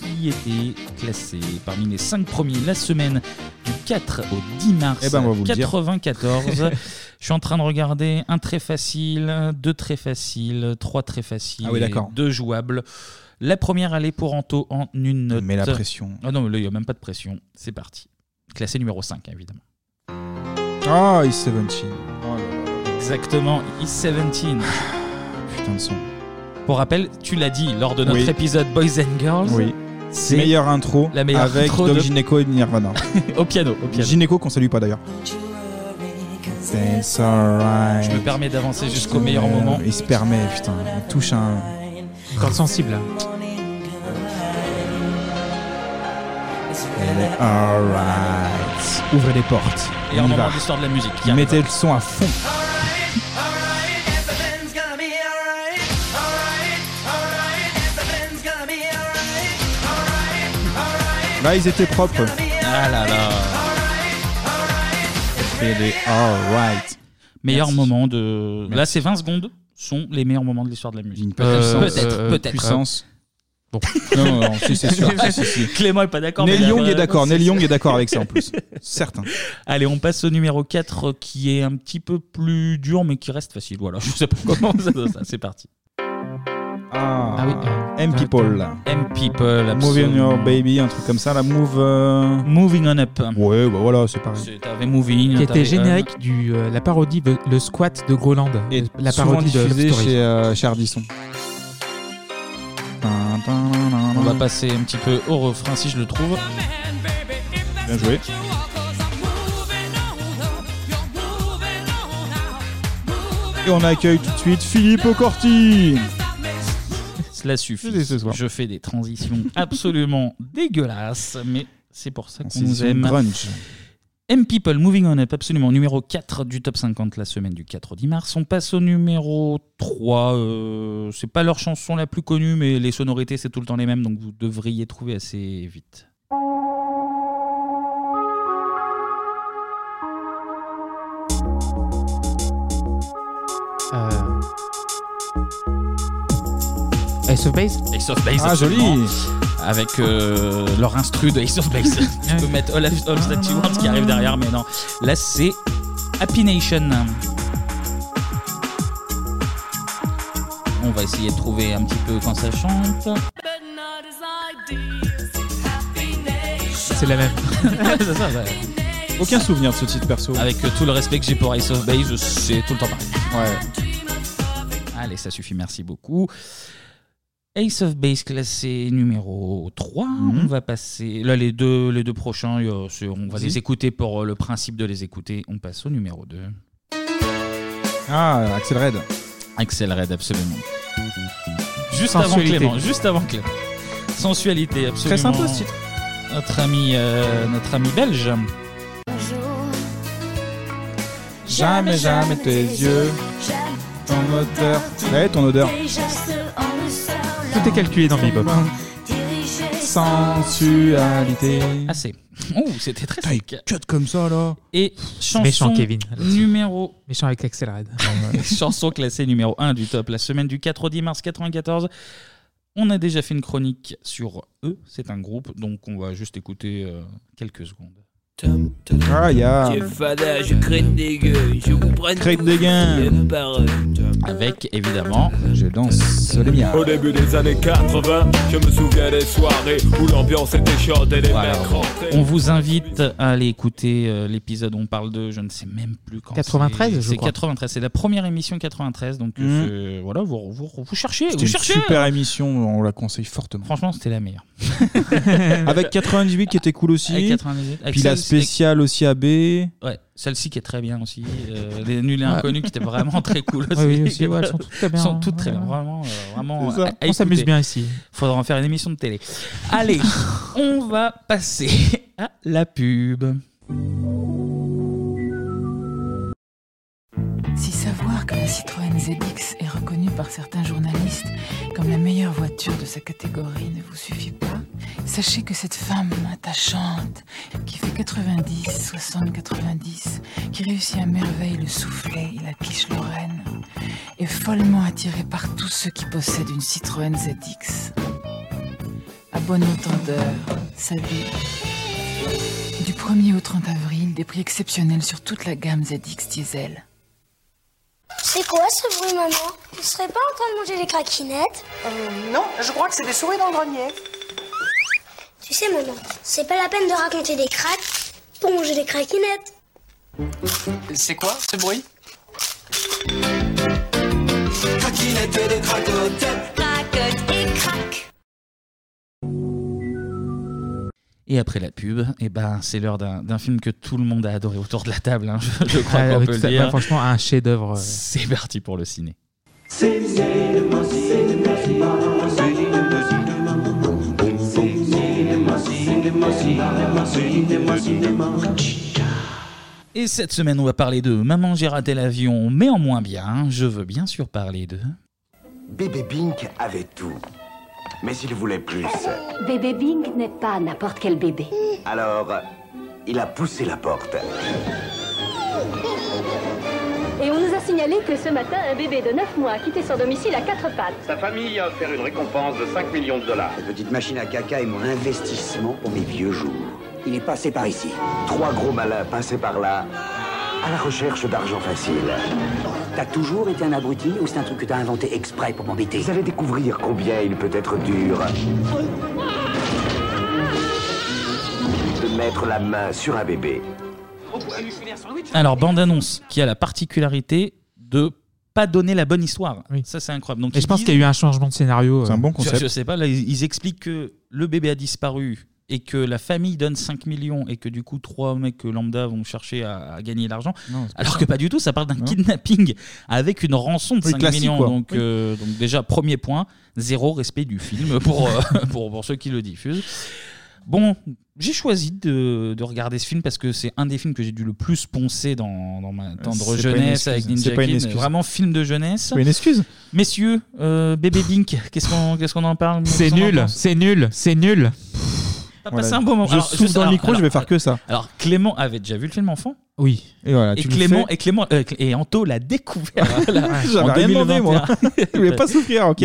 Speaker 1: qui était classé parmi les 5 premiers la semaine du 4 au 10 mars
Speaker 9: Eh ben, on va vous le dire.
Speaker 1: 94. Je suis en train de regarder un très facile, deux très faciles, trois très faciles,
Speaker 9: Ah oui,
Speaker 1: et
Speaker 9: d'accord.
Speaker 1: deux jouables. La première, elle est pour Anto en une note.
Speaker 9: Mais la pression.
Speaker 1: Ah non, mais là, il n'y a même pas de pression. C'est parti. Classé numéro 5, évidemment.
Speaker 9: Ah, East 17.
Speaker 1: Exactement, E17.
Speaker 9: Putain de son.
Speaker 1: Pour rappel, tu l'as dit lors de notre
Speaker 9: Oui.
Speaker 1: épisode Boys and Girls.
Speaker 9: Oui.
Speaker 1: C'est
Speaker 9: meilleure intro
Speaker 1: la meilleure
Speaker 9: avec
Speaker 1: intro
Speaker 9: Dom
Speaker 1: de-
Speaker 9: Gineco et Nirvana.
Speaker 1: au piano, au piano.
Speaker 9: Gineco qu'on salue pas d'ailleurs. That's alright.
Speaker 1: Je me permets d'avancer jusqu'au meilleur
Speaker 9: Ouais,
Speaker 1: moment.
Speaker 9: Il se permet, putain. Il touche un.
Speaker 8: Corps sensible là.
Speaker 9: Elle est Alright. Ouvrez les portes.
Speaker 1: Et un
Speaker 9: On y
Speaker 1: moment
Speaker 9: va.
Speaker 1: de l'histoire de la musique. qui
Speaker 9: Il
Speaker 1: arrive.
Speaker 9: mettait le son à fond. Là, ils étaient propres.
Speaker 1: Ah là là.
Speaker 9: oh,
Speaker 1: Meilleur moment de. Là, ces 20 secondes sont les meilleurs moments de l'histoire de la musique.
Speaker 9: puissance,
Speaker 1: peut-être,
Speaker 9: euh,
Speaker 1: peut-être.
Speaker 9: puissance. Bon. Non, non, non, si, c'est sûr. si, si, si.
Speaker 1: Clément est pas d'accord.
Speaker 9: Neil
Speaker 1: mais-
Speaker 9: Young est d'accord. Neil Young est d'accord avec ça en plus.
Speaker 1: Certain. Allez, on passe au numéro 4 qui est un petit peu plus dur mais qui reste facile. Voilà, je sais pas comment ça donne ça. C'est parti.
Speaker 9: Ah, M People. là.
Speaker 1: M People.
Speaker 9: Moving
Speaker 1: absolument.
Speaker 9: Your Baby, un truc comme ça, la move. euh,
Speaker 1: Moving on up.
Speaker 9: Ouais, bah voilà, c'est pareil.
Speaker 1: C'est- T'avais Moving.
Speaker 8: Qui
Speaker 1: t'avais
Speaker 8: était générique du euh, la parodie de- le squat de Groland.
Speaker 9: Et
Speaker 8: la
Speaker 9: souvent
Speaker 8: parodie de Love
Speaker 9: diffusé
Speaker 8: Story.
Speaker 9: chez, euh, chez Ardisson.
Speaker 1: Un. On va passer un petit peu au refrain si je le trouve.
Speaker 9: bah, Bien joué. Et on accueille tout de suite Philippe Ocorti.
Speaker 1: Cela suffit. Je fais des transitions absolument dégueulasses, mais c'est pour ça qu'on nous
Speaker 9: Transition
Speaker 1: aime.
Speaker 9: grunge.
Speaker 1: M People, Moving On Up, absolument, numéro 4 du top 50 la semaine du 4 au 10 mars. On passe au numéro 3. euh, c'est pas leur chanson la plus connue, mais les sonorités, c'est tout le temps les mêmes, donc vous devriez trouver assez vite.
Speaker 8: Euh... Ace of Base
Speaker 1: Ace of Base,
Speaker 8: Ah,
Speaker 1: absolument.
Speaker 8: joli.
Speaker 1: Avec euh, leur instru de Ace of Base. tu peux mettre All, All That You Want qui arrive derrière, mais non. Là, c'est Happy Nation. On va essayer de trouver un petit peu quand ça chante.
Speaker 8: C'est la même.
Speaker 9: Aucun souvenir de ce titre perso.
Speaker 1: Avec euh, tout le respect que j'ai pour Ace of Base, c'est tout le temps pareil. Allez, ça suffit, merci beaucoup. Ace of Base classé numéro 3.
Speaker 9: Mhm.
Speaker 1: On va passer. Là, les deux, les deux prochains, euh, c'est- on va
Speaker 9: Vas-y.
Speaker 1: les écouter pour euh, le principe de les écouter. On passe au numéro 2.
Speaker 9: Ah, Axel Red.
Speaker 1: Axel Red, absolument. Juste
Speaker 9: Sensualité.
Speaker 1: avant Clément, juste avant Clément. Sensualité, absolument.
Speaker 9: Très sympa, ce titre.
Speaker 1: Notre ami, euh, notre ami belge.
Speaker 9: Jamais, jamais tes yeux. Ton odeur. Ouais, ton odeur.
Speaker 8: Tout est calculé dans Bebop.
Speaker 9: Sensualité.
Speaker 1: Assez. Oh, c'était très sec.
Speaker 9: Cut comme ça là.
Speaker 1: Et chanson
Speaker 8: Méchant Kevin.
Speaker 1: numéro.
Speaker 8: Méchant avec Axel Red.
Speaker 1: chanson classée numéro 1 du top la semaine du 4 au 10 mars 94. On a déjà fait une chronique sur eux, c'est un groupe, donc on va juste écouter euh, quelques secondes.
Speaker 9: Ah, y'a.
Speaker 15: J'ai fada, je craigne des gueux, je vous prends
Speaker 9: Crête de gain.
Speaker 1: Avec évidemment.
Speaker 9: Je danse les miens.
Speaker 6: Au début des années 80, je me souviens des soirées où l'ambiance était chaude et les
Speaker 1: Voilà.
Speaker 6: mecs rentraient.
Speaker 1: On vous invite à aller écouter euh, l'épisode où on parle de, je ne sais même plus quand.
Speaker 8: 93,
Speaker 1: c'est.
Speaker 8: je
Speaker 1: C'est
Speaker 8: crois. Mm.
Speaker 1: 93, c'est la première émission 93, donc
Speaker 9: Mhm.
Speaker 1: euh, c'est- voilà, vous, vous, vous cherchez,
Speaker 9: C'était
Speaker 1: vous
Speaker 9: une
Speaker 1: cherchez. hein.
Speaker 9: super émission, on la conseille fortement.
Speaker 1: Franchement, c'était la meilleure.
Speaker 9: Avec 98 qui était cool aussi.
Speaker 1: Avec 98. Avec
Speaker 9: Puis la
Speaker 1: celle-
Speaker 9: spéciale aussi AB.
Speaker 1: Ouais, celle-ci qui est très bien aussi. euh, les nuls et
Speaker 9: Ouais.
Speaker 1: inconnus qui étaient vraiment très cool
Speaker 8: Ouais,
Speaker 1: aussi.
Speaker 8: oui, aussi, ouais, elles sont toutes très bien.
Speaker 1: Sont toutes très bien,
Speaker 8: Ouais.
Speaker 1: Vraiment, euh, vraiment.
Speaker 8: C'est ça.
Speaker 1: à- à
Speaker 8: On s'amuse
Speaker 1: écouter.
Speaker 8: bien ici.
Speaker 1: Faudra en faire une émission de télé. Allez, on va passer à la pub.
Speaker 22: Si savoir que la Citroën ZX est reconnue par certains journalistes comme la meilleure voiture de sa catégorie ne vous suffit pas, sachez que cette femme attachante qui fait 90, 60, 90, qui réussit à merveille le soufflet et la quiche lorraine, est follement attirée par tous ceux qui possèdent une Citroën ZX. À bonne entendeur, salut. Du 1er au 30 avril, des prix exceptionnels sur toute la gamme ZX diesel.
Speaker 23: C'est quoi ce bruit, maman Tu serais pas en train de manger des craquinettes Euh, Non, je crois que c'est des souris dans le grenier. Tu sais, maman, c'est pas la peine de raconter des craques pour manger des craquinettes.
Speaker 15: C'est quoi ce bruit Craquinette et des cracottes. Cracottes et crac.
Speaker 1: Et après la pub, eh ben, c'est l'heure d'un d'un film que tout le monde a adoré autour de la table. hein, Je, je crois
Speaker 8: Ah,
Speaker 1: qu'on
Speaker 8: oui,
Speaker 1: peut
Speaker 8: tout
Speaker 1: le
Speaker 8: à-
Speaker 1: dire.
Speaker 8: ouais, franchement, un chef-d'œuvre. euh.
Speaker 1: C'est parti pour le ciné. Et cette semaine, on va parler de Maman, j'ai raté l'avion, mais en moins bien. Je veux bien sûr parler de.
Speaker 24: Bébé Bink avait tout. Mais il voulait plus.
Speaker 25: Bébé Bing n'est pas n'importe quel bébé.
Speaker 24: Alors, il a poussé la porte.
Speaker 25: Et on nous a signalé signaler que ce matin, un bébé de 9 mois a quitté son domicile à quatre pattes.
Speaker 24: Sa famille a offert une récompense de 5 millions de dollars. Cette petite machine à caca est mon investissement pour mes vieux jours. Il est passé par ici. Trois gros malins passés par là, à la recherche d'argent facile.
Speaker 2: T'as toujours été un abruti ou c'est un truc que t'as inventé exprès pour m'embêter
Speaker 24: Vous allez découvrir combien il peut être dur de mettre la main sur un bébé.
Speaker 1: Alors, bande-annonce qui a la particularité de pas donner la bonne histoire. Ça, c'est incroyable. Donc,
Speaker 8: Et
Speaker 1: ils
Speaker 8: je pense
Speaker 1: disent-
Speaker 8: qu'il y a eu un changement de scénario. euh,
Speaker 1: Je- Je, sais pas, là, ils, ils expliquent que le bébé a disparu et que la famille donne 5 millions et que du coup, trois mecs lambda vont chercher à, à gagner de l'argent.
Speaker 9: Non, c'est pas
Speaker 1: Alors
Speaker 9: ça.
Speaker 1: que pas du tout, ça parle d'un kidnapping avec une rançon de
Speaker 9: Oui,
Speaker 1: 5
Speaker 9: classique,
Speaker 1: millions.
Speaker 9: quoi.
Speaker 1: Donc,
Speaker 9: Oui.
Speaker 1: euh, donc déjà, premier point, zéro respect du film pour, euh, pour, pour ceux qui le diffusent. Bon, j'ai choisi de, de regarder ce film parce que c'est un des films que j'ai dû le plus poncer dans, dans ma tendre
Speaker 9: Euh, C'est pas une
Speaker 1: jeunesse avec
Speaker 9: excuse.
Speaker 1: Ninja
Speaker 9: C'est pas une
Speaker 1: Kid.
Speaker 9: excuse.
Speaker 1: Vraiment film de jeunesse.
Speaker 9: C'est pas une excuse.
Speaker 1: Messieurs, euh, Bébé Bink, qu'est-ce qu'on qu'est-ce qu'on en parle
Speaker 8: C'est
Speaker 1: Qu'est-ce qu'on en
Speaker 8: nul,
Speaker 1: pense
Speaker 8: c'est nul, c'est nul.
Speaker 1: T'as passé un bon moment.
Speaker 9: Je
Speaker 1: Alors,
Speaker 9: souffle
Speaker 1: sais-
Speaker 9: dans le
Speaker 1: alors,
Speaker 9: micro, je vais faire que ça.
Speaker 1: Alors, Clément avait déjà vu le film enfant
Speaker 8: Oui.
Speaker 9: Et voilà,
Speaker 1: et
Speaker 9: tu le
Speaker 1: Clément,
Speaker 9: fais.
Speaker 1: et Clément euh, Clé- et Anto l'a découvert. là,
Speaker 9: J'avais
Speaker 1: en
Speaker 9: rien demandé, moi.
Speaker 1: 2021.
Speaker 9: Je voulais pas souffrir, ok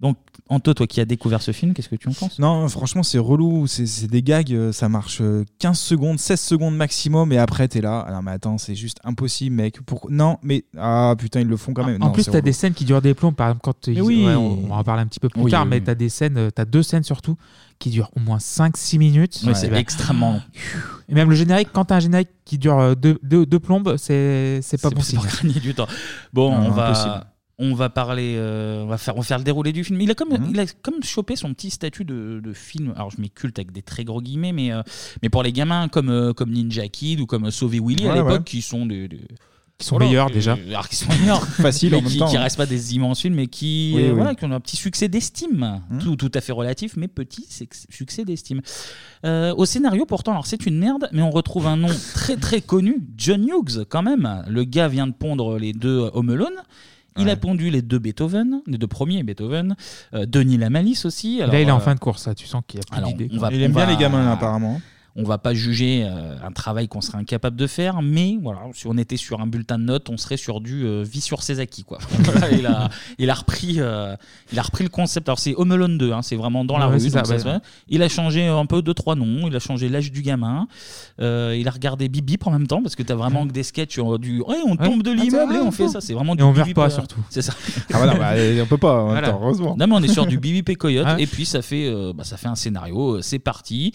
Speaker 1: Donc, Anto, toi qui as découvert ce film, qu'est-ce que tu en penses
Speaker 9: Non, franchement, c'est relou. C'est c'est des gags, euh, ça marche euh, 15 secondes, 16 secondes maximum, et après, t'es là. Alors, mais attends, c'est juste impossible, mec. Pourquoi Non, mais. Ah, putain, ils le font quand même.
Speaker 8: En
Speaker 9: Non,
Speaker 8: plus,
Speaker 9: c'est
Speaker 8: t'as
Speaker 9: relou.
Speaker 8: des scènes qui durent des plombs. Par exemple, quand ils-
Speaker 9: oui.
Speaker 8: ouais, on, on va en parler un petit peu plus
Speaker 9: Oui,
Speaker 8: tard,
Speaker 9: oui,
Speaker 8: mais
Speaker 9: oui.
Speaker 8: t'as des scènes, euh, t'as deux scènes surtout qui durent au moins 5-6 minutes.
Speaker 1: Oui, c'est
Speaker 8: Et ben-
Speaker 1: extrêmement long.
Speaker 8: Et même le générique, quand t'as un générique qui dure euh, deux, deux- deux plombes, c'est c'est pas bon
Speaker 1: C'est
Speaker 8: signe.
Speaker 1: pour gagner du temps. Bon,
Speaker 8: Non,
Speaker 1: on va.
Speaker 8: impossible.
Speaker 1: On va parler, euh, on va faire, on va faire le déroulé du film. Il a comme,
Speaker 8: Mhm.
Speaker 1: il a comme chopé son petit statut de, de film. Alors je mets culte avec des très gros guillemets, mais euh, mais pour les gamins comme euh, comme Ninja Kid ou comme Sauver Willy à
Speaker 9: Ouais,
Speaker 1: l'époque,
Speaker 9: ouais.
Speaker 1: qui sont des, des-
Speaker 8: Qui sont meilleurs,
Speaker 1: euh,
Speaker 8: déjà.
Speaker 1: Alors qui sont meilleurs,
Speaker 9: Facile,
Speaker 1: mais
Speaker 9: en même
Speaker 1: qui,
Speaker 9: temps. hein.
Speaker 1: qui restent pas des immenses films, mais qui
Speaker 9: Oui,
Speaker 1: euh,
Speaker 9: oui.
Speaker 1: voilà, qui ont un petit succès d'estime,
Speaker 8: Mmh.
Speaker 1: tout, tout à fait relatif, mais petit sex- succès d'estime. Euh, au scénario, pourtant, alors c'est une merde, mais on retrouve un nom très très connu, John Hughes, quand même. Le gars vient de pondre les deux Home Alone. Il a pondu les deux Beethoven, les deux premiers Beethoven, euh, Denis Lamalis aussi. Alors,
Speaker 8: là, il est en
Speaker 1: euh,
Speaker 8: fin de course, là. tu sens qu'il y a plus
Speaker 1: alors,
Speaker 8: d'idées.
Speaker 1: on va-
Speaker 9: Il aime
Speaker 1: on
Speaker 9: bien
Speaker 1: va-
Speaker 9: les gamins, là, apparemment. hein.
Speaker 1: On va pas juger euh, un travail qu'on serait incapable de faire, mais voilà, si on était sur un bulletin de notes, on serait sur du euh, vie sur ses acquis. Quoi. Voilà, il, a, il, a repris, euh, il a repris le concept. Alors c'est Home Alone 2, hein, c'est vraiment dans la
Speaker 8: Ouais,
Speaker 1: rue.
Speaker 8: c'est ça,
Speaker 1: donc ça
Speaker 8: ouais.
Speaker 1: se voit. Il a changé un peu deux, trois noms, il a changé l'âge du gamin, euh, il a regardé Bip Bip en même temps, parce que tu as vraiment que des sketchs euh, du Ouais, on tombe de
Speaker 8: Ah, tiens,
Speaker 1: l'immeuble et
Speaker 8: ouais,
Speaker 1: on
Speaker 8: on
Speaker 1: fait
Speaker 8: tombe.
Speaker 1: ça. C'est vraiment
Speaker 8: Et
Speaker 1: du
Speaker 8: on
Speaker 1: Bip
Speaker 8: meurt
Speaker 1: Bip,
Speaker 8: pas,
Speaker 1: euh,
Speaker 8: surtout.
Speaker 1: C'est ça.
Speaker 9: Ah voilà, bah, et on peut pas en même temps, heureusement.
Speaker 1: Non, mais on est sur du BBP Coyote,
Speaker 9: Hein
Speaker 1: et puis ça fait, euh, bah, ça fait un scénario, euh, c'est parti.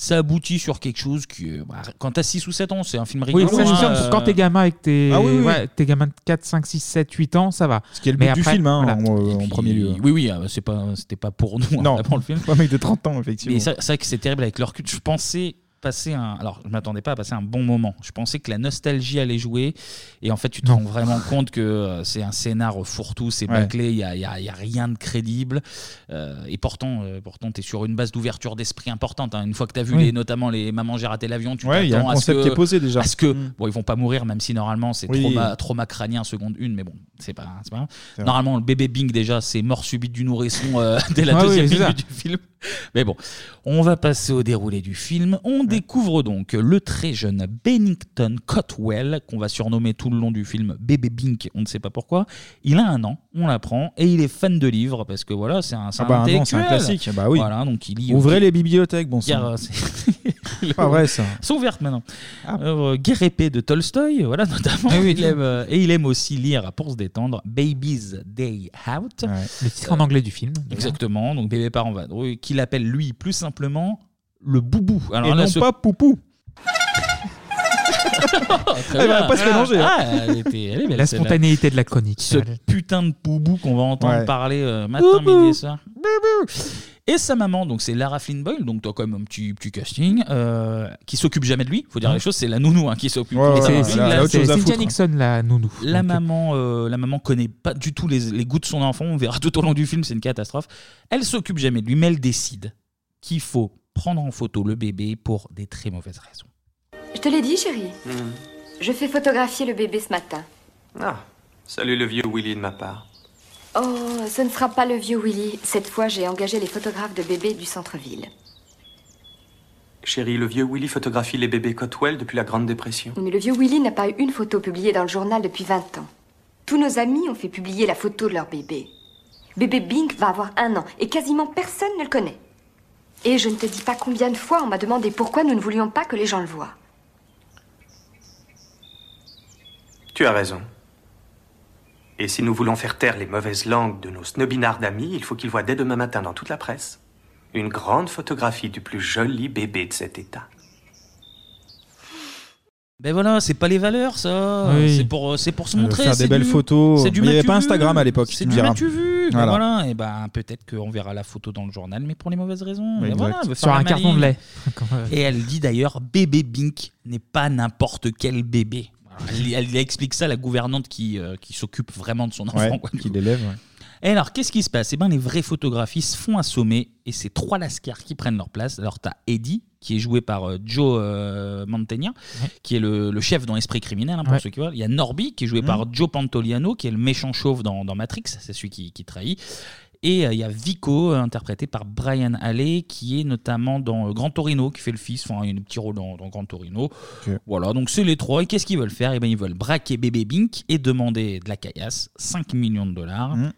Speaker 1: Ça aboutit sur quelque chose qui. euh, bah, quand t'as 6 ou 7 ans, c'est un film
Speaker 8: Oui,
Speaker 1: rigolo. hein,
Speaker 8: ça, je suis sûr,
Speaker 1: euh,
Speaker 8: quand t'es gamin avec tes,
Speaker 1: Ah oui, oui, oui.
Speaker 8: ouais, avec tes gamins de 4, 5, 6, 7, 8 ans, ça va.
Speaker 9: Ce qui est le
Speaker 8: Mais
Speaker 9: but du
Speaker 8: après,
Speaker 9: film, hein,
Speaker 8: voilà.
Speaker 9: en, euh, en premier lieu.
Speaker 1: Oui, oui, euh, c'est pas, c'était pas pour nous,
Speaker 9: Non,
Speaker 1: non. le film.
Speaker 9: Pas un mec de 30 ans, effectivement.
Speaker 1: Mais ça- c'est vrai que c'est terrible avec leur culte. Je pensais passer un. Alors, je m'attendais pas à passer un bon moment. Je pensais que la nostalgie allait jouer. Et en fait, tu te rends vraiment compte que euh, c'est un scénar fourre-tout, c'est
Speaker 9: Ouais.
Speaker 1: bâclé, il n'y a, il y a- il y a rien de crédible. Euh, et pourtant, euh, pourtant tu es sur une base d'ouverture d'esprit importante. hein. Une fois que tu as vu
Speaker 9: Oui.
Speaker 1: les, notamment les Maman, j'ai raté l'avion, tu
Speaker 9: Ouais, il y a
Speaker 1: t'attends
Speaker 9: un
Speaker 1: à ce
Speaker 9: concept
Speaker 1: que-
Speaker 9: qui est posé, déjà.
Speaker 1: à ce que, bon, ils vont pas mourir, même si normalement c'est
Speaker 9: Oui.
Speaker 1: trauma, trauma crânien seconde une, mais bon, c'est pas, c'est pas grave.
Speaker 9: C'est vrai.
Speaker 1: Normalement, le bébé Bing, déjà, c'est mort subite du nourrisson euh, dès la
Speaker 9: Ah oui,
Speaker 1: deuxième
Speaker 9: c'est
Speaker 1: minute
Speaker 9: ça.
Speaker 1: du film. Mais bon, on va passer au déroulé du film. On découvre donc le très jeune Bennington Cotwell, qu'on va surnommer tout le long du film Bébé Bink, on ne sait pas pourquoi. Il a un an, on l'apprend, et il est fan de livres, parce que voilà, c'est un, c'est
Speaker 9: Ah bah, un an, c'est un
Speaker 1: intellectuel.
Speaker 9: classique. Bah oui.
Speaker 1: Voilà, donc il lit.
Speaker 9: Ouvrez
Speaker 1: il-
Speaker 9: les bibliothèques, bon
Speaker 1: Guerre,
Speaker 9: sang.
Speaker 1: euh,
Speaker 9: C'est pas vrai, ça.
Speaker 1: Elles sont ouvertes maintenant.
Speaker 8: Ah.
Speaker 1: Euh, Guerre épée de Tolstoy, voilà notamment. il aime, euh, et il aime aussi lire pour se détendre Baby's Day Out.
Speaker 8: Le titre en anglais du film. d'ailleurs.
Speaker 1: Exactement, donc Bébé part en vadrouille, qu'il appelle lui plus simplement le boubou.
Speaker 9: Et non
Speaker 1: ce-
Speaker 9: pas Poupou.
Speaker 1: Très
Speaker 9: Elle
Speaker 8: Eh
Speaker 1: bien.
Speaker 8: ben,
Speaker 9: va presque
Speaker 1: Ah,
Speaker 9: manger, hein.
Speaker 1: ah, elle était- elle est belle,
Speaker 8: La
Speaker 1: celle-là.
Speaker 8: spontanéité de la chronique.
Speaker 1: Ce putain de poubou qu'on va entendre
Speaker 8: Ouais.
Speaker 1: parler euh, matin,
Speaker 8: Boubou.
Speaker 1: midi et soir. Boubou. Et sa maman, donc c'est Lara Flynn Boyle, donc t'as quand même un petit, petit casting, euh, qui s'occupe jamais de lui. Faut dire les choses, c'est la nounou hein, qui s'occupe. de
Speaker 8: Et
Speaker 1: sa
Speaker 8: c'est-
Speaker 1: maman.
Speaker 8: c'est-
Speaker 1: La-
Speaker 8: c'est Cynthia Nixon, la nounou.
Speaker 1: La
Speaker 8: Donc,
Speaker 1: maman, euh, la maman connaît pas du tout les, les goûts de son enfant. On verra tout au long du film, c'est une catastrophe. Elle s'occupe jamais de lui, mais elle décide qu'il faut prendre en photo le bébé pour des très mauvaises raisons.
Speaker 3: Je te l'ai dit, chérie.
Speaker 7: Hmm.
Speaker 3: Je fais photographier le bébé ce matin.
Speaker 7: Ah, salut le vieux Willy de ma part.
Speaker 3: Oh, ce ne sera pas le vieux Willy. Cette fois, j'ai engagé les photographes de bébés du centre-ville.
Speaker 7: Chérie, le vieux Willy photographie les bébés Cotwell depuis la Grande Dépression.
Speaker 3: Mais le vieux Willy n'a pas eu une photo publiée dans le journal depuis 20 ans. Tous nos amis ont fait publier la photo de leur bébé. Bébé Bink va avoir un an et quasiment personne ne le connaît. Et je ne te dis pas combien de fois on m'a demandé pourquoi nous ne voulions pas que les gens le voient.
Speaker 7: Tu as raison. Et si nous voulons faire taire les mauvaises langues de nos snobinards d'amis, il faut qu'ils voient dès demain matin dans toute la presse une grande photographie du plus joli bébé de cet état.
Speaker 1: Ben voilà, c'est pas les valeurs, ça.
Speaker 9: Oui.
Speaker 1: C'est pour, euh, c'est pour se
Speaker 9: Euh,
Speaker 1: montrer.
Speaker 9: faire des
Speaker 1: c'est
Speaker 9: belles
Speaker 1: du-
Speaker 9: photos.
Speaker 1: c'est du
Speaker 9: Mais il y avait
Speaker 1: m'as-tu
Speaker 9: pas
Speaker 1: vu.
Speaker 9: Instagram à l'époque,
Speaker 1: C'est
Speaker 9: tu me
Speaker 1: du
Speaker 9: diras.
Speaker 1: m'as-tu vu. Ben
Speaker 9: Voilà.
Speaker 1: Voilà. Et ben peut-être qu'on verra la photo dans le journal, mais pour les mauvaises raisons.
Speaker 9: Mais
Speaker 1: Ben voilà,
Speaker 9: exact.
Speaker 1: elle veut
Speaker 9: Sur
Speaker 1: faire la
Speaker 9: un carton de
Speaker 1: maligne.
Speaker 9: lait. Quand, euh,
Speaker 1: Et elle dit d'ailleurs, bébé Bink n'est pas n'importe quel bébé. Alors, Elle, elle explique ça à la gouvernante qui, euh, qui s'occupe vraiment de son enfant.
Speaker 9: Ouais,
Speaker 1: quoi.
Speaker 9: qui l'élève. ouais.
Speaker 1: Et alors, qu'est-ce qui se passe Eh ben, les vrais photographies se font assommer et c'est trois lascars qui prennent leur place. Alors, t'as Eddie, qui est joué par euh, Joe euh, Mantegna, qui est le, le chef dans Esprit criminel, hein, pour
Speaker 9: Ouais.
Speaker 1: ceux qui voient. Il y a Norby, qui est joué
Speaker 9: Mhm.
Speaker 1: par Joe Pantoliano, qui est le méchant chauve dans, dans Matrix, c'est celui qui, qui trahit. Et euh, il y a Vico, euh, interprété par Brian Alley, qui est notamment dans euh, Grand Torino, qui fait le fils, enfin, il y a un petit rôle dans, dans Grand Torino. Voilà, donc c'est les trois. Et qu'est-ce qu'ils veulent faire Eh ben, ils veulent braquer Bébé Bink et demander de la caillasse, 5 millions de dollars.
Speaker 8: Mmh.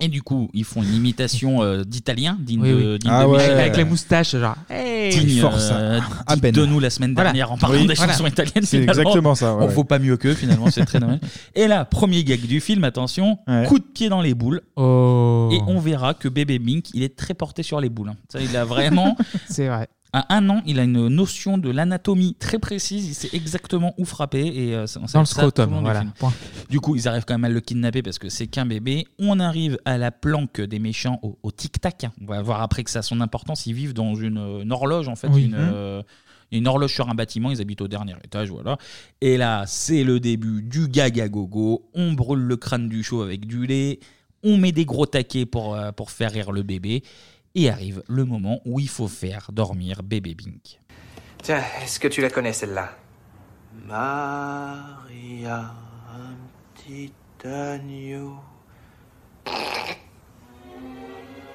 Speaker 1: Et du coup, ils font une imitation euh, d'italien, digne
Speaker 8: Oui,
Speaker 1: de,
Speaker 8: oui.
Speaker 1: digne
Speaker 8: Ah
Speaker 1: de
Speaker 8: ouais.
Speaker 1: Michel.
Speaker 8: Avec la moustache, genre, hey.
Speaker 1: digne,
Speaker 8: Force, hein. Ah,
Speaker 1: euh,
Speaker 8: à
Speaker 1: digne
Speaker 8: peine.
Speaker 1: de nous la semaine
Speaker 8: Voilà.
Speaker 1: dernière en
Speaker 8: Oui,
Speaker 1: parlant des
Speaker 8: voilà.
Speaker 1: chansons italiennes.
Speaker 9: C'est
Speaker 1: finalement.
Speaker 9: exactement ça, ouais,
Speaker 1: On
Speaker 9: ouais.
Speaker 1: vaut pas mieux qu'eux, finalement, c'est très normal. Et là, premier gag du film, attention, coup de pied dans les boules.
Speaker 8: Oh.
Speaker 1: Et on verra que bébé Mink, il est très porté sur les boules. hein. Ça, il a vraiment.
Speaker 8: C'est vrai.
Speaker 1: À un an, il a une notion de l'anatomie très précise. Il sait exactement où frapper. Et, euh, ça- on sait
Speaker 8: Dans le
Speaker 1: ça tout
Speaker 8: scrotum,
Speaker 1: long du
Speaker 8: voilà.
Speaker 1: film.
Speaker 8: Point.
Speaker 1: Du coup, ils arrivent quand même à le kidnapper parce que c'est qu'un bébé. On arrive à la planque des méchants au, au tic-tac. hein. On va voir après que ça a son importance. Ils vivent dans une, euh, une horloge, en fait.
Speaker 8: Oui.
Speaker 1: Une,
Speaker 8: Mhm.
Speaker 1: euh, une horloge sur un bâtiment. Ils habitent au dernier étage, voilà. Et là, c'est le début du gag à gogo. On brûle le crâne du chou avec du lait. On met des gros taquets pour, euh, pour faire rire le bébé. Et arrive le moment où il faut faire dormir bébé Bink.
Speaker 10: Tiens, est-ce que tu la connais celle-là Maria, un petit agneau.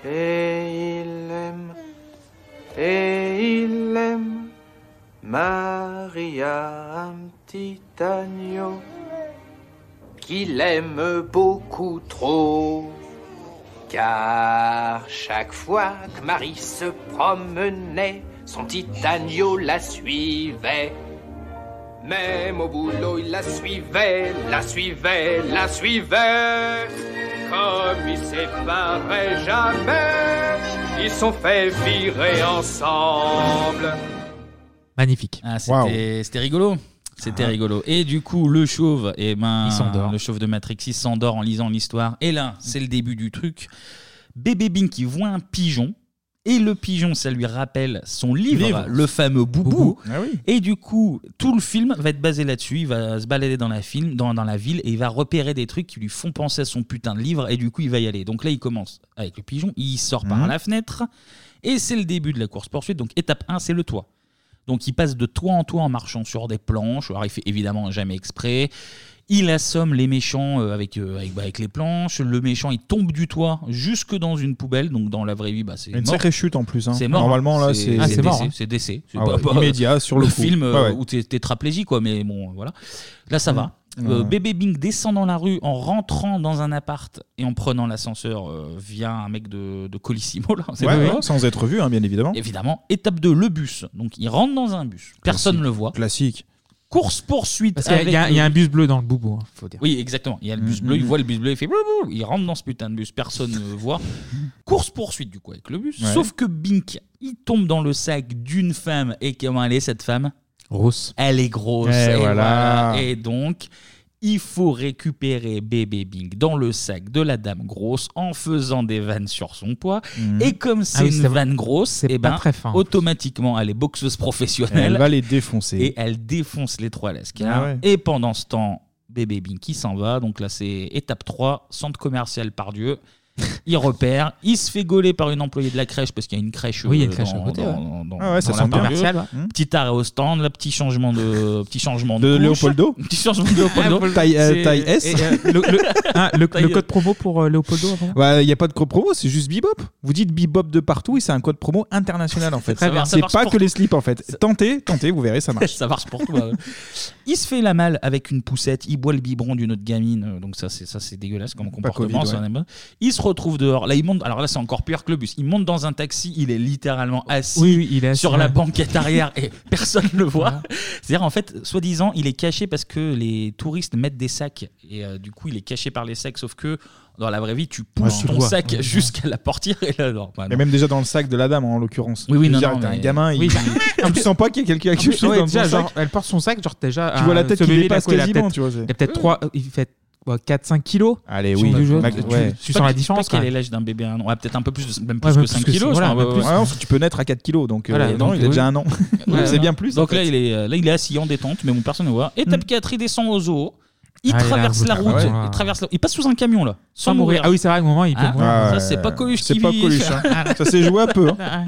Speaker 10: Et il aime, et il aime. Maria, un petit agneau. Qu'il aime beaucoup trop. Car chaque fois que Marie se promenait, son petit agneau la suivait. Même au boulot, il la suivait, la suivait, la suivait. Comme ils séparaient jamais, ils sont fait virer ensemble.
Speaker 8: Magnifique. Ah.
Speaker 1: Ah, c'était c'était rigolo. C'était rigolo. Et du coup, le chauve, et ben,
Speaker 8: Il s'endort.
Speaker 1: le chauve de Matrix, il s'endort en lisant l'histoire. Et là, c'est le début du truc. Bébé Bing qui voit un pigeon. Et le pigeon, ça lui rappelle son livre,
Speaker 9: Livre.
Speaker 1: le fameux Boubou.
Speaker 9: Ah oui.
Speaker 1: Et du coup, tout le film va être basé là-dessus. Il va se balader dans la, film, dans, dans la ville et il va repérer des trucs qui lui font penser à son putain de livre. Et du coup, il va y aller. Donc là, il commence avec le pigeon. Il sort par
Speaker 9: Mhm.
Speaker 1: la fenêtre. Et c'est le début de la course-poursuite. Donc étape 1, c'est le toit. Donc il passe de toit en toit en marchant sur des planches. Alors il fait évidemment jamais exprès. Il assomme les méchants euh, avec, euh, avec, bah, avec les planches. Le méchant, il tombe du toit jusque dans une poubelle. Donc dans la vraie vie, bah, c'est
Speaker 9: Une
Speaker 1: mort.
Speaker 9: sacrée chute en plus. hein.
Speaker 1: C'est mort.
Speaker 9: Normalement, là,
Speaker 1: c'est
Speaker 9: c'est.
Speaker 1: c'est décès, C'est décès. C'est
Speaker 9: Ah
Speaker 1: pas-
Speaker 9: ouais,
Speaker 1: pas-
Speaker 9: Immédiat sur le, coup.
Speaker 1: film euh,
Speaker 9: Ouais, ouais.
Speaker 1: où t'es tétraplégique, quoi. Mais bon, voilà. Là, ça
Speaker 9: Mm.
Speaker 1: va. Euh,
Speaker 9: Ouais.
Speaker 1: Bébé Bing descend dans la rue en rentrant dans un appart et en prenant l'ascenseur euh, via un mec de, de Colissimo. Là, C'est
Speaker 9: Ouais,
Speaker 1: pas
Speaker 9: ouais,
Speaker 1: vrai.
Speaker 9: sans être vu, hein, bien évidemment.
Speaker 1: Évidemment. Étape 2, le bus. Donc, il rentre dans un bus. Personne ne le voit.
Speaker 9: Classique.
Speaker 1: Course poursuite.
Speaker 8: Parce qu'il y a- il y, a- il y a un bus bleu dans le boubou, hein, faut dire.
Speaker 1: Oui, exactement. Il y a le bus bleu,
Speaker 9: Mm-hmm.
Speaker 1: il voit le bus bleu, il fait blou, blou. il rentre dans ce putain de bus, personne ne voit. Course poursuite du coup avec le bus,
Speaker 8: Ouais.
Speaker 1: sauf que Bink, il tombe dans le sac d'une femme et comment elle est cette femme
Speaker 8: Grosse.
Speaker 1: Elle est grosse.
Speaker 8: Eh
Speaker 1: et,
Speaker 8: voilà.
Speaker 1: voilà. Et donc il faut récupérer bébé Bink dans le sac de la dame grosse en faisant des vannes sur son poids. Et comme c'est
Speaker 9: Mm-hmm. Ah oui,
Speaker 1: une
Speaker 9: c'est vrai.
Speaker 1: vanne grosse, et
Speaker 9: pas
Speaker 1: ben,
Speaker 9: très fin, en fait.
Speaker 1: automatiquement elle est boxeuse professionnelle.
Speaker 9: Elle va les défoncer.
Speaker 1: Et elle défonce les trois lascars.
Speaker 9: Ah ouais.
Speaker 1: Et pendant ce temps, bébé Binky s'en va. Donc là, c'est étape 3, centre commercial Pardieu. il repère, il se fait gauler par une employée de la crèche parce qu'il y a une crèche.
Speaker 8: Oui, il y a une
Speaker 1: euh,
Speaker 8: crèche à
Speaker 1: dans-
Speaker 8: côté,
Speaker 1: dans-
Speaker 8: ouais.
Speaker 1: dans- dans-
Speaker 8: Ah ouais, ça
Speaker 1: dans
Speaker 8: sent bien.
Speaker 1: l'intérieur.
Speaker 8: Commercial,
Speaker 1: Petit arrêt au stand, là, petit changement de, petit changement de,
Speaker 9: De
Speaker 1: couche.
Speaker 9: Léopoldo
Speaker 1: Petit changement de Léopoldo.
Speaker 9: Taille, euh,
Speaker 1: C'est-
Speaker 9: taille S.
Speaker 1: et, euh,
Speaker 9: le,
Speaker 8: Ah,
Speaker 1: Taille-
Speaker 9: code
Speaker 8: promo pour euh, Léopoldo
Speaker 9: Bah, Il n'y a pas de code promo, c'est juste Bebop. Vous dites Bebop de partout et c'est un code promo international en fait.
Speaker 1: Très bien. Ça
Speaker 9: C'est
Speaker 1: marche
Speaker 9: pas
Speaker 1: pour
Speaker 9: que les
Speaker 1: tout.
Speaker 9: slips en fait. Tentez, tentez, vous verrez, ça marche.
Speaker 1: ça marche pour toi. ouais. il se fait la malle avec une poussette, il boit le biberon d'une autre gamine, euh, donc ça c'est ça c'est dégueulasse comme comportement.
Speaker 9: Covid,
Speaker 1: ça,
Speaker 9: ouais.
Speaker 1: on aime pas. Il se retrouve dehors. Là il monte. Alors là c'est encore pire que le bus. Il monte dans un taxi, il est littéralement assis,
Speaker 8: Oui, oui, il est assis,
Speaker 1: sur
Speaker 8: ouais.
Speaker 1: la banquette arrière et personne le voit. C'est-à-dire en fait, soi-disant, il est caché parce que les touristes mettent des sacs et euh, du coup il est caché par les sacs, sauf que dans la vraie vie tu
Speaker 9: Ouais,
Speaker 1: pousses
Speaker 9: tu le
Speaker 1: ton
Speaker 9: vois.
Speaker 1: sac
Speaker 9: Ouais.
Speaker 1: jusqu'à la portière et là non, bah,
Speaker 9: Mais
Speaker 1: non.
Speaker 9: même déjà dans le sac de la dame en l'occurrence.
Speaker 1: Oui, oui,
Speaker 9: Je veux
Speaker 1: non,
Speaker 9: dire,
Speaker 1: non,
Speaker 9: T'as un
Speaker 1: mais-
Speaker 9: gamin,
Speaker 1: Oui, Ah,
Speaker 9: il... tu sens pas qu'il y a quelqu'un qui a quelque chose
Speaker 8: Ouais,
Speaker 9: dans
Speaker 8: déjà,
Speaker 9: ton
Speaker 8: genre,
Speaker 9: sac.
Speaker 8: elle porte son sac, genre déjà.
Speaker 9: Tu vois la
Speaker 8: euh,
Speaker 9: tête
Speaker 8: ce
Speaker 9: qui
Speaker 8: bébé,
Speaker 9: dépasse
Speaker 8: là, quoi, il a
Speaker 9: quasiment,
Speaker 8: peut-être-
Speaker 9: tu vois, c'est-
Speaker 8: Il a peut-être
Speaker 9: Ouais.
Speaker 8: 3, il fait 4-5 kilos.
Speaker 9: Allez,
Speaker 8: Tu-
Speaker 9: oui.
Speaker 8: tu-
Speaker 9: Mac-
Speaker 8: tu-
Speaker 9: ouais.
Speaker 8: Tu sens la différence
Speaker 1: Je sais pas
Speaker 8: quand
Speaker 1: quel est
Speaker 8: même.
Speaker 1: l'âge d'un bébé un an. Ouais, peut-être un peu plus, même plus
Speaker 8: Ouais,
Speaker 1: que
Speaker 8: même
Speaker 1: 5
Speaker 8: plus que
Speaker 1: kilos.
Speaker 8: ça,
Speaker 1: je
Speaker 8: voilà,
Speaker 1: crois,
Speaker 8: même
Speaker 1: ouais,
Speaker 8: plus.
Speaker 1: ouais.
Speaker 9: Ouais, enfin, tu peux naître à 4 kilos, donc euh,
Speaker 1: Voilà,
Speaker 9: non,
Speaker 1: donc,
Speaker 9: il a
Speaker 1: oui.
Speaker 9: déjà un an.
Speaker 1: Ouais,
Speaker 9: c'est
Speaker 1: non.
Speaker 9: bien plus. en
Speaker 1: Donc là,
Speaker 9: fait. Hmm.
Speaker 1: il est, euh, là, il est assis en détente, mais bon, personne ne voit. Étape 4, il descend au zoo. Il
Speaker 8: Ah, il a
Speaker 1: traverse
Speaker 8: un
Speaker 1: la
Speaker 8: beau
Speaker 1: route.
Speaker 8: travail.
Speaker 1: il, traverse la- il passe sous un camion, là. Sans
Speaker 8: Sans mourir.
Speaker 1: mourir.
Speaker 8: Ah oui, c'est vrai, à un moment, il peut
Speaker 1: Ah,
Speaker 8: mourir.
Speaker 1: Ça, c'est pas Coluche
Speaker 9: C'est
Speaker 1: qui
Speaker 9: pas
Speaker 1: vit.
Speaker 9: Coluche. hein. Ça s'est joué à peu. hein.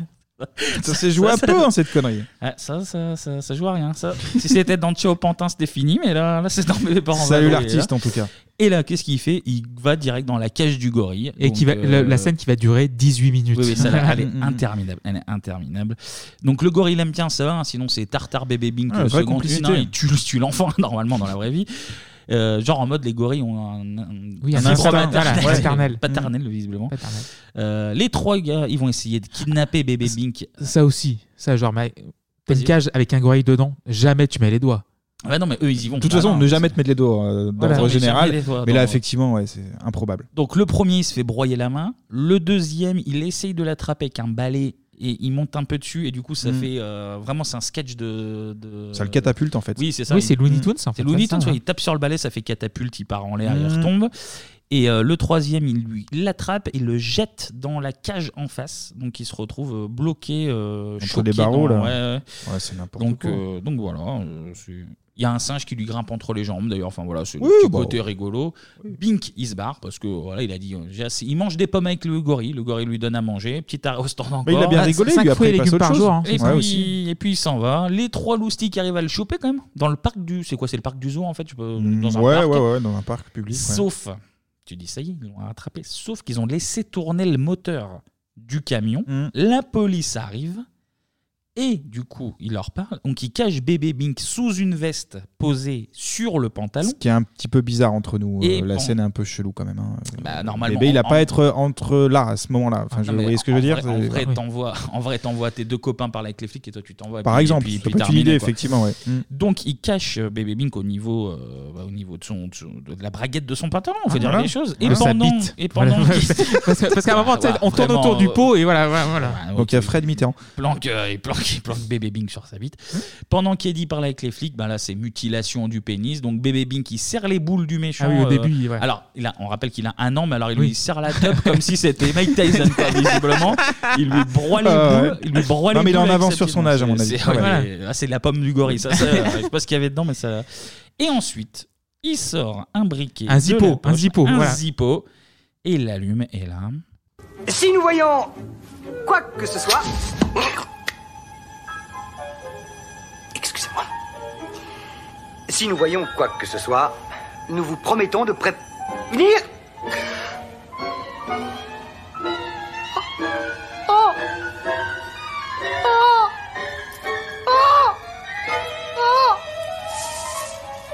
Speaker 9: Ça s'est joué à
Speaker 1: ça-
Speaker 9: peu, hein, cette connerie.
Speaker 1: Ah, ça, ça, ça, ça joue à rien, ça. si c'était dans Tchao Pantin, c'était fini, mais là, là c'est dans mes parents.
Speaker 9: Salut l'artiste, en tout cas.
Speaker 1: Et là, qu'est-ce qu'il fait Il va direct dans la cage du gorille.
Speaker 8: Et qui va,
Speaker 1: Donc,
Speaker 8: la,
Speaker 1: euh,
Speaker 8: la scène qui va durer 18 minutes. Mm,
Speaker 1: Oui, oui, celle-là, elle est interminable. Elle est interminable. Donc le gorille aime bien ça, hein, sinon c'est tartare bébé Bing
Speaker 8: Ah,
Speaker 1: le
Speaker 8: vraie
Speaker 1: second.
Speaker 8: complicité.
Speaker 1: Sinon, il tue, il tue l'enfant normalement dans la vraie vie. Euh, genre en mode les gorilles ont un, un,
Speaker 8: Oui, un
Speaker 1: syndrome
Speaker 8: instinct,
Speaker 1: maternel.
Speaker 8: voilà, paternel.
Speaker 1: paternel visiblement. Euh, les trois gars, ils vont essayer de kidnapper bébé Bink.
Speaker 8: Ça aussi, ça, genre, mais t'as une
Speaker 1: Vas-y.
Speaker 8: cage avec un gorille dedans, jamais tu mets les doigts.
Speaker 1: Ouais, non mais eux ils y vont.
Speaker 9: De toute
Speaker 1: Ah,
Speaker 9: façon,
Speaker 1: non,
Speaker 9: ne jamais te mettre les doigts euh,
Speaker 1: Voilà.
Speaker 9: d'ordre
Speaker 1: Jamais
Speaker 9: général.
Speaker 1: les doigts
Speaker 9: Mais là,
Speaker 1: dans-
Speaker 9: effectivement, ouais, c'est improbable.
Speaker 1: Donc le premier, il se fait broyer la main. Le deuxième, il essaye de l'attraper avec un balai et il monte un peu dessus et du coup ça
Speaker 9: Mm.
Speaker 1: fait euh, vraiment c'est un sketch de, de-
Speaker 9: Ça le catapulte, en fait.
Speaker 1: Oui, c'est ça.
Speaker 9: Oui,
Speaker 1: Il-
Speaker 9: c'est Looney Tunes,
Speaker 1: C'est
Speaker 9: en fait,
Speaker 1: Looney
Speaker 9: comme ça, hein.
Speaker 1: Tunes, ouais.
Speaker 9: ouais.
Speaker 1: il tape sur le balai, ça fait catapulte, il part en l'air, il
Speaker 9: Mm.
Speaker 1: retombe. Et euh, le troisième, il lui il l'attrape et le jette dans la cage en face. Donc il se retrouve euh, bloqué euh,
Speaker 9: Entre
Speaker 1: choqué
Speaker 9: les barreaux,
Speaker 1: dans-
Speaker 9: là.
Speaker 1: ouais, ouais.
Speaker 9: Ouais, c'est n'importe
Speaker 1: donc,
Speaker 9: quoi.
Speaker 1: euh, donc voilà, euh, c'est- il y a un singe qui lui grimpe entre les jambes d'ailleurs. Enfin voilà, c'est
Speaker 9: Oui,
Speaker 1: le petit
Speaker 9: bah,
Speaker 1: côté rigolo. Bink, il se barre parce que voilà, il a dit euh, j'ai assez- il mange des pommes avec le gorille, le gorille lui donne à manger, petit arrostant encore.
Speaker 9: Mais il a bien rigolé,
Speaker 1: cinq
Speaker 9: lui, après,
Speaker 1: fruits et
Speaker 9: il passe
Speaker 1: légumes hein.
Speaker 9: à autre chose.
Speaker 1: Et,
Speaker 9: Ouais,
Speaker 1: puis,
Speaker 9: aussi.
Speaker 1: et puis il s'en va. Les trois loustiques arrivent à le choper quand même dans le parc du c'est quoi c'est le parc du zoo en fait, tu peux dans un
Speaker 9: Mm, ouais,
Speaker 1: parc.
Speaker 9: ouais, ouais, dans un parc public. ouais.
Speaker 1: Sauf, tu dis ça y est, ils l'ont rattrapé. Sauf qu'ils ont laissé tourner le moteur du camion.
Speaker 9: Mm.
Speaker 1: La police arrive. Et du coup, il leur parle. Donc, il cache bébé Bink sous une veste posée sur le pantalon.
Speaker 9: Ce qui est un petit peu bizarre entre nous.
Speaker 1: Et
Speaker 9: euh, la
Speaker 1: bon.
Speaker 9: scène est un peu chelou quand même. hein.
Speaker 1: Bah, normalement,
Speaker 9: Bébé, il a
Speaker 1: en- Ah,
Speaker 9: pas à être euh, entre là, à ce moment-là. Enfin, je-
Speaker 1: Non,
Speaker 9: vous
Speaker 1: mais
Speaker 9: voyez ce que je
Speaker 1: en
Speaker 9: veux dire
Speaker 1: vrai- En
Speaker 9: C'est-
Speaker 8: Ah
Speaker 1: vrai, t'envoies- en vrai, t'envoies tes deux copains parler avec les flics et toi, tu t'envoies. et
Speaker 9: Par
Speaker 1: puis- et
Speaker 9: exemple,
Speaker 1: puis-
Speaker 9: ça
Speaker 1: puis
Speaker 9: peut être une
Speaker 1: terminé,
Speaker 9: idée,
Speaker 1: quoi.
Speaker 9: effectivement, ouais. Mm.
Speaker 1: Donc, il cache euh, bébé Bink au niveau, euh, bah, au niveau de, son, de son- de la braguette de son pantalon, on
Speaker 8: Ah,
Speaker 1: va dire
Speaker 8: voilà.
Speaker 1: les choses. Et
Speaker 8: Ouais, ça
Speaker 1: pendant.
Speaker 8: bite.
Speaker 1: Et pendant
Speaker 8: Voilà.
Speaker 1: qu'il- euh,
Speaker 8: Parce que- parce qu'à un moment, tu sais, on tourne autour du pot et voilà, voilà, voilà.
Speaker 1: Ah,
Speaker 9: Donc, il y a Fred Mitterrand.
Speaker 1: planque, euh, il planque, il planque bébé Bing sur sa bite. Pendant qu'Eddie parle avec les flics, ben là c'est mutilation du pénis. Donc bébé Bing qui serre les boules du méchant. euh,
Speaker 8: Ah oui, au début, ouais.
Speaker 1: Alors il a- on rappelle qu'il a un an, mais alors il lui serre la teub comme si c'était Mike Tyson, quoi, visiblement. Il lui broie les
Speaker 9: Ah,
Speaker 1: boules.
Speaker 9: ouais.
Speaker 1: Il lui broie
Speaker 9: Non,
Speaker 1: les
Speaker 9: mais il est
Speaker 1: boules
Speaker 9: en
Speaker 1: avec
Speaker 9: avance
Speaker 1: sa
Speaker 9: sur
Speaker 1: petite
Speaker 9: son
Speaker 1: main.
Speaker 9: âge, à mon
Speaker 1: C'est-
Speaker 9: avis.
Speaker 1: c'est- ouais,
Speaker 9: Voilà.
Speaker 1: mais là, c'est de la pomme du gorille. Ça, ça, je sais pas ce qu'il y avait dedans, mais ça. Et ensuite, il sort un briquet.
Speaker 8: Un
Speaker 1: de
Speaker 8: Zippo,
Speaker 1: la poche,
Speaker 8: un Zippo,
Speaker 1: un
Speaker 8: voilà.
Speaker 1: Zippo, et il l'allume. Et là.
Speaker 2: Si nous voyons quoi que ce soit. Excusez-moi. Si nous voyons quoi que ce soit, nous vous promettons de prévenir.
Speaker 15: Oh Oh Oh Oh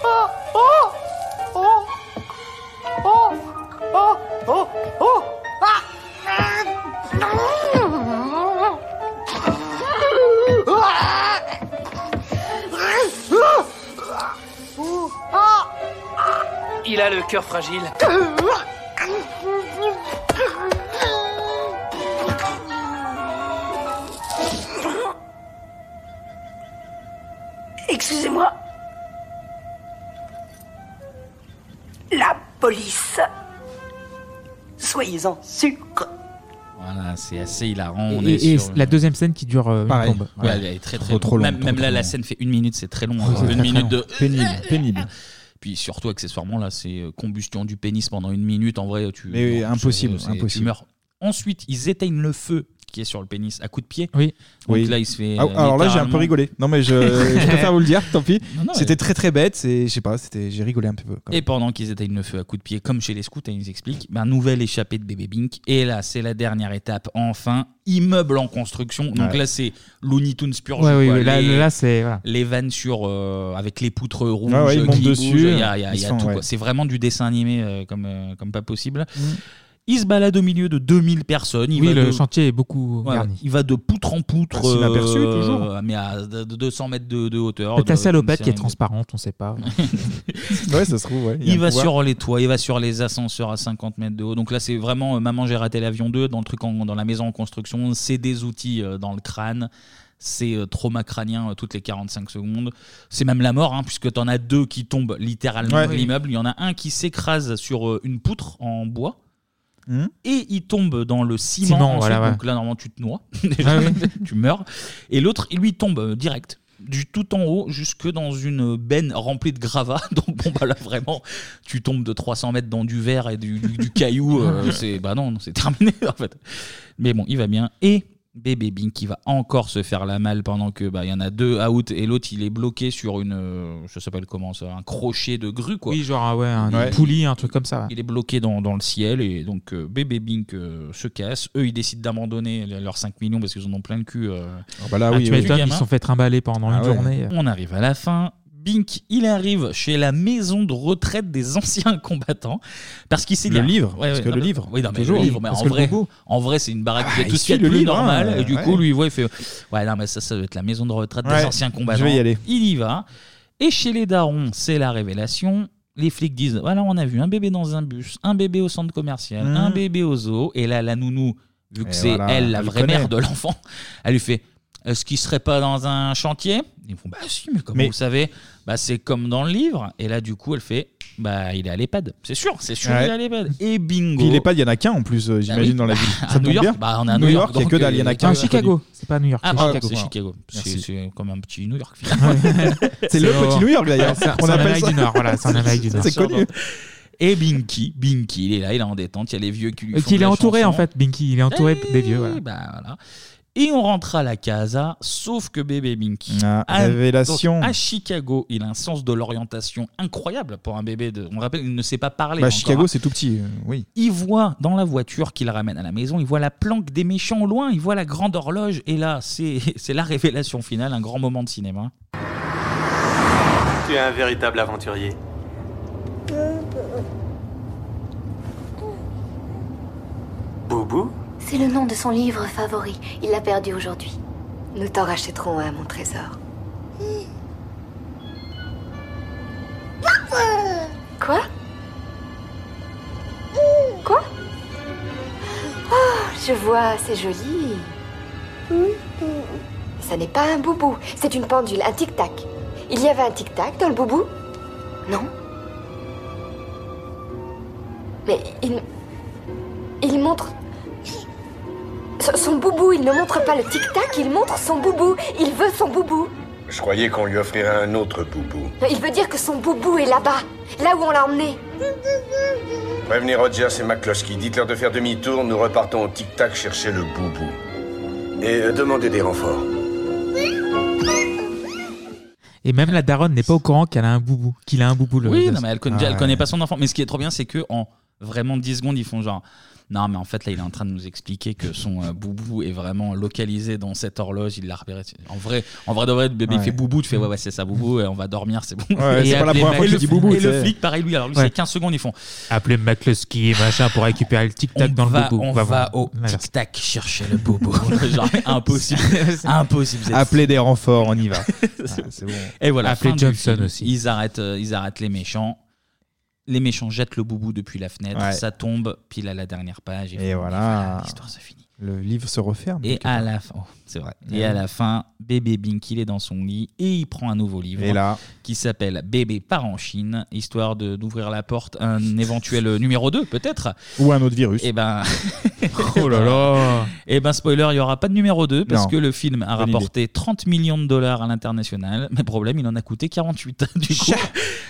Speaker 15: Oh Oh Oh Oh Oh Oh Oh Ah
Speaker 10: Ah Il a le cœur fragile.
Speaker 15: Excusez-moi. La police. Soyez-en sûrs.
Speaker 1: Voilà, c'est assez hilarant. on
Speaker 8: Et,
Speaker 1: est
Speaker 8: et
Speaker 1: sur-
Speaker 8: la deuxième scène qui dure euh, une tombe.
Speaker 1: Ouais, elle est très, très
Speaker 8: Trop,
Speaker 1: longue.
Speaker 8: trop longue,
Speaker 1: même
Speaker 8: trop,
Speaker 1: même
Speaker 8: trop
Speaker 1: là, la
Speaker 8: longue.
Speaker 1: scène fait une minute, c'est très long.
Speaker 8: Oui, c'est
Speaker 1: une
Speaker 8: très, très
Speaker 1: minute
Speaker 8: long.
Speaker 1: de.
Speaker 9: Pénible, pénible.
Speaker 1: Puis surtout, accessoirement, là, c'est euh, combustion du pénis pendant une minute. En vrai, tu,
Speaker 9: Mais oui,
Speaker 1: non,
Speaker 9: impossible,
Speaker 1: c'est- tu
Speaker 9: impossible.
Speaker 1: meurs. Ensuite, ils éteignent le feu qui est sur le pénis à coups de pied.
Speaker 9: Oui.
Speaker 1: Donc
Speaker 9: Oui.
Speaker 1: là, il se fait.
Speaker 9: Ah,
Speaker 1: euh,
Speaker 9: alors là, j'ai un peu
Speaker 1: littéralement-
Speaker 9: rigolé. Non, mais je, je préfère vous le dire, tant pis.
Speaker 1: Non, non,
Speaker 9: C'était
Speaker 1: mais-
Speaker 9: très très bête, et je sais pas, c'était- j'ai rigolé un petit peu.
Speaker 1: Et pendant qu'ils éteignent le feu à coups de pied, comme chez les scouts, hein, ils expliquent, ben, nouvelle échappée de bébé Bink. Et là, c'est la dernière étape, enfin, immeuble en construction. Donc
Speaker 8: Ouais.
Speaker 1: là, c'est Looney Tunes pur.
Speaker 8: Ouais,
Speaker 1: jus,
Speaker 8: oui,
Speaker 1: quoi.
Speaker 8: oui, là-
Speaker 1: les,
Speaker 8: là, c'est- voilà.
Speaker 1: les vannes sur, euh, avec les poutres rouges
Speaker 9: Ah ouais, ils
Speaker 1: euh,
Speaker 9: montent
Speaker 1: qui
Speaker 9: dessus,
Speaker 1: bougent. Il y a, il y a-
Speaker 9: ils
Speaker 1: il y a
Speaker 9: sont,
Speaker 1: tout. quoi.
Speaker 9: ouais.
Speaker 1: C'est vraiment du dessin animé euh, comme, euh, comme pas possible. Il se balade au milieu de 2000 personnes. Il
Speaker 8: Mm. Oui,
Speaker 1: va
Speaker 8: le
Speaker 1: de-
Speaker 8: chantier est beaucoup
Speaker 1: Ouais,
Speaker 8: garni.
Speaker 1: Il va de poutre en poutre.
Speaker 8: Ah, c'est inaperçu, toujours.
Speaker 1: Mais à de- de 200 mètres de, de hauteur.
Speaker 8: T'as
Speaker 1: Oh, de-
Speaker 8: salopette
Speaker 1: de-
Speaker 8: qui est transparente, on sait pas.
Speaker 9: ouais, ça se trouve, ouais.
Speaker 1: il va sur les toits, il va sur les ascenseurs à 50 mètres de haut. Donc là, c'est vraiment euh, Maman, j'ai raté l'avion 2 dans le truc en- dans la maison en construction. C'est des outils euh, dans le crâne. C'est euh, trauma crânien euh, toutes les 45 secondes. C'est même la mort, hein, puisque t'en as deux qui tombent littéralement
Speaker 9: Ouais.
Speaker 1: de l'immeuble. Il y en a un qui s'écrase sur euh, une poutre en bois.
Speaker 9: Hmm.
Speaker 1: Et il tombe dans le ciment.
Speaker 8: Ciment,
Speaker 1: ensuite.
Speaker 8: voilà, ouais.
Speaker 1: Donc là, normalement, tu te noies. Déjà,
Speaker 8: Ah oui.
Speaker 1: tu meurs. Et l'autre, lui, tombe euh, direct, du tout en haut jusque dans une benne remplie de gravats. Donc bon, bah là, vraiment, tu tombes de 300 mètres dans du verre et du, du- du caillou. euh, c'est bah non, non, c'est terminé en fait. Mais bon, il va bien. Et bébé Bing qui va encore se faire la malle pendant que bah il y en a deux out et l'autre il est bloqué sur une euh, ça s'appelle comment ça un crochet de grue quoi
Speaker 8: Oui, genre, ah ouais, un- une
Speaker 1: Ouais.
Speaker 8: poulie, un truc comme ça.
Speaker 1: il est bloqué dans, dans le ciel et donc euh, bébé Bink euh, se casse. Eux, ils décident d'abandonner le- leurs 5 millions parce qu'ils en ont plein le cul. euh,
Speaker 8: bah là,
Speaker 1: à
Speaker 8: oui,
Speaker 1: tuer du
Speaker 8: oui. Tu m'étonnes,
Speaker 1: gamin.
Speaker 8: ils se sont fait trimballer pendant une journée.
Speaker 1: On arrive à la fin. Bink, il arrive chez la maison de retraite des anciens combattants parce qu'il s'est
Speaker 9: Le
Speaker 1: dit-
Speaker 9: livre,
Speaker 1: Ouais,
Speaker 9: parce
Speaker 1: ouais,
Speaker 9: que
Speaker 1: non,
Speaker 9: le
Speaker 1: mais-
Speaker 9: livre,
Speaker 1: oui, non, mais
Speaker 9: toujours.
Speaker 1: le livre, mais
Speaker 9: Parce
Speaker 1: en
Speaker 9: que le
Speaker 1: vrai,
Speaker 9: gogo.
Speaker 1: en vrai, c'est une baraque qui
Speaker 9: Ah,
Speaker 1: a tout
Speaker 9: il
Speaker 1: ce qu'il y a de
Speaker 9: suit le
Speaker 1: plus
Speaker 9: livre, hein,
Speaker 1: normal. et du
Speaker 9: ouais.
Speaker 1: coup, lui, ouais, il fait ouais, non, mais ça, ça doit être la maison de retraite
Speaker 9: Ouais,
Speaker 1: des anciens combattants.
Speaker 9: je vais y aller.
Speaker 1: Il y va. Et chez les darons, c'est la révélation. Les flics disent voilà, on a vu un bébé dans un bus, un bébé au centre commercial,
Speaker 9: Mhm.
Speaker 1: un bébé au zoo. Et là, la nounou, vu
Speaker 9: Et
Speaker 1: que c'est
Speaker 9: voilà,
Speaker 1: elle, la
Speaker 9: elle
Speaker 1: vraie
Speaker 9: connaît.
Speaker 1: mère de l'enfant, elle lui fait est-ce qu'il serait pas dans un chantier Ils font bah si, mais comme
Speaker 9: Mais-
Speaker 1: vous savez, bah, c'est comme dans le livre. Et là, du coup, elle fait bah il est à l'EHPAD. C'est sûr, c'est sûr,
Speaker 9: Ouais.
Speaker 1: il est à l'EHPAD. Et bingo.
Speaker 9: Puis il est pas, il y en a qu'un en plus, euh, j'imagine,
Speaker 1: oui.
Speaker 9: dans la ville.
Speaker 1: À
Speaker 9: Ça tombe
Speaker 1: New York,
Speaker 9: bien.
Speaker 1: bah, on est à
Speaker 9: New
Speaker 1: New
Speaker 9: York, il y a
Speaker 1: York,
Speaker 9: que dalle, il y en a
Speaker 1: donc,
Speaker 9: qu'un.
Speaker 1: euh, Chicago,
Speaker 8: c'est pas New York,
Speaker 1: Ah,
Speaker 8: c'est
Speaker 1: pardon,
Speaker 8: Chicago.
Speaker 1: c'est
Speaker 8: Wow.
Speaker 1: Chicago. C'est-
Speaker 8: Merci.
Speaker 1: C'est comme un petit New York.
Speaker 9: C'est le petit New York, d'ailleurs.
Speaker 1: C'est-
Speaker 9: On
Speaker 1: c'est en
Speaker 9: appelle
Speaker 1: Amérique
Speaker 9: ça-
Speaker 1: du Nord, voilà, c'est en
Speaker 9: C'est-
Speaker 1: Amérique du
Speaker 9: c'est
Speaker 1: Nord.
Speaker 9: connu.
Speaker 1: Et Binky, Binky, il est là, il est en détente. Il y a les vieux
Speaker 9: Euh,
Speaker 1: qui lui
Speaker 8: Et
Speaker 1: font de
Speaker 8: qu'il est
Speaker 1: la
Speaker 8: entouré,
Speaker 1: chanson.
Speaker 8: en fait, Binky. Il est entouré
Speaker 1: Eh,
Speaker 8: des vieux. voilà.
Speaker 1: bah, voilà. Et on rentre à la casa, sauf que bébé Binky.
Speaker 9: Ah,
Speaker 1: à-
Speaker 9: révélation.
Speaker 1: donc, à Chicago, il a un sens de l'orientation incroyable pour un bébé. De, on le rappelle, il ne sait pas parler.
Speaker 9: Bah,
Speaker 1: encore,
Speaker 9: Chicago,
Speaker 1: hein.
Speaker 9: c'est tout petit, euh, oui.
Speaker 1: Il voit dans la voiture qu'il ramène à la maison, il voit la planque des méchants au loin, il voit la grande horloge, et là, c'est c'est la révélation finale, un grand moment de cinéma.
Speaker 7: Tu es un véritable aventurier. Boubou
Speaker 23: C'est le nom de son livre favori. Il l'a perdu aujourd'hui. Nous t'en rachèterons un, mon trésor.
Speaker 3: Quoi Quoi Oh, je vois, c'est joli. Ça n'est pas un boubou, c'est une pendule, un tic-tac. Il y avait un tic-tac dans le boubou Non Mais il... Il montre... Son- Son boubou, il ne montre pas le tic-tac, il montre son boubou. Il veut son boubou.
Speaker 4: Je croyais qu'on lui offrirait un autre boubou.
Speaker 3: Il veut dire que son boubou est là-bas, là où on l'a emmené.
Speaker 4: Prévenez Rogers et McCloskey. Dites-leur de faire demi-tour. Nous repartons au tic-tac chercher le boubou. Et euh, demandez des renforts.
Speaker 8: Et même la daronne n'est pas au courant qu'elle a un boubou. Qu'il a un boubou. le-
Speaker 1: oui,
Speaker 8: le-
Speaker 1: non, mais elle connaît,
Speaker 8: Ah,
Speaker 1: elle connaît
Speaker 8: ouais.
Speaker 1: pas son enfant. Mais ce qui est trop bien, c'est que en vraiment 10 secondes, ils font genre. Non, mais en fait, là, il est en train de nous expliquer que son euh, boubou est vraiment localisé dans cette horloge. Il l'a repéré. En vrai, en vrai, de vrai, le bébé
Speaker 9: Ouais.
Speaker 1: fait boubou. Tu fais, ouais, ouais, c'est ça, boubou. Et on va dormir, c'est bon.
Speaker 9: Ouais,
Speaker 1: Et
Speaker 9: c'est pas la
Speaker 1: appeler
Speaker 9: première fois
Speaker 1: Mac-
Speaker 9: que je dis boubou,
Speaker 1: Et
Speaker 9: tu
Speaker 1: le
Speaker 9: sais.
Speaker 1: flic, pareil, lui. Alors, lui,
Speaker 8: Ouais.
Speaker 1: c'est 15 secondes, ils font.
Speaker 8: Appeler McCluskey et machin pour récupérer le tic-tac dans
Speaker 1: va,
Speaker 8: le boubou.
Speaker 1: on
Speaker 8: va voir.
Speaker 1: va au tic-tac chercher le boubou. genre, impossible. impossible. c'est-
Speaker 9: Appeler des renforts, on y va. Ah, c'est bon.
Speaker 1: Et voilà.
Speaker 8: Appelez
Speaker 1: fin du
Speaker 8: Johnson
Speaker 1: film.
Speaker 8: aussi.
Speaker 1: Ils arrêtent, euh, ils arrêtent les méchants. Les méchants jettent le boubou depuis la fenêtre.
Speaker 9: Ouais.
Speaker 1: Ça tombe pile à la dernière page.
Speaker 9: Et voilà.
Speaker 1: L'histoire se finit.
Speaker 9: Le livre se referme.
Speaker 1: Et à la fin, oh, c'est vrai. Et à la fin, bébé Bink, il est dans son lit et il prend un nouveau livre
Speaker 9: Et là.
Speaker 1: qui s'appelle Bébé part en Chine, histoire de- d'ouvrir la porte à un éventuel numéro 2 peut-être.
Speaker 9: Ou un autre virus.
Speaker 1: Et ben,
Speaker 9: Oh là là
Speaker 1: et ben spoiler, il y aura pas de numéro 2 parce
Speaker 9: Non.
Speaker 1: que le film a
Speaker 9: Bonne idée.
Speaker 1: rapporté 30 millions de dollars à l'international. Mais problème, il en a coûté 48. Du coup,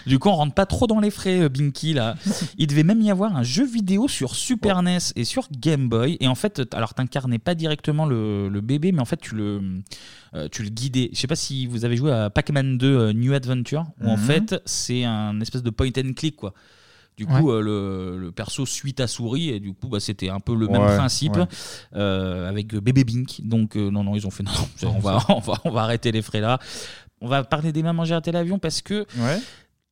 Speaker 1: du coup, on rentre pas trop dans les frais, euh, Binky là. Il devait même y avoir un jeu vidéo sur Super
Speaker 9: Oh.
Speaker 1: NES et sur Game Boy. Et en fait, t- alors t'incarnais pas directement le, le bébé, mais en fait tu le euh, tu le guidais. Je sais pas si vous avez joué à Pac-Man 2 euh, New Adventure, où en
Speaker 9: Mhm.
Speaker 1: fait c'est un espèce de point and click quoi. Du coup,
Speaker 9: Ouais.
Speaker 1: euh, le, le perso suit ta souris et du coup, bah, c'était un peu le même
Speaker 9: Ouais,
Speaker 1: principe
Speaker 9: ouais.
Speaker 1: euh, avec Bébé Bink. Donc, euh, non, non, ils ont fait non, non, on, va, on, va, on va arrêter les frais là. On va parler des mamans gérées à l'avion parce que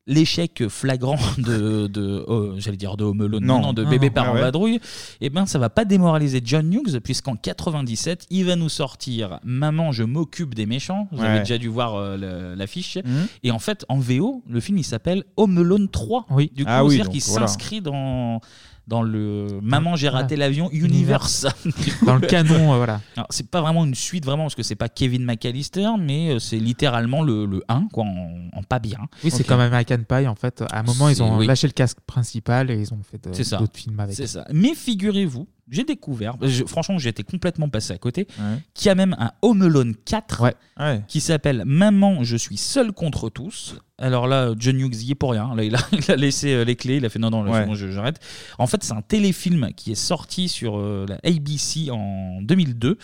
Speaker 1: l'échec flagrant de, de oh, j'allais dire de Home Alone,
Speaker 9: Non.
Speaker 1: non, non, de
Speaker 9: Ah,
Speaker 1: Bébé
Speaker 9: non,
Speaker 1: par
Speaker 9: ouais, ouais.
Speaker 1: vadrouille, eh ben, ça va pas démoraliser John Hughes puisqu'en 97, il va nous sortir Maman, je m'occupe des méchants. Vous avez
Speaker 9: Ouais.
Speaker 1: déjà dû voir euh, le- l'affiche.
Speaker 9: Mhm.
Speaker 1: Et en fait, en VO, le film il s'appelle Home Alone 3.
Speaker 9: Oui.
Speaker 1: Du coup,
Speaker 9: Ah oui,
Speaker 1: c'est-à-dire
Speaker 9: donc,
Speaker 1: qu'il
Speaker 9: voilà.
Speaker 1: s'inscrit dans dans le Maman j'ai raté l'avion universe
Speaker 9: Universe. Dans le canon, euh, voilà.
Speaker 1: Alors, c'est pas vraiment une suite vraiment parce que c'est pas Kevin McAllister mais euh, c'est littéralement le, le 1 quoi en, en pas bien.
Speaker 8: Oui, c'est
Speaker 1: Ok.
Speaker 8: comme American Pie en fait. À un moment, ils
Speaker 1: C'est-
Speaker 8: ont
Speaker 1: oui.
Speaker 8: lâché le casque principal et ils ont fait euh,
Speaker 1: C'est ça.
Speaker 8: d'autres films avec.
Speaker 1: C'est ça. Mais figurez-vous, j'ai découvert, je- franchement, j'étais complètement passé à côté, qu'il y a même un Home Alone 4 qui s'appelle Maman, je suis seul contre tous. Alors là, John Hughes y est pour rien. hein. Là, il, a, il a laissé euh, les clés, il a fait non, non, là,
Speaker 9: Ouais.
Speaker 1: c'est bon, je- j'arrête. En fait, c'est un téléfilm qui est sorti sur euh, la ABC en 2002.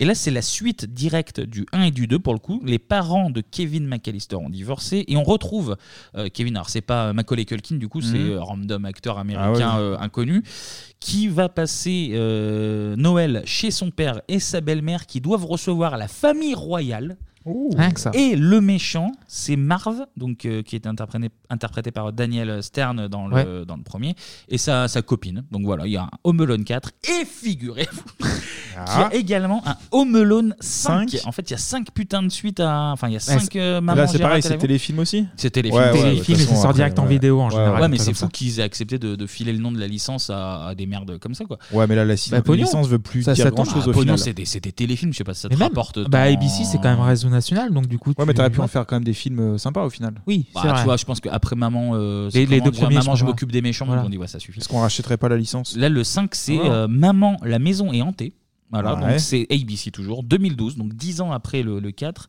Speaker 1: Et là, c'est la suite directe du 1 et du 2 pour le coup. Les parents de Kevin McAllister ont divorcé et on retrouve euh, Kevin. Alors, c'est pas Macaulay Culkin, du coup, c'est
Speaker 9: Mhm.
Speaker 1: euh, random acteur américain
Speaker 9: Ah ouais.
Speaker 1: américain euh, inconnu, qui va passer euh, Noël chez son père et sa belle-mère, qui doivent recevoir la famille royale.
Speaker 8: Rien que ça.
Speaker 1: Et le méchant, c'est Marv, donc, euh, qui est interprété, interprété par Daniel Stern dans le,
Speaker 8: Ouais.
Speaker 1: dans le premier, et sa, sa copine. Donc voilà, il y a un Home Alone 4, et figurez-vous qu'il y a également un Home Alone 5.
Speaker 9: Ah. Cinq.
Speaker 1: En fait, il y a 5 putains de suites à... Enfin, il y a
Speaker 9: Ouais,
Speaker 1: 5
Speaker 9: c'est-
Speaker 1: mamans
Speaker 9: Là, c'est
Speaker 1: Gérard
Speaker 9: pareil,
Speaker 1: à
Speaker 9: c'est
Speaker 1: l'avion.
Speaker 9: téléfilm aussi
Speaker 1: C'est téléfilm.
Speaker 9: Ouais, ouais,
Speaker 8: Téléfilm,
Speaker 9: de toute
Speaker 8: et
Speaker 9: façon,
Speaker 8: ça sort direct en vidéo, en
Speaker 9: ouais,
Speaker 8: général.
Speaker 1: Ouais, mais
Speaker 8: comme
Speaker 1: c'est
Speaker 8: ça.
Speaker 1: fou qu'ils aient accepté de, de filer le nom de la licence à, à des merdes comme ça, quoi.
Speaker 9: Ouais, mais là, la, si-
Speaker 8: Bah,
Speaker 9: la
Speaker 8: pognon.
Speaker 9: licence veut plus
Speaker 8: Ça,
Speaker 9: dire
Speaker 8: ça tombe.
Speaker 9: grand-chose
Speaker 8: Ah,
Speaker 9: au
Speaker 8: pognon,
Speaker 9: final.
Speaker 1: C'est des, c'est des téléfilms, je sais pas si ça te
Speaker 8: Mais même,
Speaker 1: rapporte.
Speaker 8: bah,
Speaker 1: tant-
Speaker 8: ABC, c'est quand même réseau national, donc du coup.
Speaker 9: Ouais, mais
Speaker 8: tu-
Speaker 9: t'aurais pu en faire quand même des films euh, sympas au final.
Speaker 8: Oui,
Speaker 1: Bah, tu vois, je pense qu'après Maman, euh, c'est
Speaker 9: Les- les
Speaker 1: comment
Speaker 9: deux
Speaker 1: déjà,
Speaker 9: premiers,
Speaker 1: Maman,
Speaker 9: je
Speaker 1: je
Speaker 9: crois.
Speaker 1: m'occupe des méchants,
Speaker 9: Voilà.
Speaker 1: on dit, ouais, ça suffit.
Speaker 9: Est-ce qu'on rachèterait pas la licence
Speaker 1: Là, le 5, c'est
Speaker 9: Ah.
Speaker 1: euh, Maman, la maison est hantée. Voilà,
Speaker 9: Ouais.
Speaker 1: donc c'est ABC toujours, 2012, donc 10 ans après le, le 4.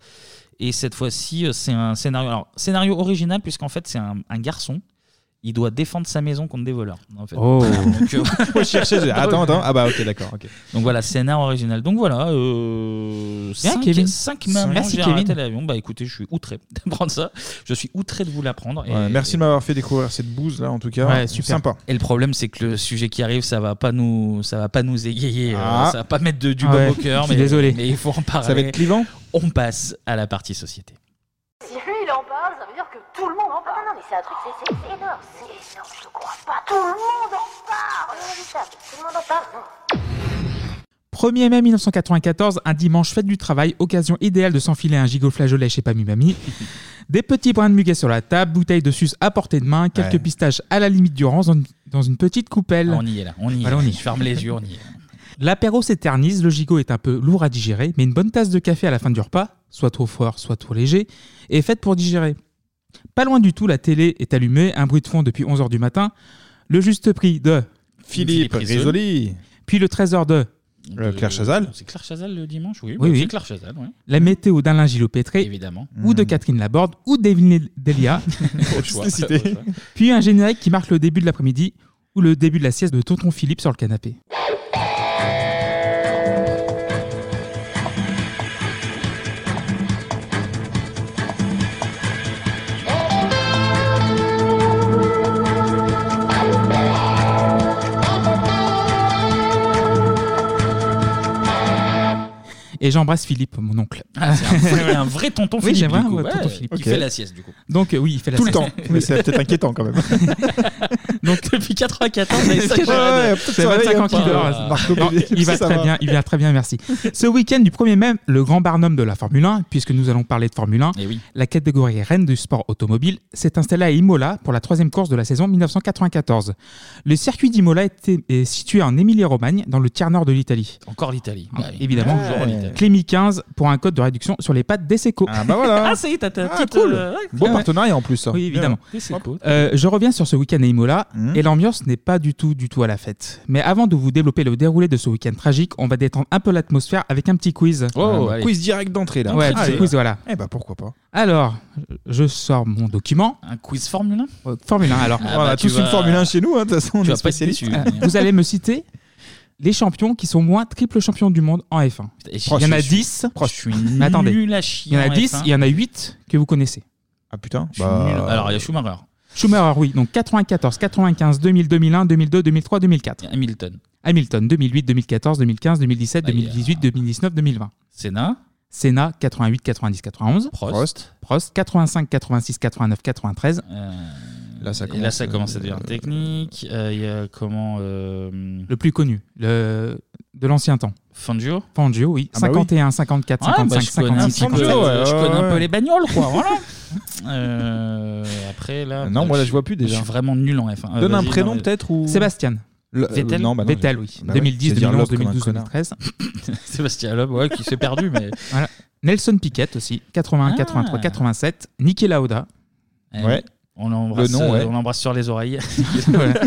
Speaker 1: Et cette fois-ci, euh, c'est un scénario. Alors, scénario original, puisqu'en fait, c'est un, un garçon. Il doit défendre sa maison contre des voleurs. En fait.
Speaker 9: Oh.
Speaker 1: Donc, euh,
Speaker 9: Moi, je cherchais, je- attends, attends. Ah bah, ok, d'accord, ok.
Speaker 1: Donc voilà, scénar original. Donc voilà, euh,
Speaker 9: Bien,
Speaker 1: 5
Speaker 9: Kevin.
Speaker 1: mamans,
Speaker 9: Merci,
Speaker 1: j'ai
Speaker 9: Kevin.
Speaker 1: raté l'avion. Bah écoutez, je suis outré d'apprendre ça. Je suis outré de vous l'apprendre. Et-
Speaker 9: Ouais, merci de m'avoir fait découvrir cette bouse là en tout cas. Sympa.
Speaker 1: Et le problème, c'est que le sujet qui arrive, ça va pas nous, ça va pas nous égayer, euh,
Speaker 9: Ah.
Speaker 1: ça va pas mettre de, du
Speaker 9: Ah
Speaker 1: baume
Speaker 9: ouais,
Speaker 1: au cœur.
Speaker 9: je suis
Speaker 1: mais-
Speaker 9: désolé.
Speaker 1: Mais il faut en parler.
Speaker 9: Ça va être clivant.
Speaker 1: On passe à la partie société.
Speaker 5: Si lui il en parle, ça veut dire que tout le monde en parle. non, non, mais c'est un truc, c'est c'est énorme. C'est énorme, je le crois pas. Tout le monde en parle. Tout le monde en parle.
Speaker 8: 1er mai 1994, un dimanche fête du travail, occasion idéale de s'enfiler un gigot flageolet chez Pammy Mamie. Des petits brins de muguet sur la table, bouteille de suce à portée de main, quelques
Speaker 1: Ouais.
Speaker 8: pistaches à la limite du rang dans une, dans une petite coupelle.
Speaker 1: Ah, on y est là, on y est.
Speaker 8: Voilà,
Speaker 1: Je ferme les yeux, on y est.
Speaker 8: L'apéro s'éternise, le gigot est un peu lourd à digérer, mais une bonne tasse de café à la fin du repas, soit trop fort, soit trop léger, est faite pour digérer. Pas loin du tout, la télé est allumée, un bruit de fond depuis 11h du matin, le juste prix de
Speaker 9: Philippe Risoli.
Speaker 8: puis le trésor de
Speaker 9: Claire Chazal.
Speaker 1: C'est Claire Chazal le dimanche, oui.
Speaker 8: Oui,
Speaker 1: bah,
Speaker 8: oui.
Speaker 1: C'est Claire Chazal, oui.
Speaker 8: la météo d'Alain Gilopétré,
Speaker 1: Évidemment.
Speaker 8: ou de Catherine Laborde, ou d'Evelyne Delia,
Speaker 1: Au choix. Au choix.
Speaker 8: puis un générique qui marque le début de l'après-midi, ou le début de la sieste de Tonton Philippe sur le canapé. Et j'embrasse Philippe, mon oncle.
Speaker 1: Ah, c'est un vrai- un vrai tonton
Speaker 8: Oui,
Speaker 1: Philippe,
Speaker 8: j'ai vraiment
Speaker 1: du coup.
Speaker 8: un
Speaker 1: Ouais,
Speaker 8: tonton Philippe.
Speaker 1: qui Ok. fait la sieste, du coup.
Speaker 8: Donc, euh, oui, il fait la
Speaker 1: Tout le
Speaker 8: sieste.
Speaker 1: temps. Mais c'est peut-être inquiétant, quand même. Donc depuis 94, il y a ça
Speaker 8: Ouais, ouais, putain,
Speaker 1: C'est
Speaker 8: ça va,
Speaker 1: 25 ans
Speaker 8: il y a
Speaker 1: qu'il
Speaker 8: pas-
Speaker 1: dort.
Speaker 8: Ah. Non, Il va
Speaker 1: Ça
Speaker 8: très
Speaker 1: va.
Speaker 8: bien, il va très bien, merci. Ce week-end du 1er mai, le grand barnum de la Formule 1, puisque nous allons parler de Formule 1, la catégorie reine du sport automobile, s'est installée à Imola pour la troisième course de la saison 1994. Le circuit d'Imola était- est situé en Émilie-Romagne, dans le tiers nord de l'Italie.
Speaker 1: Encore l'Italie.
Speaker 8: Ah, évidemment,
Speaker 1: Toujours l'Italie.
Speaker 8: Clémy 15 pour un code de réduction sur les pattes d'Esseco. Ah
Speaker 1: bah voilà. Ah, ça y est, t'as- t'as-
Speaker 8: c'est
Speaker 1: t'as-
Speaker 8: cool.
Speaker 1: euh, ouais.
Speaker 8: Beau
Speaker 1: Ouais.
Speaker 8: partenariat en plus. hein. ça. Oui, évidemment.
Speaker 1: Ouais. Desseco.
Speaker 8: Euh, je reviens sur ce week-end à Imola
Speaker 9: Mmh.
Speaker 8: et l'ambiance n'est pas du tout, du tout à la fête. Mais avant de vous développer le déroulé de ce week-end tragique, on va détendre un peu l'atmosphère avec un petit quiz.
Speaker 9: Oh, allez. quiz direct d'entrée là.
Speaker 8: Ouais, petit
Speaker 9: Allez.
Speaker 8: quiz, voilà.
Speaker 9: Eh bah pourquoi pas.
Speaker 8: Alors, je sors mon document.
Speaker 1: Un quiz Formule
Speaker 8: 1 Formule 1, alors.
Speaker 9: Ah, bah, tu vas- hein,
Speaker 1: Tu vas pas être déçu.
Speaker 8: Euh, Vous allez me citer les champions qui sont au moins triple champions du monde en F1.
Speaker 1: Et je-
Speaker 8: il y en a
Speaker 1: je suis-
Speaker 8: 10.
Speaker 1: je suis
Speaker 8: Mais attendez.
Speaker 1: nul à
Speaker 8: Il y
Speaker 1: chier
Speaker 8: en a
Speaker 1: en
Speaker 8: 10,
Speaker 1: F1.
Speaker 8: il y en a 8 que vous connaissez.
Speaker 9: Ah putain.
Speaker 1: Je suis nul. Alors, il y a Schumacher.
Speaker 8: Schumacher, oui. Donc 94, 95, 2000, 2001, 2002, 2003, 2004.
Speaker 1: Hamilton.
Speaker 8: Hamilton, 2008, 2014, 2015, 2017, 2018, 2019, 2020.
Speaker 1: Senna.
Speaker 8: Senna, 88, 90, 91.
Speaker 1: Prost.
Speaker 8: Prost, 85, 86, 89, 93.
Speaker 1: Là, ça
Speaker 8: commence,
Speaker 1: Euh, Là, ça commence à devenir technique. Euh, Il y a comment euh,
Speaker 8: Le plus connu, le... de l'ancien temps.
Speaker 1: Fangio
Speaker 8: Fangio, oui.
Speaker 1: Ah bah oui.
Speaker 8: 51, 54,
Speaker 1: Ouais,
Speaker 8: 55,
Speaker 1: bah, je connais un
Speaker 8: 56,
Speaker 1: Fangio,
Speaker 8: 57.
Speaker 1: ouais, je connais un peu les bagnoles, quoi. voilà. Euh, après, là.
Speaker 9: Non, moi, là, je vois plus,
Speaker 1: Je
Speaker 9: déjà.
Speaker 1: suis vraiment nul en F1. Euh,
Speaker 9: Donne un
Speaker 1: vas-y,
Speaker 9: prénom
Speaker 1: non, mais-
Speaker 9: peut-être ou
Speaker 8: Sébastien.
Speaker 9: Le-
Speaker 1: Vettel,
Speaker 9: euh, non, bah non,
Speaker 8: Vettel,
Speaker 9: j'ai-
Speaker 8: oui.
Speaker 9: bah ouais,
Speaker 8: 2010,
Speaker 9: c'est dire
Speaker 8: 2011,
Speaker 9: l'homme comme un
Speaker 8: 2012,
Speaker 9: connard.
Speaker 8: 2013.
Speaker 1: Sébastien Loeb, ouais, qui s'est perdu, mais.
Speaker 8: Voilà. Nelson Piquet aussi, 81,
Speaker 1: Ah.
Speaker 8: 83, 87. Niki Lauda.
Speaker 1: Eh oui. On l'embrasse
Speaker 8: Le nom,
Speaker 1: euh,
Speaker 8: ouais.
Speaker 1: on l'embrasse sur les oreilles.
Speaker 8: Voilà.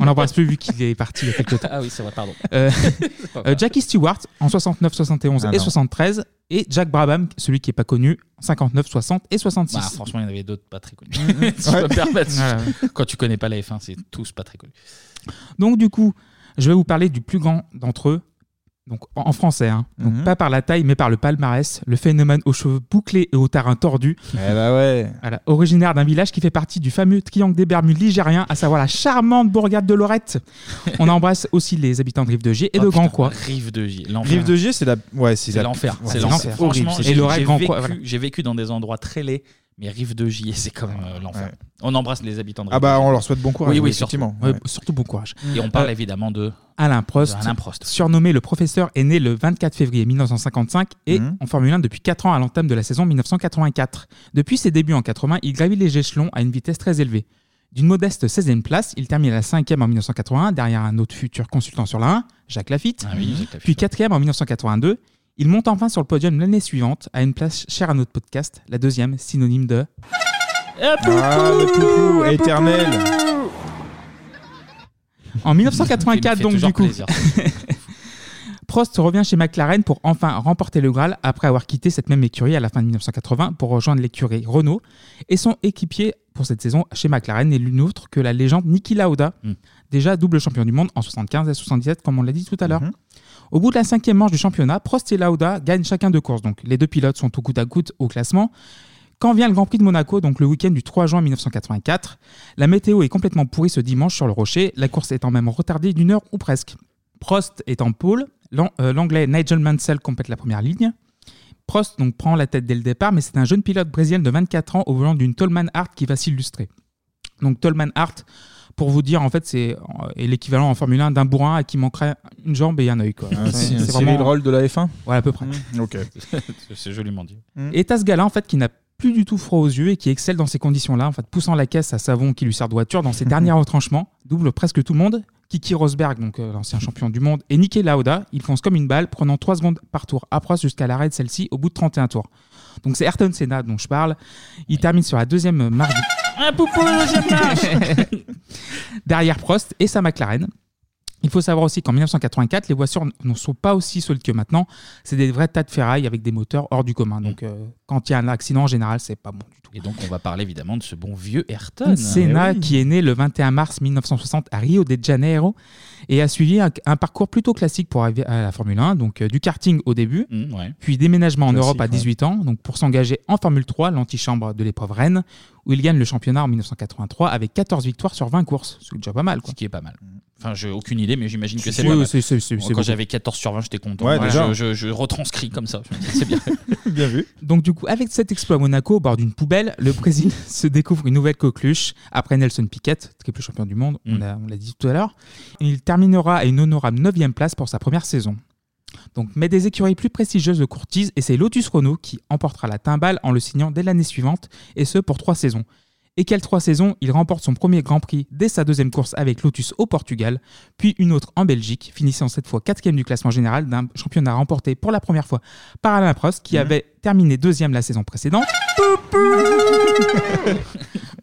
Speaker 8: On l'embrasse plus vu qu'il est parti il y a quelques temps.
Speaker 1: Ah oui, c'est vrai, pardon.
Speaker 8: Euh,
Speaker 1: C'est pas grave.
Speaker 8: euh, Jackie Stewart en 69, 71
Speaker 1: Ah
Speaker 8: et
Speaker 1: non.
Speaker 8: 73. Et Jack Brabham, celui qui n'est pas connu, 59, 60 et 66.
Speaker 1: Bah, franchement, il y en avait d'autres pas très connus.
Speaker 9: Mm,
Speaker 8: Mhm.
Speaker 1: Si je peux me permettre.
Speaker 8: Voilà, ouais.
Speaker 1: Quand tu connais pas la F1, c'est tous pas très connus.
Speaker 8: Donc du coup, je vais vous parler du plus grand d'entre eux, donc en en français, hein. donc
Speaker 1: Mhm.
Speaker 8: pas par la taille mais par le palmarès, le phénomène aux cheveux bouclés et au tarin tordu.
Speaker 1: Eh ben
Speaker 8: Voilà, originaire d'un village qui fait partie du fameux triangle des Bermudes ligérien, à savoir la charmante bourgade de Lorette. On embrasse aussi les habitants de Rive de Gier et
Speaker 1: Oh,
Speaker 8: de
Speaker 1: putain,
Speaker 8: Grand Cois.
Speaker 1: Rive de Gier, l'enfer.
Speaker 9: Rive de G, c'est la. Ouais, c'est
Speaker 1: C'est
Speaker 9: la-
Speaker 1: l'enfer.
Speaker 9: Ouais,
Speaker 1: C'est l'enfer.
Speaker 9: Horrible.
Speaker 1: Franchement,
Speaker 9: c'est-
Speaker 1: j'ai-
Speaker 8: le
Speaker 1: j'ai
Speaker 8: Grand
Speaker 1: vécu,
Speaker 8: Coin, voilà.
Speaker 1: j'ai vécu dans des endroits très laids, mais Rive de Gier, c'est comme euh, l'enfer. On embrasse les habitants de
Speaker 9: Ah
Speaker 1: Rive
Speaker 9: bah,
Speaker 1: de Gier.
Speaker 9: on leur souhaite bon courage,
Speaker 1: Oui, oui,
Speaker 9: oui, effectivement. Mm. Euh,
Speaker 1: surtout.
Speaker 8: Ouais, surtout bon courage.
Speaker 1: Et on parle évidemment de
Speaker 8: Alain Prost,
Speaker 1: de Alain Prost.
Speaker 8: surnommé le professeur, est né le 24 février 1955 et
Speaker 1: Mhm.
Speaker 8: en Formule 1 depuis 4 ans à l'entame de la saison 1984. Depuis ses débuts en 80, il gravit les échelons à une vitesse très élevée. D'une modeste 16e place, il termine à la 5e en 1981 derrière un autre futur consultant sur la 1, Jacques Lafitte,
Speaker 1: Ah oui, Jacques Lafitte.
Speaker 8: puis 4e en 1982. Il monte enfin sur le podium l'année suivante à une place chère à notre podcast, la deuxième, synonyme de...
Speaker 15: Eh,
Speaker 9: Ah, le poupou éternel.
Speaker 8: En 1984,
Speaker 1: fait
Speaker 8: donc,
Speaker 1: toujours
Speaker 8: du coup.
Speaker 1: plaisir.
Speaker 8: Prost revient chez McLaren pour enfin remporter le Graal après avoir quitté cette même écurie à la fin de 1980 pour rejoindre l'écurie Renault. Et son équipier pour cette saison chez McLaren n'est l'une autre que la légende Niki Lauda, déjà double champion du monde en 75 et 77, comme on l'a dit tout à l'heure. Au bout de la cinquième manche du championnat, Prost et Lauda gagnent chacun deux courses. Donc les deux pilotes sont au coude à coude au classement. Quand vient le Grand Prix de Monaco, donc le week-end du 3 juin 1984, la météo est complètement pourrie ce dimanche sur le rocher, la course étant même retardée d'une heure ou presque. Prost est en pôle, l'an- euh, l'anglais Nigel Mansell complète la première ligne. Prost donc prend la tête dès le départ, mais c'est un jeune pilote brésilien de 24 ans au volant d'une Tolman Hart qui va s'illustrer. Donc Tolman Hart, pour vous dire, en fait, c'est euh, est l'équivalent en Formule 1 d'un bourrin à qui manquerait une jambe et un œil. quoi.
Speaker 9: Ah, c'est- c'est Cyril Roll de la F1
Speaker 8: Ouais, à peu près.
Speaker 9: Ok.
Speaker 1: C'est- c'est joliment dit.
Speaker 9: Mm.
Speaker 8: Et t'as ce gars-là, en fait, qui n'a plus du tout froid aux yeux et qui excelle dans ces conditions-là, en fait, poussant la caisse à savon qui lui sert de voiture dans ses derniers retranchements, double presque tout le monde. Kiki Rosberg, donc euh, l'ancien champion du monde, et Niki Lauda, il fonce comme une balle, prenant 3 secondes par tour, approche jusqu'à l'arrêt de celle-ci au bout de 31 tours. Donc c'est Ayrton Senna dont je parle. Il termine sur la deuxième marche. du-
Speaker 1: Un poupou, deuxième marche
Speaker 8: derrière Prost et sa McLaren. Il faut savoir aussi qu'en 1984, les voitures n- ne sont pas aussi solides que maintenant. C'est des vrais tas de ferraille avec des moteurs hors du commun. Donc, euh, quand il y a un accident, en général, c'est pas bon du tout.
Speaker 1: Et donc, on va parler évidemment de ce bon vieux Ayrton. Eh
Speaker 8: Ayrton Eh Senna, qui est né le 21 mars 1960 à Rio de Janeiro et a suivi un, un parcours plutôt classique pour arriver à la Formule 1, donc euh, du karting au début, puis déménagement en
Speaker 1: Classique,
Speaker 8: Europe à
Speaker 1: ouais.
Speaker 8: 18 ans, donc pour s'engager en Formule 3, l'antichambre de l'épreuve Rennes, où il gagne le championnat en 1983 avec 14 victoires sur 20 courses, ce qui est déjà pas mal. Ce
Speaker 1: qui est pas mal. Enfin, j'ai aucune idée, mais j'imagine que
Speaker 8: Si,
Speaker 1: c'est
Speaker 8: si,
Speaker 1: pas mal.
Speaker 8: c'est- c'est- c'est-
Speaker 1: Quand
Speaker 8: c'est beaucoup.
Speaker 1: j'avais 14 sur 20, j'étais content.
Speaker 8: Ouais,
Speaker 1: Voilà,
Speaker 8: déjà.
Speaker 1: je, je- je retranscris comme ça. Je me dis, C'est bien.
Speaker 8: Bien vu. Donc du coup, avec cet exploit à Monaco au bord d'une poubelle, le Brésil se découvre une nouvelle coqueluche après Nelson Piquet, triple champion du monde, on a- on l'a dit tout à l'heure. Il terminera à une honorable 9 place pour sa première saison. Donc, mais des écuries plus prestigieuses le courtisent et c'est Lotus Renault qui emportera la timbale en le signant dès l'année suivante, et ce pour trois saisons. Et quelles trois saisons Il remporte son premier Grand Prix dès sa deuxième course avec Lotus au Portugal, puis une autre en Belgique, finissant cette fois quatrième du classement général d'un championnat remporté pour la première fois par Alain Prost,
Speaker 1: Mmh.
Speaker 8: qui avait terminé deuxième la saison précédente,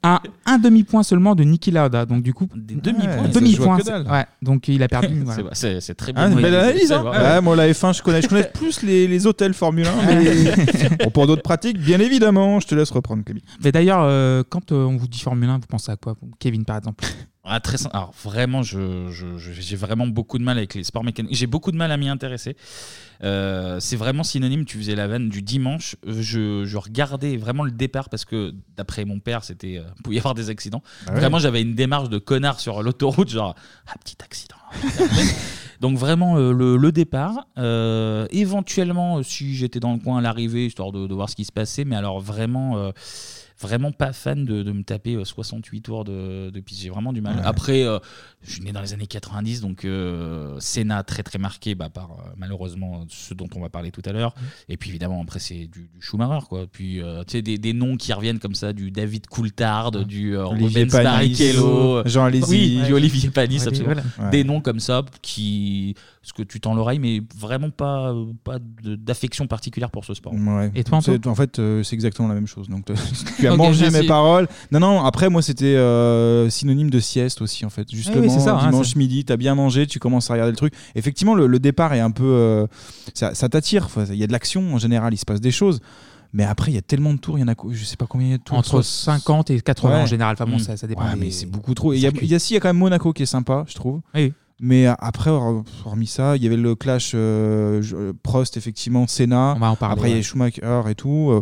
Speaker 8: à un demi-point seulement de Niki Lauda. Donc du coup,
Speaker 1: demi-points,
Speaker 8: Ouais,
Speaker 1: ça se
Speaker 8: demi-points,
Speaker 1: joue à que
Speaker 8: c'est-
Speaker 1: dalle.
Speaker 8: ouais, donc il a perdu.
Speaker 1: C'est
Speaker 8: voilà.
Speaker 1: vrai, c'est- c'est très
Speaker 9: Ah,
Speaker 1: bien.
Speaker 9: une belle
Speaker 1: Oui,
Speaker 9: analyse.
Speaker 1: c'est
Speaker 9: hein.
Speaker 1: vrai.
Speaker 9: Ouais, moi, la F1, je connais, je connais plus les, les hôtels Formule 1, mais bon, pour d'autres pratiques, bien évidemment. Je te laisse reprendre, Camille.
Speaker 8: Mais d'ailleurs, euh, quand euh, on vous dit Formule 1, vous pensez à quoi vous Kevin, par exemple.
Speaker 1: Ah, très sin- Alors vraiment, je, je- je- j'ai vraiment beaucoup de mal avec les sports mécaniques. J'ai beaucoup de mal à m'y intéresser. Euh, c'est vraiment synonyme. Tu faisais la vanne du dimanche. Euh, Je, je regardais vraiment le départ parce que d'après mon père, c'était euh, pouvait y avoir des accidents.
Speaker 8: Ah ouais.
Speaker 1: Vraiment, j'avais une démarche de connard sur l'autoroute, genre ah petit accident. Donc vraiment euh, le, le départ, Euh, éventuellement euh, si j'étais dans le coin à l'arrivée, histoire de, de voir ce qui se passait, mais alors vraiment, euh, vraiment pas fan de, de me taper euh, 68 tours de, de piste, j'ai vraiment du mal.
Speaker 8: Ouais.
Speaker 1: Après, euh, je suis né dans les années 90, donc euh, Senna très très marqué bah, par euh, malheureusement euh, ce dont on va parler tout à l'heure,
Speaker 9: Mm.
Speaker 1: et puis évidemment après c'est du, du Schumacher, quoi. puis euh, tu sais des, des noms qui reviennent comme ça, du David Coulthard, du euh,
Speaker 9: Olivier
Speaker 1: Rubens
Speaker 9: Panis,
Speaker 1: Barrichello, euh,
Speaker 9: Jean Alesi.
Speaker 1: Oui, du
Speaker 9: Ouais.
Speaker 1: Olivier Panis,
Speaker 9: Ouais,
Speaker 1: absolument.
Speaker 9: voilà.
Speaker 1: Des
Speaker 9: Ouais.
Speaker 1: noms comme ça qui, ce que tu tends l'oreille, mais vraiment pas, euh, pas de- d'affection particulière pour ce sport.
Speaker 9: Ouais.
Speaker 1: Antoine
Speaker 9: C'est- En fait, euh, c'est exactement la même chose. Donc, tu as
Speaker 1: Ok,
Speaker 9: mangé
Speaker 1: merci.
Speaker 9: mes paroles. Non, non, après, moi, c'était euh, synonyme de sieste aussi, en fait. Justement,
Speaker 8: oui, c'est ça, hein,
Speaker 9: dimanche
Speaker 8: c'est-
Speaker 9: midi, tu as bien mangé, tu commences à regarder le truc. Effectivement, le, le départ est un peu. euh, ça ça t'attire. Enfin, Il y a de l'action en général, il se passe des choses. Mais après, il y a tellement de tours, il y en a, co- je sais pas combien il y a de tours.
Speaker 8: Entre 50 et 80 en
Speaker 9: Ouais. Mm.
Speaker 8: général. Enfin bon, ça, ça dépend.
Speaker 9: Ouais,
Speaker 8: des-
Speaker 9: mais c'est beaucoup trop. Et Il y a, il y a- si, il y a quand même Monaco qui est sympa, je trouve. Mais euh, après, hor- hormis ça, il y avait le clash euh, je- euh, Prost, effectivement, Senna. après, il y a
Speaker 8: ouais.
Speaker 9: Schumacher et tout. euh,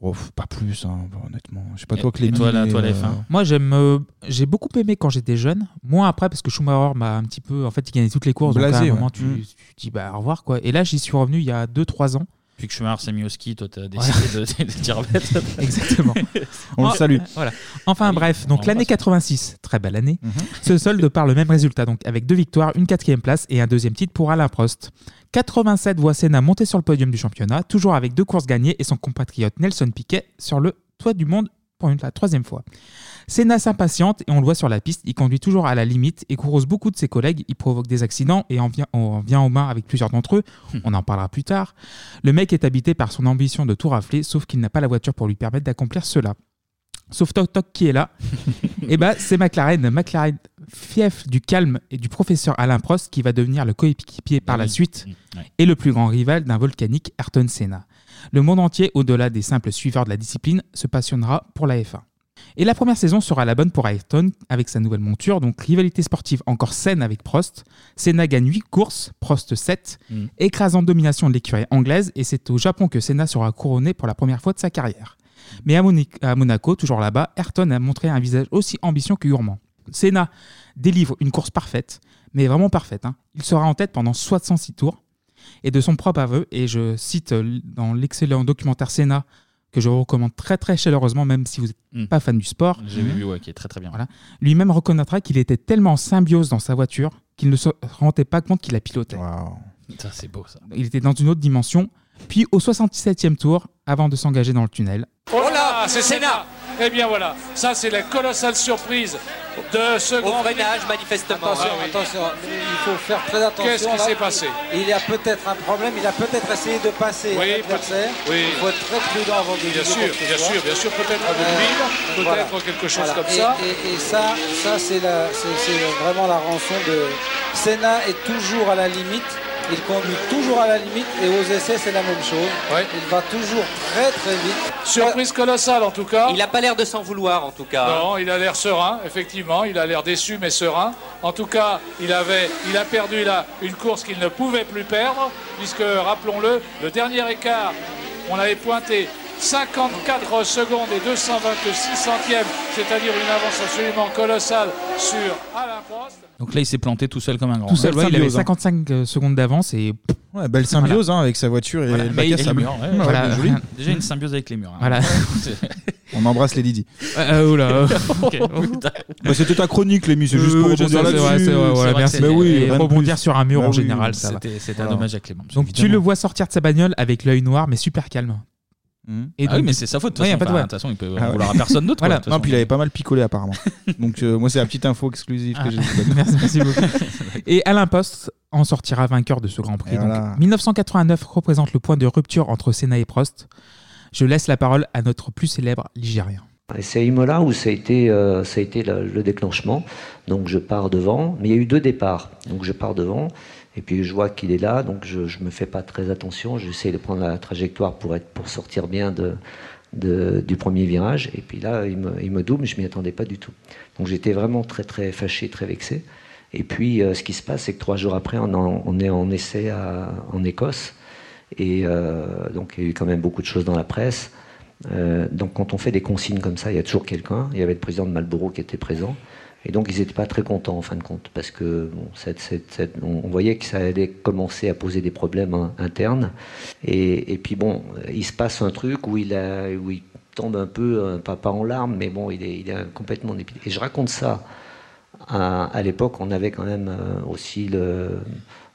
Speaker 9: oh, pff, pas plus, hein, bah, honnêtement. Je sais pas, toi, Clémy. mais, euh,
Speaker 8: Moi, j'aime, euh, j'ai beaucoup aimé quand j'étais jeune. Moins après, parce que Schumacher m'a un petit peu. En fait, il gagnait toutes les courses. donc à un
Speaker 1: Blasé, ouais.
Speaker 8: moment, tu,
Speaker 1: Mm.
Speaker 8: tu dis bah, au revoir. Quoi. Et là, j'y suis revenu il y a 2-3 ans.
Speaker 1: Puis que Schumacher s'est mis au ski, toi t'as décidé de, de t'y remettre.
Speaker 8: Exactement.
Speaker 1: Ah,
Speaker 8: En- euh, Voilà. Enfin bref, donc
Speaker 1: on
Speaker 8: l'année
Speaker 1: l'embrasse.
Speaker 8: 86, très belle année, se solde par le même résultat, donc avec deux victoires, une quatrième place et un deuxième titre pour Alain Prost. 87 voit Senna monter sur le podium du championnat, toujours avec deux courses gagnées et son compatriote Nelson Piquet sur le toit du monde pour une, la troisième fois. Senna s'impatiente et on le voit sur la piste, il conduit toujours à la limite et courose beaucoup de ses collègues, il provoque des accidents et en vient, on vient aux mains avec plusieurs d'entre eux, on en parlera plus tard. Le mec est habité par son ambition de tout rafler, sauf qu'il n'a pas la voiture pour lui permettre d'accomplir cela. Sauf Toc Toc qui est là. et ben c'est McLaren, McLaren fief du calme et du professeur Alain Prost qui va devenir le coéquipier par la suite et le plus grand rival d'un volcanique Ayrton Senna. Le monde entier, au-delà des simples suiveurs de la discipline, se passionnera pour la F1. Et la première saison sera la bonne pour Ayrton avec sa nouvelle monture, donc rivalité sportive encore saine avec Prost. Senna gagne 8 courses, Prost 7,
Speaker 1: Mm.
Speaker 8: écrasante domination de l'écurie anglaise, et c'est au Japon que Senna sera couronné pour la première fois de sa carrière. Mais à, Moni- à Monaco, toujours là-bas, Ayrton a montré un visage aussi ambitieux que gourmand. Senna délivre une course parfaite, mais vraiment parfaite. hein. Il sera en tête pendant 66 tours, et de son propre aveu, et je cite euh, dans l'excellent documentaire Senna, que je vous recommande très très chaleureusement, même si vous n'êtes pas fan du sport.
Speaker 1: J'avais Mm. vu, ouais, qui est très très bien.
Speaker 8: Voilà. Lui-même reconnaîtra qu'il était tellement en symbiose dans sa voiture qu'il ne se rendait pas compte qu'il la pilotait.
Speaker 1: Ça, c'est beau ça.
Speaker 8: Il était dans une autre dimension. Puis au 67e tour, avant de s'engager dans le tunnel,
Speaker 11: Oh là, c'est Sénat Eh bien voilà, ça c'est la colossale surprise de ce grand freinage manifestement.
Speaker 18: Attention, Ah attention, il faut faire très attention.
Speaker 11: Qu'est-ce qui
Speaker 18: là.
Speaker 11: s'est passé
Speaker 18: Il y a peut-être un problème, il a peut-être essayé de passer
Speaker 11: Oui,
Speaker 18: l'adversaire.
Speaker 11: peut- oui.
Speaker 18: Il faut être très prudent avant de
Speaker 11: Bien
Speaker 18: juger
Speaker 11: sûr,
Speaker 18: quoi que ce
Speaker 11: bien
Speaker 18: soit.
Speaker 11: sûr, bien sûr, peut-être un peu de
Speaker 18: Euh,
Speaker 11: huile, peut-être
Speaker 18: voilà.
Speaker 11: quelque chose
Speaker 18: Voilà.
Speaker 11: comme
Speaker 18: Et-
Speaker 11: ça.
Speaker 18: Et, et ça, ça c'est la- c'est- c'est vraiment la rançon de... Senna est toujours à la limite, il conduit toujours à la limite et aux essais c'est la même chose. Il va toujours très très vite.
Speaker 11: Surprise colossale en tout cas.
Speaker 12: Il n'a pas l'air de s'en vouloir en tout cas. hein.
Speaker 11: Non, il a l'air serein, effectivement, il a l'air déçu mais serein. En tout cas, il, avait, il a perdu là une course qu'il ne pouvait plus perdre, puisque, rappelons-le, le dernier écart, on l'avait pointé 54 secondes et 226 centièmes, c'est-à-dire une avance absolument colossale sur Alain Prost.
Speaker 1: Donc là, il s'est planté tout seul comme un grand.
Speaker 8: Tout seul, ouais, il avait 55 euh, secondes d'avance et.
Speaker 9: hein. Ouais, belle symbiose hein, avec sa voiture et
Speaker 1: Voilà, Bah,
Speaker 9: le
Speaker 1: mais
Speaker 9: bac à
Speaker 1: et
Speaker 9: sable.
Speaker 1: les murs, ouais,
Speaker 9: Ouais,
Speaker 1: voilà,
Speaker 9: bien
Speaker 1: rien.
Speaker 9: joli.
Speaker 1: Déjà une symbiose avec les murs. hein.
Speaker 9: Voilà.
Speaker 1: C'est-
Speaker 9: On embrasse les Didi.
Speaker 1: Euh, oula.
Speaker 8: Ah, oh Ok.
Speaker 1: Oh,
Speaker 9: Bah, C'était ta chronique, Lémi, c'est juste pour
Speaker 8: Euh, je
Speaker 9: rebondir
Speaker 8: sais, c'est
Speaker 9: là-dessus.
Speaker 8: vrai, c'est vrai, voilà, merci.
Speaker 9: Mais oui,
Speaker 8: Et
Speaker 9: rien de
Speaker 8: rebondir
Speaker 9: plus.
Speaker 8: sur un mur
Speaker 9: Bah
Speaker 8: en
Speaker 9: oui,
Speaker 8: général, ça va.
Speaker 1: C'était c'était un
Speaker 8: Voilà.
Speaker 1: dommage à Clément.
Speaker 8: Donc tu le vois sortir de sa bagnole avec l'œil noir, mais super calme.
Speaker 9: Hmm.
Speaker 1: Ah oui, mais c'est sa faute, de toute
Speaker 8: Ouais, y a
Speaker 1: façon.
Speaker 8: pas de
Speaker 1: Enfin,
Speaker 8: voix.
Speaker 1: de toute façon, il peut
Speaker 9: Ah
Speaker 1: en vouloir à personne d'autre, quoi,
Speaker 8: Voilà.
Speaker 1: de toute
Speaker 9: Non,
Speaker 1: façon.
Speaker 9: puis il avait pas mal picolé apparemment. Donc euh, moi, c'est la petite info exclusive que
Speaker 8: Ah.
Speaker 9: j'ai. vous donne.
Speaker 8: merci, merci beaucoup. Et Alain Post en sortira vainqueur de ce Grand Prix.
Speaker 9: Et
Speaker 8: Donc,
Speaker 9: voilà.
Speaker 8: 1989 représente le point de rupture entre Senna et Prost. Je laisse la parole à notre plus célèbre Ligérien.
Speaker 13: Et c'est à Imola où ça a été, euh, ça a été la- le déclenchement. Donc je pars devant, mais il y a eu deux départs. Donc je pars devant, et puis je vois qu'il est là, donc je ne me fais pas très attention. J'essaie de prendre la trajectoire pour, être, pour sortir bien de, de- du premier virage. Et puis là, il me, il me double, je m'y attendais pas du tout. Donc j'étais vraiment très très fâché, très vexé. Et puis euh, ce qui se passe, c'est que trois jours après, on, en- on est en essai à- en Écosse. Et euh, donc il y a eu quand même beaucoup de choses dans la presse. Euh, donc quand on fait des consignes comme ça, il y a toujours quelqu'un. Il y avait le président de Marlboro qui était présent. Et donc ils n'étaient pas très contents en fin de compte parce que bon, cette- cette- cette- on, on voyait que ça allait commencer à poser des problèmes hein, internes. Et, et puis bon, il se passe un truc où il, a- où il tombe un peu, euh, pas, pas en larmes, mais bon, il est, il est complètement dépité. Et je raconte ça à, à l'époque, on avait quand même euh, aussi le.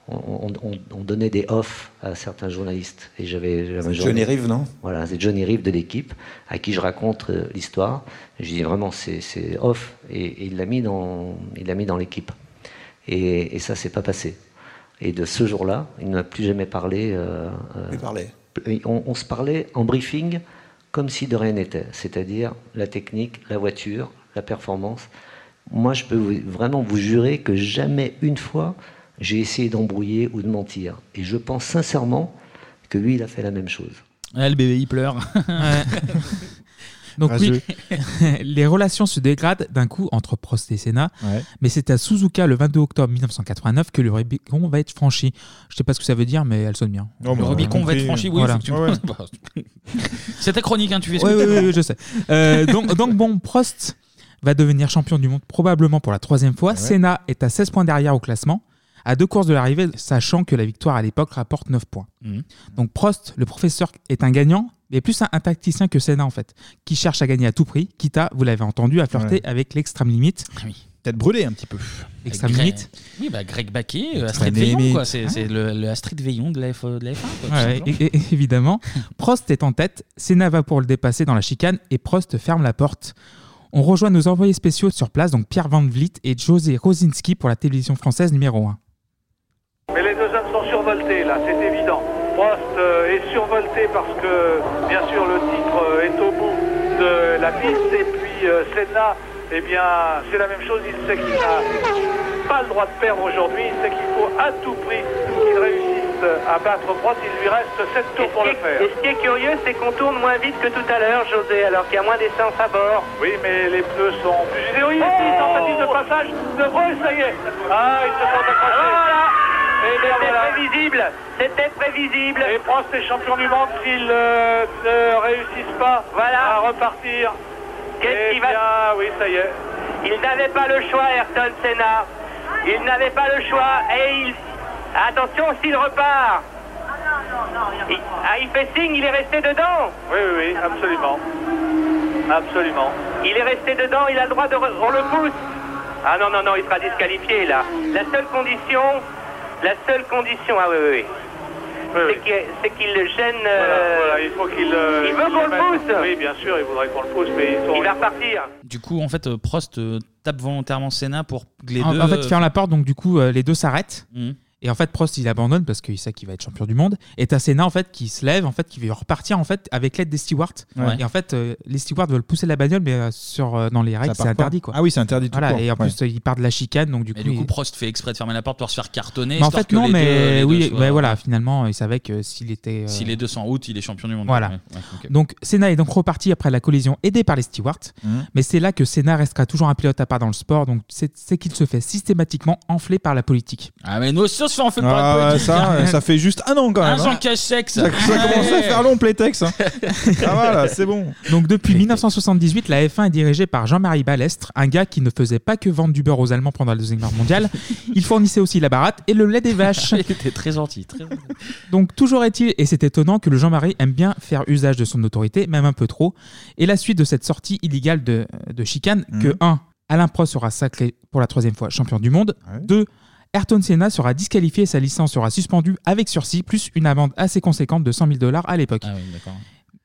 Speaker 13: On, on- on- on donnait des offs à certains journalistes. Et j'avais, j'avais un
Speaker 14: Johnny
Speaker 13: journaliste-
Speaker 14: Rive, non
Speaker 13: Voilà, c'est Johnny Rive de l'équipe, à qui je raconte euh, l'histoire. Je dis vraiment, c'est, c'est off. Et, et il, l'a mis dans, il l'a mis dans l'équipe. Et, et ça, c'est pas passé. Et de ce jour-là, il ne m'a plus jamais parlé. euh, euh, et On, on se parlait en briefing comme si de rien n'était, c'est-à-dire la technique, la voiture, la performance. Moi, je peux vous- vraiment vous jurer que jamais une fois j'ai essayé d'embrouiller ou de mentir. Et je pense sincèrement que lui, il a fait la même chose.
Speaker 1: Ouais, le bébé, il pleure.
Speaker 8: Donc
Speaker 1: Rageux.
Speaker 8: oui, les relations se dégradent d'un coup entre Prost et Senna,
Speaker 1: Ouais.
Speaker 8: mais c'est à Suzuka le 22 octobre 1989 que le Rubicon va être franchi. Je sais pas ce que ça veut dire, mais elle sonne bien. Euh,
Speaker 1: Non, mais on a compris. Voilà. C'était Bah, chronique, hein, tu fais ce
Speaker 8: Oui,
Speaker 1: que
Speaker 8: oui,
Speaker 1: t'as
Speaker 8: oui,
Speaker 1: vu.
Speaker 8: oui, je sais. Euh, donc, donc bon, Prost va devenir champion du monde probablement pour la troisième fois. Senna est à 16 points derrière au classement, à deux courses de l'arrivée, sachant que la victoire à l'époque rapporte 9 points.
Speaker 9: Mmh.
Speaker 1: Mhm.
Speaker 8: Donc Prost, le professeur, est un gagnant, mais plus un, un tacticien que Senna en fait, qui cherche à gagner à tout prix, quitte à, vous l'avez entendu, à flirter
Speaker 1: Ouais.
Speaker 8: avec l'extrême limite.
Speaker 9: Ah Peut-être brûlé un petit peu.
Speaker 8: L'extrême
Speaker 1: Greg-
Speaker 8: limite.
Speaker 1: Oui, bah Greg Baquet,
Speaker 8: Extrême
Speaker 1: euh, Astrid
Speaker 8: limite.
Speaker 1: Veillon, quoi. C'est
Speaker 8: Ah.
Speaker 1: c'est le, le Astrid Veillon de la, F, E, de la F1, quoi, tout
Speaker 8: Ouais,
Speaker 1: simplement.
Speaker 8: é- é- évidemment. Prost est en tête, Senna va pour le dépasser dans la chicane et Prost ferme la porte. On rejoint nos envoyés spéciaux sur place, donc Pierre Van Vliet et José Rosinski pour la télévision française numéro 1.
Speaker 16: Mais les deux hommes sont survoltés là, c'est évident. Prost euh, est survolté parce que bien sûr le titre euh, est au bout de la piste et puis euh, Senna, eh bien c'est la même chose, il sait qu'il n'a pas le droit de perdre aujourd'hui, il sait qu'il faut à tout prix qu'il réussisse euh, à battre Prost, il lui reste 7 tours pour le faire.
Speaker 19: Et ce qui est curieux, c'est qu'on tourne moins vite que tout à l'heure, José, alors qu'il y a moins d'essence à bord. Eh
Speaker 16: Oui, mais les pneus sont plus usés. Oui, ici, tentative de passage de Prost, ça y est. Ah, il se sont accrochés. Et bien
Speaker 19: C'était
Speaker 16: voilà.
Speaker 19: prévisible. C'était prévisible.
Speaker 16: Et Prost est champion du monde s'ils euh, ne réussissent pas à repartir.
Speaker 19: Qu'est-ce
Speaker 16: Eh
Speaker 19: qu'il va-
Speaker 16: bien, oui, ça y est.
Speaker 19: Il n'avait pas le choix, Ayrton Senna. Il n'avait pas le choix et il... Attention s'il repart. Il- Ah, il fait signe, il est resté dedans.
Speaker 16: Oui, oui, oui, absolument. Absolument.
Speaker 19: Il est resté dedans, il a le droit de... re- On le pousse. Ah non, non, non, il sera disqualifié là. La seule condition... La seule condition... Ah oui, oui, oui. C'est que- c'est qu'il le gêne... euh,
Speaker 16: Voilà, il faut qu'il. euh,
Speaker 19: Il veut qu'on le pousse.
Speaker 16: Oui, bien sûr, il voudrait qu'on le pousse, mais ils sont.
Speaker 19: Il va repartir.
Speaker 1: Du coup, en fait, euh, Prost euh, tape volontairement Senna pour que les
Speaker 8: En,
Speaker 1: deux.
Speaker 8: en fait, il
Speaker 1: euh,
Speaker 8: ferme la porte, donc du coup, euh, les deux s'arrêtent.
Speaker 1: Mhm.
Speaker 8: Et en fait, Prost, il abandonne parce qu'il sait qu'il va être champion du monde. Et t'as Senna, en fait, qui se lève, en fait, qui veut repartir, en fait, avec l'aide des stewards.
Speaker 9: Ouais.
Speaker 8: Et en fait, euh, les stewards veulent pousser la bagnole, mais euh, sur, euh, dans les règles,
Speaker 9: part
Speaker 8: c'est
Speaker 9: pas.
Speaker 8: interdit, quoi.
Speaker 9: Ah oui, c'est interdit tout
Speaker 8: Voilà,
Speaker 9: court,
Speaker 8: et en
Speaker 9: ouais.
Speaker 8: plus, euh, il part de la chicane, donc du
Speaker 1: Mais
Speaker 8: coup...
Speaker 1: du coup,
Speaker 8: il-
Speaker 1: Prost fait exprès de fermer la porte pour se faire cartonner.
Speaker 8: Mais en
Speaker 1: histoire
Speaker 8: fait,
Speaker 1: que
Speaker 8: non,
Speaker 1: les deux-
Speaker 8: mais
Speaker 1: les deux
Speaker 8: oui,
Speaker 1: soient-
Speaker 8: mais voilà, finalement, il savait que s'il était... euh,
Speaker 1: Si les deux sont en route, il est champion du monde.
Speaker 8: Voilà.
Speaker 1: Ouais, ouais, ok.
Speaker 8: Donc Senna est donc reparti après la collision aidé par les stewards,
Speaker 1: Mhm.
Speaker 8: mais c'est là que Senna restera toujours un pilote à part dans le sport, donc c'est c'est qu'il se fait systématiquement enfler par la politique.
Speaker 1: Ah, mais nos socios attention, on fait
Speaker 9: Ah,
Speaker 1: pas de
Speaker 9: ça, euh, ça fait juste un an quand même.
Speaker 1: hein. Un
Speaker 9: hein.
Speaker 1: Jean Cachex.
Speaker 9: Ça, ça commence à faire long, Playtex. hein. Ah voilà, c'est bon.
Speaker 8: Donc depuis 1978, la F1 est dirigée par Jean-Marie Balestre, un gars qui ne faisait pas que vendre du beurre aux Allemands pendant la Deuxième Guerre mondiale. Il fournissait aussi la baratte et le lait des vaches.
Speaker 1: Il était très gentil. Très...
Speaker 8: Donc toujours est-il, et c'est étonnant que le Jean-Marie aime bien faire usage de son autorité, même un peu trop. Et la suite de cette sortie illégale de, de chicane, que
Speaker 9: Mhm.
Speaker 8: 1. Alain Prost sera sacré pour la troisième fois champion du monde.
Speaker 9: Ah
Speaker 8: 2. Ayrton Senna sera disqualifié et sa licence sera suspendue avec sursis, plus une amende assez conséquente de 100 000 dollars à l'époque
Speaker 1: Ah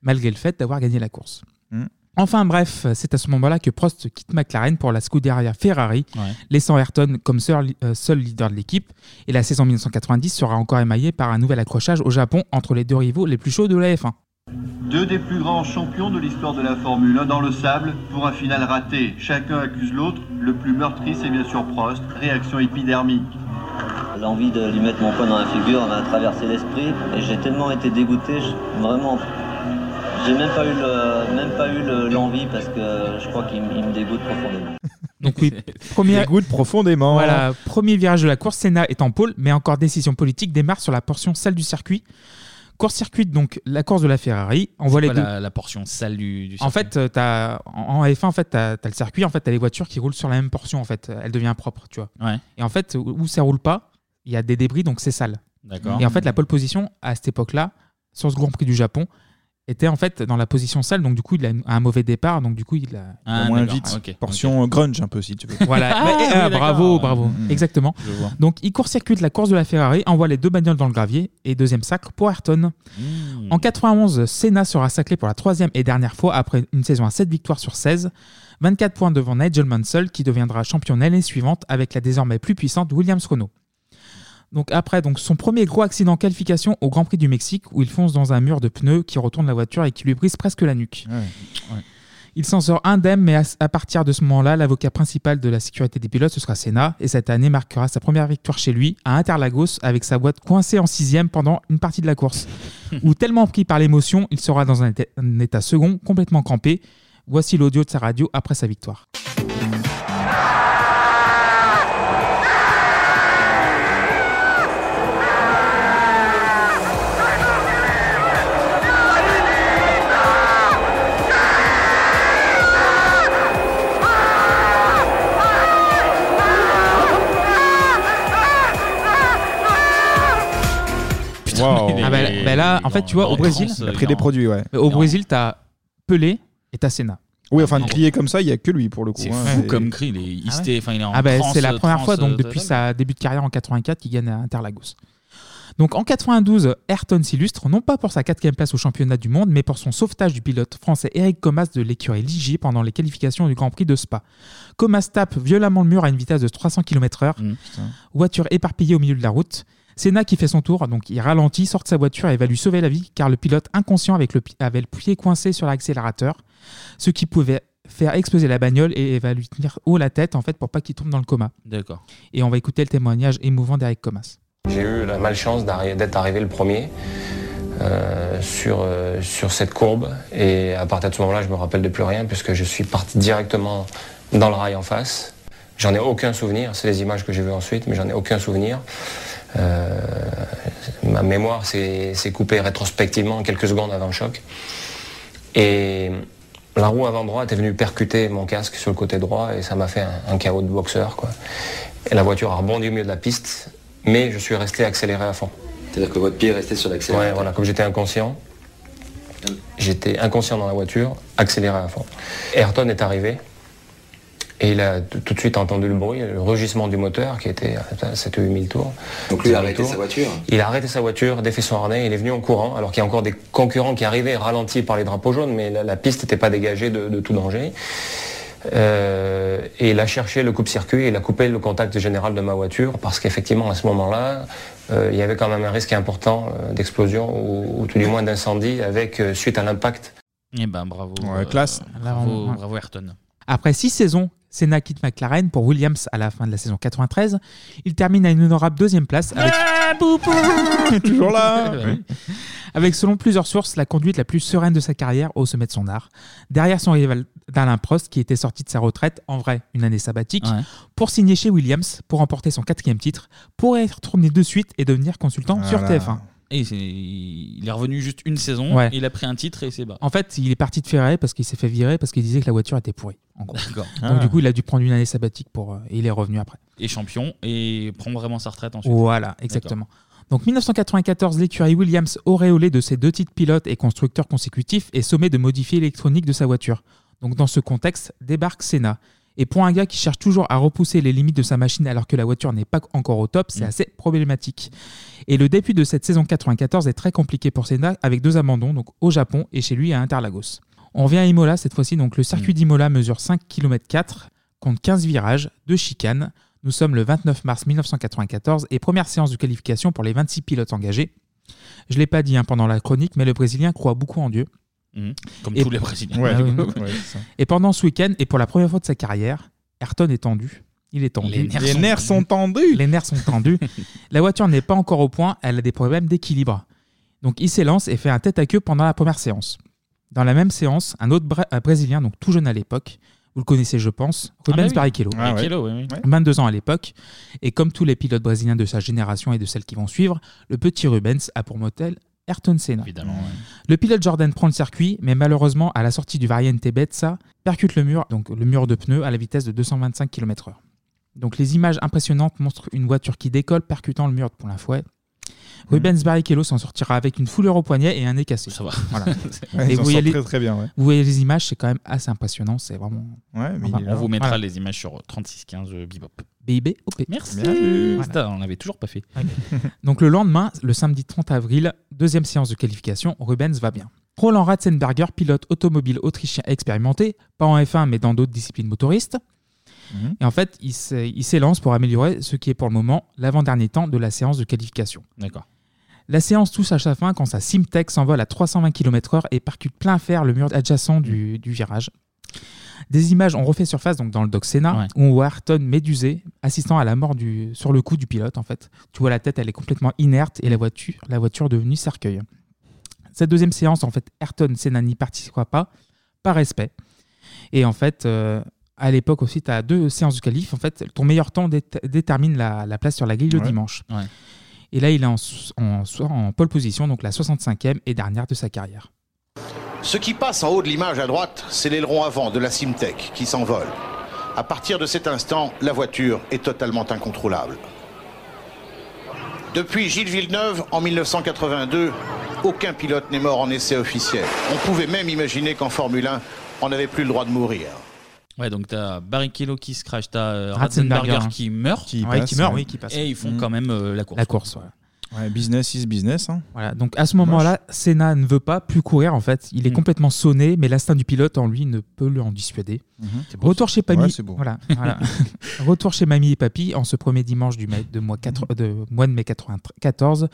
Speaker 8: malgré le fait d'avoir gagné la course.
Speaker 9: Mm.
Speaker 8: Enfin bref, c'est à ce moment-là que Prost quitte McLaren pour la Scuderia Ferrari,
Speaker 1: Ouais.
Speaker 8: laissant Ayrton comme seul, euh, seul leader de l'équipe, et la saison 1990 sera encore émaillée par un nouvel accrochage au Japon entre les deux rivaux les plus chauds de la F1.
Speaker 6: Deux des plus grands champions de l'histoire de la Formule 1 dans le sable pour un final raté. Chacun accuse l'autre. Le plus meurtri, c'est bien sûr Prost. Réaction épidermique.
Speaker 14: L'envie de lui mettre mon poing dans la figure m'a traversé l'esprit et j'ai tellement été dégoûté, je- vraiment. J'ai même pas eu le- même pas eu le- l'envie parce que je crois qu'il m- il me dégoûte profondément.
Speaker 8: Donc oui, premier...
Speaker 9: Dégoûte profondément.
Speaker 8: Voilà, premier virage de la course, Senna est en pôle, mais encore décision politique démarre sur la portion salle du circuit. Course circuit, donc la course de la Ferrari, on voit les
Speaker 1: Quoi,
Speaker 8: deux.
Speaker 1: la, la portion sale du, du
Speaker 8: En
Speaker 1: circuit.
Speaker 8: fait, euh, t'as- en en F1, en fait, t'as as le circuit, en fait, t'as les voitures qui roulent sur la même portion, en fait, elle devient propre, tu vois.
Speaker 1: Ouais.
Speaker 8: Et en fait, où où ça roule pas, il y a des débris, donc c'est sale.
Speaker 1: D'accord.
Speaker 8: Et en fait, la pole position à cette époque-là, sur ce Grand Prix du Japon, était en fait dans la position sale, donc du coup, il a un mauvais départ, donc du coup, il a
Speaker 9: Au moins vite. Portion euh, grunge un peu si tu veux.
Speaker 8: voilà.
Speaker 9: Ah,
Speaker 8: Mais, eh,
Speaker 9: oui,
Speaker 8: ah,
Speaker 9: d'accord.
Speaker 8: bravo, bravo.
Speaker 9: Mm.
Speaker 8: Exactement.
Speaker 9: Je vois.
Speaker 8: Donc, il court-circuite la course de la Ferrari, envoie les deux bagnoles dans le gravier et deuxième sacre pour Ayrton. En 91, Senna sera sacré pour la troisième et dernière fois après une saison à 7 victoires sur 16. 24 points devant Nigel Mansell qui deviendra champion l'année suivante avec la désormais plus puissante Williams Renault. Donc après donc son premier gros accident qualification au Grand Prix du Mexique où il fonce dans un mur de pneus qui retourne la voiture et qui lui brise presque la nuque. Il s'en sort indemne, mais à, à partir de ce moment-là, l'avocat principal de la sécurité des pilotes, ce sera Senna, et cette année marquera sa première victoire chez lui, à Interlagos, avec sa boîte coincée en sixième pendant une partie de la course, où tellement pris par l'émotion, il sera dans un état, un état second, complètement campé. Voici l'audio de sa radio après sa victoire.
Speaker 9: Wow.
Speaker 8: Ah bah, bah là, en fait, tu vois, au Brésil,
Speaker 9: Il a pris des produits, ouais.
Speaker 8: Au Brésil, t'as Pelé et t'as Senna.
Speaker 9: Oui, enfin, de crier comme ça, il n'y a que lui pour le coup.
Speaker 1: C'est
Speaker 9: hein.
Speaker 1: fou
Speaker 9: Et-
Speaker 1: comme cri, il est hysté, enfin, il est en
Speaker 8: Ah bah,
Speaker 1: transe,
Speaker 8: c'est la première
Speaker 1: transe,
Speaker 8: fois donc
Speaker 1: euh,
Speaker 8: depuis
Speaker 1: totale.
Speaker 8: sa début de carrière en 84 qu'il gagne à Interlagos. Donc en 92, Ayrton s'illustre non pas pour sa quatrième place au championnat du monde, mais pour son sauvetage du pilote français Eric Comas de l'écurie Ligier pendant les qualifications du Grand Prix de Spa. Comas tape violemment le mur à une vitesse de 300 km/h,
Speaker 1: Mm.
Speaker 8: voiture éparpillée au milieu de la route. Senna qui fait son tour, donc il ralentit, sort de sa voiture et va lui sauver la vie car le pilote inconscient avec le pi- avait le pied coincé sur l'accélérateur, ce qui pouvait faire exploser la bagnole et va lui tenir haut la tête en fait pour pas qu'il tombe dans le coma.
Speaker 1: D'accord.
Speaker 8: Et on va écouter le témoignage émouvant d'Eric Comas.
Speaker 17: J'ai eu la malchance d'arri- d'être arrivé le premier euh, sur, euh, sur cette courbe. Et à partir de ce moment-là, je me rappelle de plus rien puisque je suis parti directement dans le rail en face. J'en ai aucun souvenir. C'est les images que j'ai vues ensuite, mais j'en ai aucun souvenir. Euh, ma mémoire s'est s'est coupée rétrospectivement quelques secondes avant le choc. Et la roue avant droite est venue percuter mon casque sur le côté droit et ça m'a fait un, un chaos de boxeur. Quoi. Et la voiture a rebondi au milieu de la piste, mais je suis resté accéléré à fond.
Speaker 20: C'est-à-dire que votre pied est resté sur
Speaker 17: Ouais,
Speaker 20: l'accélérateur.
Speaker 17: voilà, comme j'étais inconscient, j'étais inconscient dans la voiture, accéléré à fond. Ayrton est arrivé et il a t- tout de suite entendu le bruit, le rugissement du moteur qui était euh, à 7 ou 8000 tours.
Speaker 20: Donc
Speaker 17: 8000
Speaker 20: lui a arrêté
Speaker 17: tours.
Speaker 20: sa voiture.
Speaker 17: Il a arrêté sa voiture, défait son harnais, il est venu en courant, alors qu'il y a encore des concurrents qui arrivaient ralentis par les drapeaux jaunes, mais la, la piste n'était pas dégagée de, de tout danger. Euh, et il a cherché le coupe-circuit, il a coupé le contact général de ma voiture, parce qu'effectivement, à ce moment-là, euh, il y avait quand même un risque important euh, d'explosion, ou, ou tout du moins d'incendie, avec euh, suite à l'impact.
Speaker 1: Eh ben, bravo.
Speaker 17: Ouais, classe.
Speaker 1: Bravo, bravo Ayrton.
Speaker 8: Après six saisons Senna quitte McLaren pour Williams à la fin de la saison 93. Il termine à une honorable deuxième place avec,
Speaker 9: Toujours là
Speaker 8: Oui. avec selon plusieurs sources, la conduite la plus sereine de sa carrière au sommet de son art. Derrière son rival Alain Prost, qui était sorti de sa retraite, en vrai, une année sabbatique,
Speaker 1: Ouais.
Speaker 8: pour signer chez Williams, pour emporter son quatrième titre, pour être retourné de suite et devenir consultant sur TF1.
Speaker 1: Et c'est- il est revenu juste une saison,
Speaker 8: Ouais.
Speaker 1: il a pris un titre et c'est bas.
Speaker 8: En fait, il est parti de Ferrari parce qu'il s'est fait virer parce qu'il disait que la voiture était pourrie. En gros.
Speaker 1: D'accord.
Speaker 8: Donc
Speaker 1: Ah.
Speaker 8: du coup, il a dû prendre une année sabbatique pour euh, et il est revenu après.
Speaker 1: Et champion, et prend vraiment sa retraite ensuite.
Speaker 8: Voilà, exactement. Donc 1994, l'écurie Williams, auréolée de ses deux titres pilote et constructeur consécutifs, est sommée de modifier l'électronique de sa voiture. Donc dans ce contexte, débarque Senna. Et pour un gars qui cherche toujours à repousser les limites de sa machine alors que la voiture n'est pas encore au top, c'est
Speaker 1: Mm.
Speaker 8: assez problématique. Et le début de cette saison 94 est très compliqué pour Senna avec deux abandons, donc au Japon et chez lui à Interlagos. On vient à Imola cette fois-ci, donc le
Speaker 1: Mm.
Speaker 8: circuit d'Imola mesure 5 km 4, compte 15 virages, 2 chicanes. Nous sommes le 29 mars 1994 et première séance de qualification pour les 26 pilotes engagés. Je ne l'ai pas dit hein, pendant la chronique, mais le Brésilien croit beaucoup en Dieu.
Speaker 1: Mhm. Comme tous les Brésiliens. Ouais,
Speaker 8: Ah oui.
Speaker 1: du coup, ouais, c'est ça.
Speaker 8: et pendant ce week-end, et pour la première fois de sa carrière, Ayrton est tendu. Il est tendu.
Speaker 9: Les nerfs Les sont nerfs
Speaker 8: sont tendus. Les nerfs sont tendus. la voiture n'est pas encore au point, elle a des problèmes d'équilibre. Donc il s'élance et fait un tête à queue pendant la première séance. Dans la même séance, un autre Bra- un Brésilien, donc tout jeune à l'époque, vous le connaissez je pense,
Speaker 1: Ah bah
Speaker 8: Rubens
Speaker 1: oui.
Speaker 8: Barrichello.
Speaker 1: Ah ouais. Barrichello, oui, oui.
Speaker 8: 22 ans à l'époque, et comme tous les pilotes brésiliens de sa génération et de celles qui vont suivre, le petit Rubens a pour motel Ayrton Senna. Le pilote Jordan prend le circuit, mais malheureusement, à la sortie du Variante Betsa, percute le mur, donc le mur de pneus, à la vitesse de 225 km/h. Donc les images impressionnantes montrent une voiture qui décolle, percutant le mur de Pont
Speaker 1: Mm.
Speaker 8: Lafouet. Rubens Barrichello s'en sortira avec une fouleur au poignet et un nez cassé. Ça va. Voilà.
Speaker 9: Ouais,
Speaker 8: vous
Speaker 9: il s'en sort
Speaker 8: voyez
Speaker 9: très, très bien, ouais.
Speaker 8: Vous voyez les images, c'est quand même assez impressionnant. C'est vraiment.
Speaker 1: Enfin, on vous mettra
Speaker 8: Voilà.
Speaker 1: les images sur 3615 Bebop.
Speaker 8: BIB OP.
Speaker 1: Merci.
Speaker 8: Bien vu.
Speaker 1: Voilà. on l'avait toujours pas fait.
Speaker 8: Donc le lendemain, le samedi 30 avril, deuxième séance de qualification, Rubens va bien. Roland Ratzenberger, pilote automobile autrichien expérimenté, pas en F1 mais dans d'autres disciplines motoristes.
Speaker 9: Mhm.
Speaker 8: Et en fait, il s'est- il s'élance pour améliorer ce qui est pour le moment l'avant-dernier temps de la séance de qualification.
Speaker 1: D'accord.
Speaker 8: La séance touche à sa fin quand sa Simtech s'envole à 320 km/h et percute plein fer le mur adjacent du, du virage. Des images ont refait surface donc dans le doc Sénat où on voit Ayrton médusé assistant à la mort du, sur le coup du pilote en fait. Tu vois la tête, elle est complètement inerte et la voiture, la voiture devenue cercueil. Cette deuxième séance, en fait, Ayrton Senna n'y participera pas, par respect. Et en fait, euh, à l'époque aussi, tu as deux séances de qualif. En fait, ton meilleur temps dé- détermine la, la place sur la grille le
Speaker 1: Ouais.
Speaker 8: dimanche.
Speaker 1: Ouais.
Speaker 8: Et là, il est en, s- en, so- en pole position, donc la 65e et dernière de sa carrière.
Speaker 20: Ce qui passe en haut de l'image à droite, c'est l'aileron avant de la Simtech qui s'envole. À partir de cet instant, la voiture est totalement incontrôlable. Depuis Gilles Villeneuve en 1982, aucun pilote n'est mort en essai officiel. On pouvait même imaginer qu'en Formule 1, on n'avait plus le droit de mourir.
Speaker 1: Ouais, donc t'as Barrichello qui se crash, t'as euh,
Speaker 8: Ratzenberger,
Speaker 1: Ratzenberger
Speaker 8: hein.
Speaker 1: qui meurt.
Speaker 8: Qui Ouais, passe, qui meurt, ouais. oui, qui passe.
Speaker 1: Et ils
Speaker 9: Hmm.
Speaker 1: font
Speaker 8: Mm.
Speaker 1: quand même euh, la course.
Speaker 8: La course, ouais.
Speaker 9: Ouais, business is business. hein.
Speaker 8: Voilà, donc à ce moment-là, Senna ne veut pas plus courir en fait.
Speaker 9: Mm.
Speaker 8: Il est complètement sonné, mais l'instinct du pilote en lui ne peut le en dissuader.
Speaker 9: Mhm. C'est beau,
Speaker 8: Retour
Speaker 9: ça.
Speaker 8: chez Papy.
Speaker 9: Ouais, c'est beau.
Speaker 8: Voilà, voilà. Retour chez Mamie et Papy en ce premier dimanche du mai- de mois,
Speaker 9: Mm.
Speaker 8: quatre- de, mois de mai 94.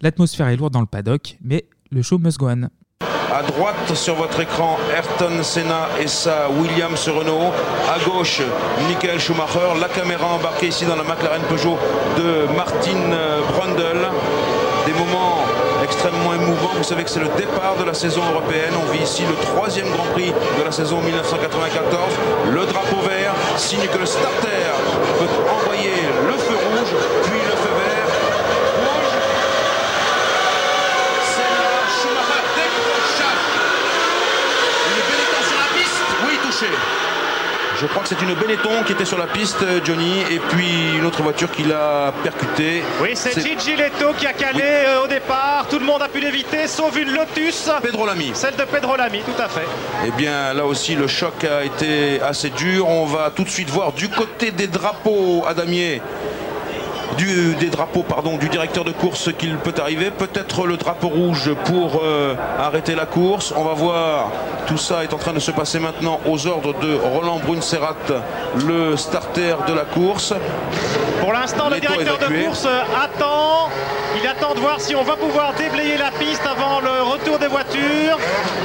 Speaker 8: L'atmosphère est lourde dans le paddock, mais le show must go on.
Speaker 21: À droite sur votre écran, Ayrton Senna et sa Williams Renault. À gauche, Michael Schumacher. La caméra embarquée ici dans la McLaren Peugeot de Martin euh, Brundle. Des moments extrêmement émouvants. Vous savez que c'est le départ de la saison européenne. On vit ici le troisième Grand Prix de la saison 1994. Le drapeau vert signe que le starter peut envoyer le feu rouge, puis le feu vert. Rouge. Senna, Schumacher décrochage. Une Benetton sur la piste, oui touché. Je crois que c'est une Benetton qui était sur la piste, euh, Johnny, et puis une autre voiture qui l'a percuté.
Speaker 22: Oui, c'est Gigi Leto qui a calé euh, au départ. Tout le monde a pu l'éviter, sauf une Lotus.
Speaker 21: Pedro Lamy.
Speaker 22: Celle de Pedro Lamy, tout à fait.
Speaker 21: Eh bien, là aussi, le choc a été assez dur. On va tout de suite voir du côté des drapeaux à Damier. Du, des drapeaux, pardon, du directeur de course ce qu'il peut arriver. Peut-être le drapeau rouge pour euh, arrêter la course. On va voir. Tout ça est en train de se passer maintenant aux ordres de Roland Brunserat, le starter de la course.
Speaker 22: Pour l'instant, le
Speaker 21: Leto
Speaker 22: directeur de
Speaker 21: évacué.
Speaker 22: course euh, attend. Il attend de voir si on va pouvoir déblayer la piste avant le retour des voitures.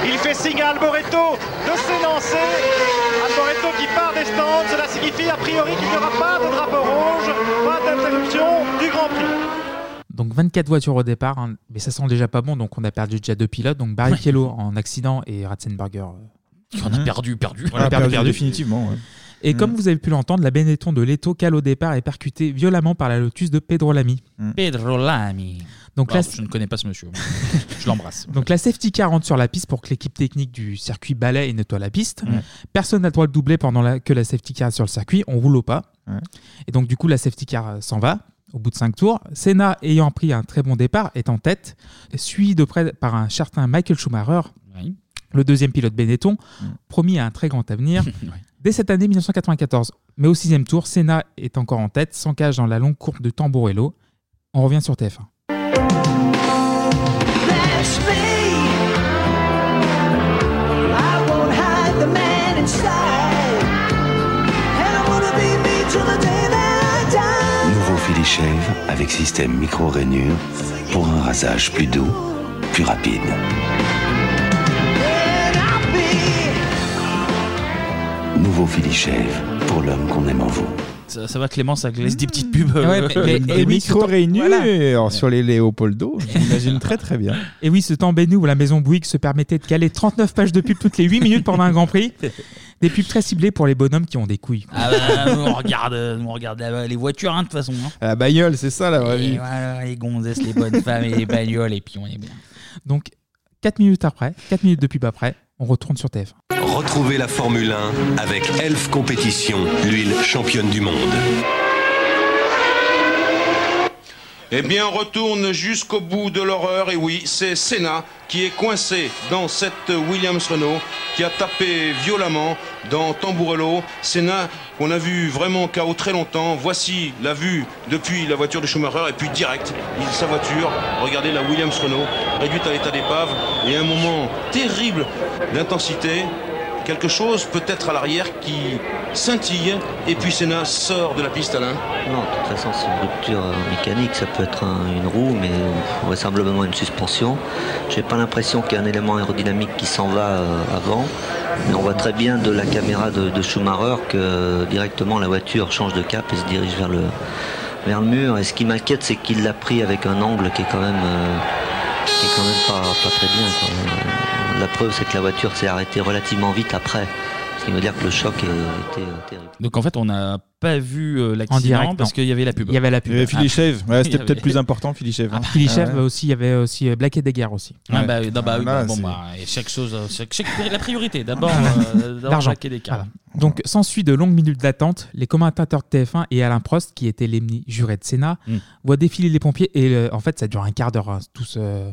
Speaker 22: Il fait signe à Alboreto de s'élancer. Moretto qui part des stands, cela signifie a priori qu'il n'y aura pas de drapeau rouge, pas d'interruption du Grand Prix.
Speaker 8: Donc 24 voitures au départ, hein, mais ça sent déjà pas bon, donc on a perdu déjà deux pilotes, donc Barrichello en accident et Ratzenberger. euh,
Speaker 1: On a perdu, perdu.
Speaker 8: On a perdu, Mm. perdu. Et comme vous avez pu l'entendre, la Benetton de Leto cale au départ est percutée violemment par la Lotus de Pedro Lamy.
Speaker 1: Pedro Lamy.
Speaker 8: Mm. Donc là,
Speaker 1: Pardon, je ne connais pas ce monsieur. je l'embrasse.
Speaker 8: Donc la safety car rentre sur la piste pour que l'équipe technique du circuit balaye et nettoie la piste. Personne n'a le droit de doubler pendant la- que la safety car est sur le circuit. On roule au pas. Et donc du coup, la safety car euh, s'en va. Au bout de 5 tours, Senna ayant pris un très bon départ est en tête, suivi de près par un certain Michael Schumacher, le deuxième pilote Benetton, promis à un très grand avenir. Dès cette année 1994, mais au sixième tour, Senna est encore en tête, s'engage dans la longue courbe de Tamburello. On revient sur TF1.
Speaker 5: That's me. I won't hide the man inside. And I wanna be me till the day that I die.
Speaker 2: Nouveau Filichève avec système micro-rainure pour un rasage plus doux, plus rapide. Nouveau Filichève pour l'homme qu'on aime en vous.
Speaker 1: Ça, ça va, Clément, ça
Speaker 8: Mm.
Speaker 1: glisse des petites pubs.
Speaker 8: Ah
Speaker 1: euh,
Speaker 9: les,
Speaker 1: euh, euh,
Speaker 9: micro-réunions sur les Léopoldo, j'imagine très très bien.
Speaker 8: Et oui, ce temps béni où la maison Bouygues se permettait de caler 39 pages de pubs toutes les 8 minutes pendant un Grand Prix. Des pubs très ciblées pour les bonhommes qui ont des couilles.
Speaker 1: Ah bah, nous, on regarde, euh, nous, on regarde la- les voitures, hein, de toute façon. hein.
Speaker 9: À la bagnole, c'est ça la vraie
Speaker 1: Et
Speaker 9: vie.
Speaker 1: voilà, les gonzesses, les bonnes femmes et les bagnoles, et puis on est bien.
Speaker 8: euh, Donc, 4 minutes après, 4 minutes de pub après, on retourne sur TF1.
Speaker 10: Retrouvez la Formule 1 avec Elf Compétition, l'huile championne du monde.
Speaker 21: Eh bien, on retourne jusqu'au bout de l'horreur, et oui, c'est Senna qui est coincé dans cette Williams Renault, qui a tapé violemment dans Tamburello. Senna, qu'on a vu vraiment KO très longtemps. Voici la vue depuis la voiture de Schumacher, et puis direct, il- sa voiture, regardez la Williams Renault, réduite à l'état d'épave, et un moment terrible d'intensité. Quelque chose peut-être à l'arrière qui scintille, et puis Senna sort de la piste, Alain.
Speaker 2: Non, de toute façon, c'est une rupture euh, mécanique. Ça peut être un- une roue, mais euh, vraisemblablement une suspension. J'ai pas l'impression qu'il y a un élément aérodynamique qui s'en va euh, avant. Mais on voit très bien de la caméra de, de Schumacher que euh, directement la voiture change de cap et se dirige vers le, vers le mur. Et ce qui m'inquiète, c'est qu'il l'a pris avec un angle qui est quand même, euh, qui est quand même pas, pas très bien. quoi. La preuve, c'est que la voiture s'est arrêtée relativement vite après. Ce qui veut dire que le choc est- était euh, terrible.
Speaker 1: Donc en fait, on n'a pas vu euh,
Speaker 8: En direct,
Speaker 1: l'accident parce
Speaker 8: non.
Speaker 1: qu'il y avait la pub.
Speaker 8: Il y avait la pub.
Speaker 9: Filichève,
Speaker 1: Ah.
Speaker 9: ouais,
Speaker 1: Il
Speaker 9: c'était
Speaker 1: y avait-
Speaker 9: peut-être plus important, Filichève. hein.
Speaker 8: Filichève
Speaker 9: Ah ouais.
Speaker 8: aussi, il y avait aussi euh, Black et Deguerre aussi.
Speaker 1: Ah bah, oui, non, bah, oui,
Speaker 9: Ah,
Speaker 1: bon,
Speaker 9: c'est-
Speaker 1: bah, et chaque chose, euh, chaque, chaque- la priorité. D'abord, euh, d'abord,
Speaker 8: L'argent.
Speaker 1: plaquer des cartes.
Speaker 8: Donc, s'ensuit de longues minutes d'attente. Les commentateurs de TF1 et Alain Prost, qui était l'ennemi juré de Sénat,
Speaker 1: Mm.
Speaker 8: voient défiler les pompiers. Et euh, en fait, ça dure un quart d'heure. hein, tous. euh,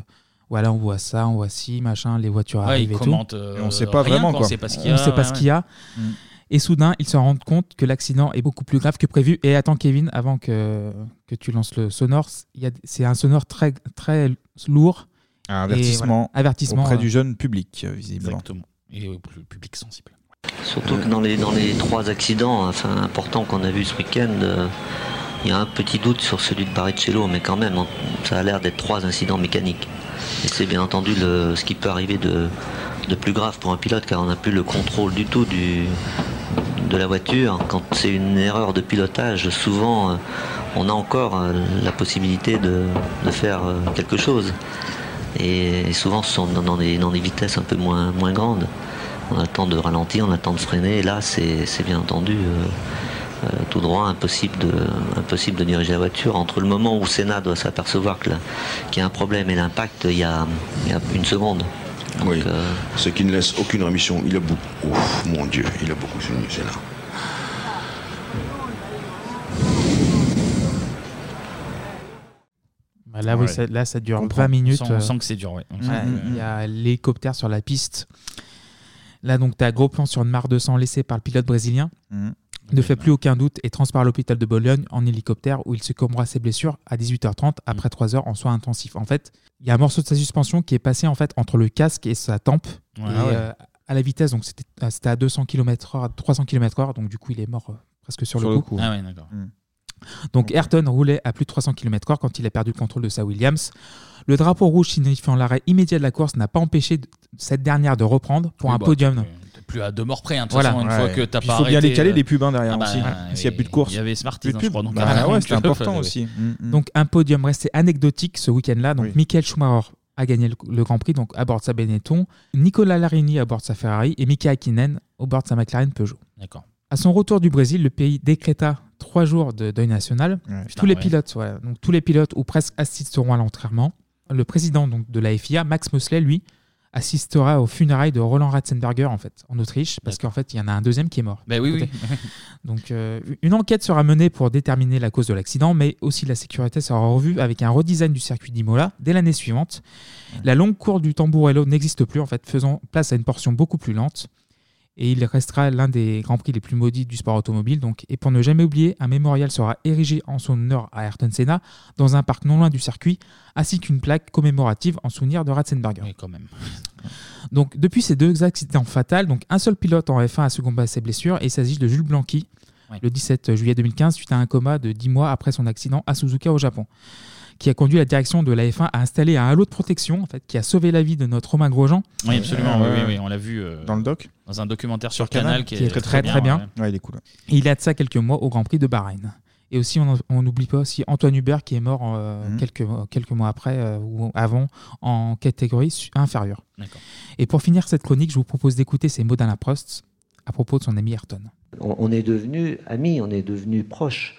Speaker 8: voilà, on voit ça, on voit ci, machin, les voitures
Speaker 1: Ouais,
Speaker 8: arrivent
Speaker 1: ils
Speaker 8: et tout.
Speaker 1: commentent, euh, Et on sait pas rien, vraiment, quoi, on quoi. sait pas ce qu'il y a,
Speaker 8: On sait pas
Speaker 1: ouais,
Speaker 8: ce qu'il y a.
Speaker 1: ouais. Mm.
Speaker 8: Et soudain, ils se rendent compte que l'accident est beaucoup plus grave que prévu. Et attends, Kevin, avant que, que tu lances le sonore, il y a- c'est un sonore très, très lourd.
Speaker 9: Un
Speaker 8: Et
Speaker 9: avertissement, hein.
Speaker 8: voilà, avertissement
Speaker 9: auprès
Speaker 8: euh,
Speaker 9: du jeune public, euh, visiblement.
Speaker 1: Exactement. Et au pu- public sensible.
Speaker 2: Surtout que dans les, dans les trois accidents enfin, importants qu'on a vus ce week-end, euh, il y a un petit doute sur celui de Barrichello, mais quand même, on- ça a l'air d'être trois incidents mécaniques. Et c'est bien entendu le- ce qui peut arriver de, de plus grave pour un pilote, car on n'a plus le contrôle du tout du, de la voiture. Quand c'est une erreur de pilotage, souvent, euh, on a encore euh, la possibilité de, de faire euh, quelque chose. Et souvent, ce sont dans- dans des, dans des vitesses un peu moins, moins grandes. On a le temps de ralentir, on a le temps de freiner. Et là, c'est c'est bien entendu euh, euh, tout droit, impossible de, impossible de diriger la voiture. Entre le moment où Sénat doit s'apercevoir que là- qu'il y a un problème et l'impact, il, y a- il y a une seconde. euh,
Speaker 21: Oui, ce qui ne laisse aucune rémission. Il a beaucoup. Ouf, mon Dieu, il a beaucoup soigné, c'est là.
Speaker 8: Bah Là,
Speaker 1: Ouais.
Speaker 8: oui, ça, là, ça dure
Speaker 1: On comprend.
Speaker 8: 20 minutes.
Speaker 1: On sent- on
Speaker 8: euh.
Speaker 1: sent que c'est dur, ouais. On sent
Speaker 8: Ouais,
Speaker 1: que-
Speaker 8: Il y a l'hélicoptère sur la piste. Là, donc, tu as gros plan sur une mare de sang laissée par le pilote brésilien.
Speaker 1: Mmh.
Speaker 9: Mhm.
Speaker 8: Ne fait plus aucun doute et transpare à l'hôpital de Bologne en hélicoptère où il succombera à ses blessures à 18h30
Speaker 1: Mmh.
Speaker 8: après 3 heures en soins intensifs. En fait, il y a un morceau de sa suspension qui est passé en fait entre le casque et sa tempe
Speaker 1: Ouais,
Speaker 8: et,
Speaker 1: ah ouais.
Speaker 8: euh, à la vitesse. Donc c'était euh, c'était à 200 km/h, 300 km/h. Donc du coup, il est mort euh, presque sur,
Speaker 1: Sur
Speaker 8: le,
Speaker 1: le
Speaker 8: coup. Mm.
Speaker 1: coup. Ah ouais, d'accord.
Speaker 8: Donc Ayrton roulait à plus de 300 km/h quand il a perdu le contrôle de sa Williams. Le drapeau rouge signifiant l'arrêt immédiat de la course n'a pas empêché de- cette dernière de reprendre pour
Speaker 1: Oui,
Speaker 8: un
Speaker 1: bah,
Speaker 8: podium.
Speaker 1: t'es- t'es plus à deux morts près, hein, de toute
Speaker 8: Voilà.
Speaker 1: façon, une
Speaker 8: Ouais.
Speaker 1: fois que t'as
Speaker 8: Puis
Speaker 1: pas
Speaker 8: il faut bien
Speaker 1: arrêté,
Speaker 8: les caler,
Speaker 1: euh,
Speaker 8: les pubs, hein, derrière
Speaker 1: ah bah,
Speaker 8: aussi.
Speaker 1: oui,
Speaker 8: S'il y a plus de course.
Speaker 1: Il y avait Smarties,
Speaker 8: Plus de
Speaker 1: hein, je
Speaker 8: pub.
Speaker 1: crois. Donc,
Speaker 8: Bah,
Speaker 1: ah,
Speaker 8: ouais,
Speaker 1: donc,
Speaker 8: c'était important
Speaker 1: euh,
Speaker 8: aussi.
Speaker 1: oui.
Speaker 8: Donc un podium resté anecdotique ce week-end-là. Donc
Speaker 1: Oui.
Speaker 8: Michael Schumacher a gagné le, le Grand Prix donc à bord de sa Benetton, Nicolas Larini à bord de sa Ferrari et Mika Hakkinen au bord de sa McLaren Peugeot.
Speaker 1: D'accord.
Speaker 8: À son retour du Brésil, le pays décréta trois jours de deuil national.
Speaker 1: Ouais.
Speaker 8: tous les
Speaker 1: Putain, ouais.
Speaker 8: pilotes, voilà. donc tous les pilotes ou presque assisteront à l'entraînement. Le président donc de la FIA, Max Mosley, lui assistera aux funérailles de Roland Ratzenberger en fait en Autriche parce qu'en fait il y en a un deuxième qui est mort.
Speaker 1: Ben oui,
Speaker 8: Côté.
Speaker 1: oui.
Speaker 8: Donc, euh, une enquête sera menée pour déterminer la cause de l'accident, mais aussi la sécurité sera revue avec un redesign du circuit d'Imola dès l'année suivante. La longue courbe du Tamburello n'existe plus, en fait, faisant place à une portion beaucoup plus lente. Et il restera l'un des grands prix les plus maudits du sport automobile. Donc, et pour ne jamais oublier, un mémorial sera érigé en son honneur à Ayrton Senna dans un parc non loin du circuit, ainsi qu'une plaque commémorative en souvenir de Ratzenberger.
Speaker 1: quand même.
Speaker 8: Donc, depuis ces deux accidents fatals, donc un seul pilote en F1 a succombé à ses blessures et il s'agit de Jules Blanqui
Speaker 1: Ouais.
Speaker 8: le 17 juillet 2015 suite à un coma de 10 mois après son accident à Suzuka au Japon, qui a conduit la direction de la F1 à installer un halo de protection en fait, qui a sauvé la vie de notre Romain Grosjean.
Speaker 1: Oui, absolument.
Speaker 8: Euh,
Speaker 1: oui, oui, oui, on l'a vu. euh,
Speaker 8: Dans le doc
Speaker 1: Dans un documentaire sur, Canal, qui est,
Speaker 8: très très, bien.
Speaker 1: ouais.
Speaker 9: il est cool.
Speaker 8: Et il a de ça quelques mois au Grand Prix de Bahreïn. Et aussi, on- on n'oublie pas aussi Antoine Hubert qui est mort euh,
Speaker 1: Mhm.
Speaker 8: quelques, quelques mois après euh, ou avant en catégorie su- inférieure.
Speaker 1: D'accord.
Speaker 8: Et pour finir cette chronique, je vous propose d'écouter ces mots d'Alain Prost à propos de son ami Ayrton.
Speaker 13: On, on est devenu amis, on est devenu proches.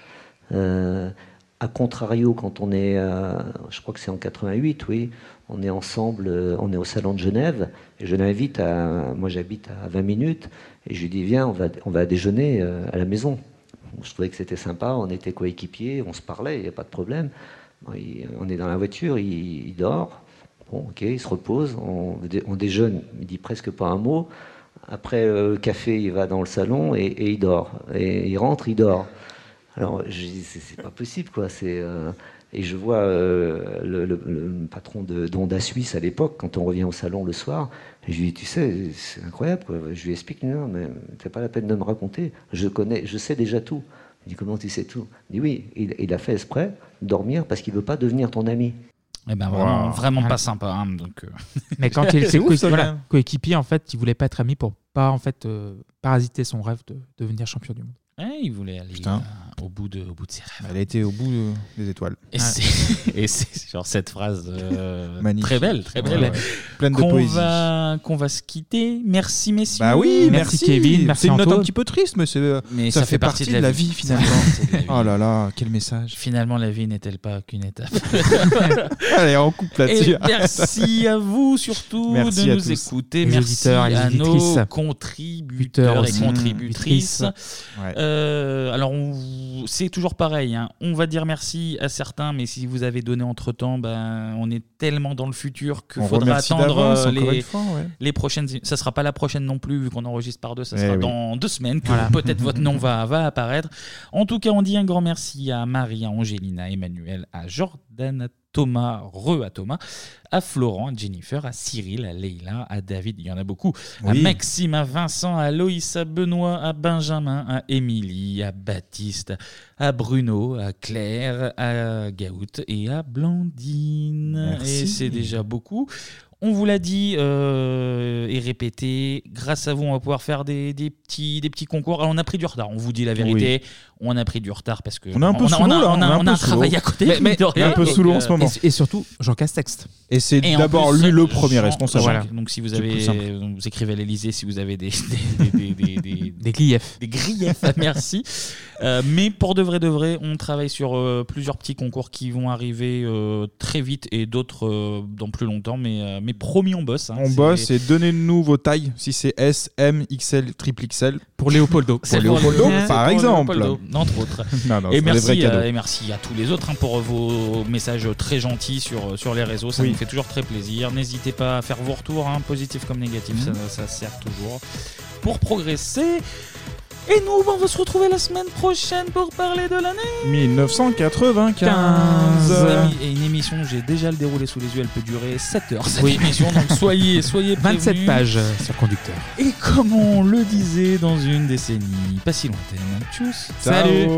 Speaker 13: Euh, a contrario, quand on est, euh, je crois que c'est en 88, oui, on est ensemble, euh, on est au salon de Genève, et je l'invite à, moi j'habite à 20 minutes, et je lui dis viens, on va, on va déjeuner euh, à la maison. Je trouvais que c'était sympa, on était coéquipiers, on se parlait, il n'y a pas de problème. Bon, il- on est dans la voiture, il, il dort, bon ok, il se repose, on, dé- on déjeune, il dit presque pas un mot, après euh, le café, il va dans le salon et, et il dort. Et il rentre, il dort. Alors je dis, c'est c'est pas possible, quoi. C'est euh, et je vois euh, le, le- le patron de d'Honda Suisse à l'époque, quand on revient au salon le soir, et je lui dis, tu sais, c'est incroyable. quoi. Je lui explique, non, mais c'est pas la peine de me raconter. Je connais, je sais déjà tout. Il dit, comment tu sais tout Il dit, oui, il, il a fait exprès de dormir parce qu'il veut pas devenir ton ami.
Speaker 1: Eh ben, vraiment,
Speaker 13: Wow.
Speaker 1: vraiment
Speaker 13: Ouais.
Speaker 1: pas sympa. hein, donc, euh.
Speaker 8: Mais quand il
Speaker 1: C'est
Speaker 8: était
Speaker 1: ouf,
Speaker 8: coé-
Speaker 1: ça, quand
Speaker 8: voilà,
Speaker 1: même.
Speaker 8: coéquipier, en fait, il voulait pas être ami pour pas en fait euh, parasiter son rêve de devenir champion du monde.
Speaker 1: Ouais, il voulait aller
Speaker 9: Putain.
Speaker 1: euh, au, bout de, au bout de ses rêves.
Speaker 9: Elle a été au bout euh, des étoiles.
Speaker 1: Et c'est- et c'est genre cette phrase euh,
Speaker 9: Magnifique.
Speaker 1: très belle, très
Speaker 9: Ouais,
Speaker 1: belle.
Speaker 9: ouais. Pleine de
Speaker 1: Qu'on
Speaker 9: poésie.
Speaker 1: Va, qu'on va se quitter. Merci, messieurs.
Speaker 9: Bah oui, merci, C'est une note
Speaker 1: Antoine.
Speaker 9: un petit peu triste, mais, c'est, euh,
Speaker 1: Mais
Speaker 9: ça, fait partie, de la vie, finalement. Ah,
Speaker 1: Oh
Speaker 9: là là, quel message.
Speaker 1: Finalement, la vie n'est-elle pas qu'une étape
Speaker 9: Allez, on coupe là-dessus.
Speaker 1: Et Merci à vous surtout
Speaker 9: Merci
Speaker 1: de
Speaker 9: à
Speaker 1: nous
Speaker 9: tous.
Speaker 1: écouter.
Speaker 9: Les
Speaker 1: Merci
Speaker 9: auditeurs et les
Speaker 1: à
Speaker 9: auditrices.
Speaker 1: nos contributeurs et
Speaker 9: aussi.
Speaker 1: contributrices.
Speaker 9: Mmh, auditrices. Ouais.
Speaker 1: Euh, alors, on vous- c'est toujours pareil. hein. On va dire merci à certains, mais si vous avez donné entre temps, ben, on est tellement dans le futur qu'il
Speaker 9: On
Speaker 1: faudra
Speaker 9: remercie
Speaker 1: attendre
Speaker 9: d'avance,
Speaker 1: euh,
Speaker 9: encore
Speaker 1: les,
Speaker 9: une fois, ouais.
Speaker 1: les prochaines. Ça sera pas la prochaine non plus, vu qu'on enregistre par deux. Ça
Speaker 9: Eh
Speaker 1: sera
Speaker 9: oui.
Speaker 1: dans deux semaines que
Speaker 9: Voilà.
Speaker 1: peut-être votre nom va, va apparaître. En tout cas, on dit un grand merci à Marie, à Angelina, à Emmanuel, à Jordan, à Thomas, re à Thomas, à Florent, à Jennifer, à Cyril, à Leila, à David, il y en a beaucoup, à
Speaker 9: Oui.
Speaker 1: Maxime, à Vincent, à Loïs, à Benoît, à Benjamin, à Émilie, à Baptiste, à Bruno, à Claire, à Gaout et à Blandine.
Speaker 9: Merci.
Speaker 1: Et c'est déjà beaucoup. On vous l'a dit euh, et répété, grâce à vous, on va pouvoir faire des, des petits, des petits concours. Alors, on a pris du retard, on vous dit la vérité. On a pris du retard parce que
Speaker 9: On est un peu
Speaker 1: a-
Speaker 9: sous
Speaker 1: on a-
Speaker 9: l'eau, là,
Speaker 1: on a- on
Speaker 9: on est un peu
Speaker 1: a un
Speaker 9: sous
Speaker 1: travail
Speaker 9: l'eau.
Speaker 1: à côté.
Speaker 9: Mais- mais
Speaker 1: mine de
Speaker 9: on est
Speaker 1: rien.
Speaker 9: un peu
Speaker 1: Donc,
Speaker 9: sous l'eau en
Speaker 1: euh,
Speaker 9: ce moment.
Speaker 8: Et, et surtout, Jean Castex.
Speaker 9: Et c'est
Speaker 1: et en
Speaker 9: d'abord
Speaker 1: plus,
Speaker 9: lui le
Speaker 1: Jean-
Speaker 9: premier responsable.
Speaker 1: Jean-
Speaker 9: Voilà.
Speaker 1: Donc si vous
Speaker 9: C'est plus
Speaker 1: avez,
Speaker 9: simple.
Speaker 1: vous écrivez à l'Elysée si vous avez des des des des, des,
Speaker 8: Des griefs.
Speaker 1: Des griefs. merci. Euh, mais pour de vrai de vrai, on travaille sur euh, plusieurs petits concours qui vont arriver euh, très vite et d'autres euh, dans plus longtemps. Mais euh, mais promis, on bosse. hein.
Speaker 9: On
Speaker 1: C'est-
Speaker 9: bosse et donnez-nous vos tailles, si c'est S, M, XL, triple XL.
Speaker 8: Pour Léopoldo.
Speaker 9: Pour Léopoldo, par exemple.
Speaker 1: entre autres.
Speaker 9: Non, non,
Speaker 1: et,
Speaker 9: c'est des vrais
Speaker 1: merci,
Speaker 9: cadeaux.
Speaker 1: euh, et merci à tous les autres hein, pour vos messages très gentils sur, euh, sur les réseaux. Ça
Speaker 9: Oui.
Speaker 1: nous fait toujours très plaisir. N'hésitez pas à faire vos retours, hein, positifs comme négatifs,
Speaker 9: Mhm.
Speaker 1: ça, ça sert toujours pour progresser. Et nous, bah, on va se retrouver la semaine prochaine pour parler de l'année
Speaker 9: 1995.
Speaker 1: Et une émission, j'ai déjà le déroulé sous les yeux, elle peut durer 7 heures cette
Speaker 8: Oui.
Speaker 1: émission, donc soyez, soyez prévenus.
Speaker 8: 27 pages euh, sur conducteur.
Speaker 1: Et comme on le disait dans une décennie pas si lointaine, tchuss
Speaker 9: Oh.
Speaker 8: Salut.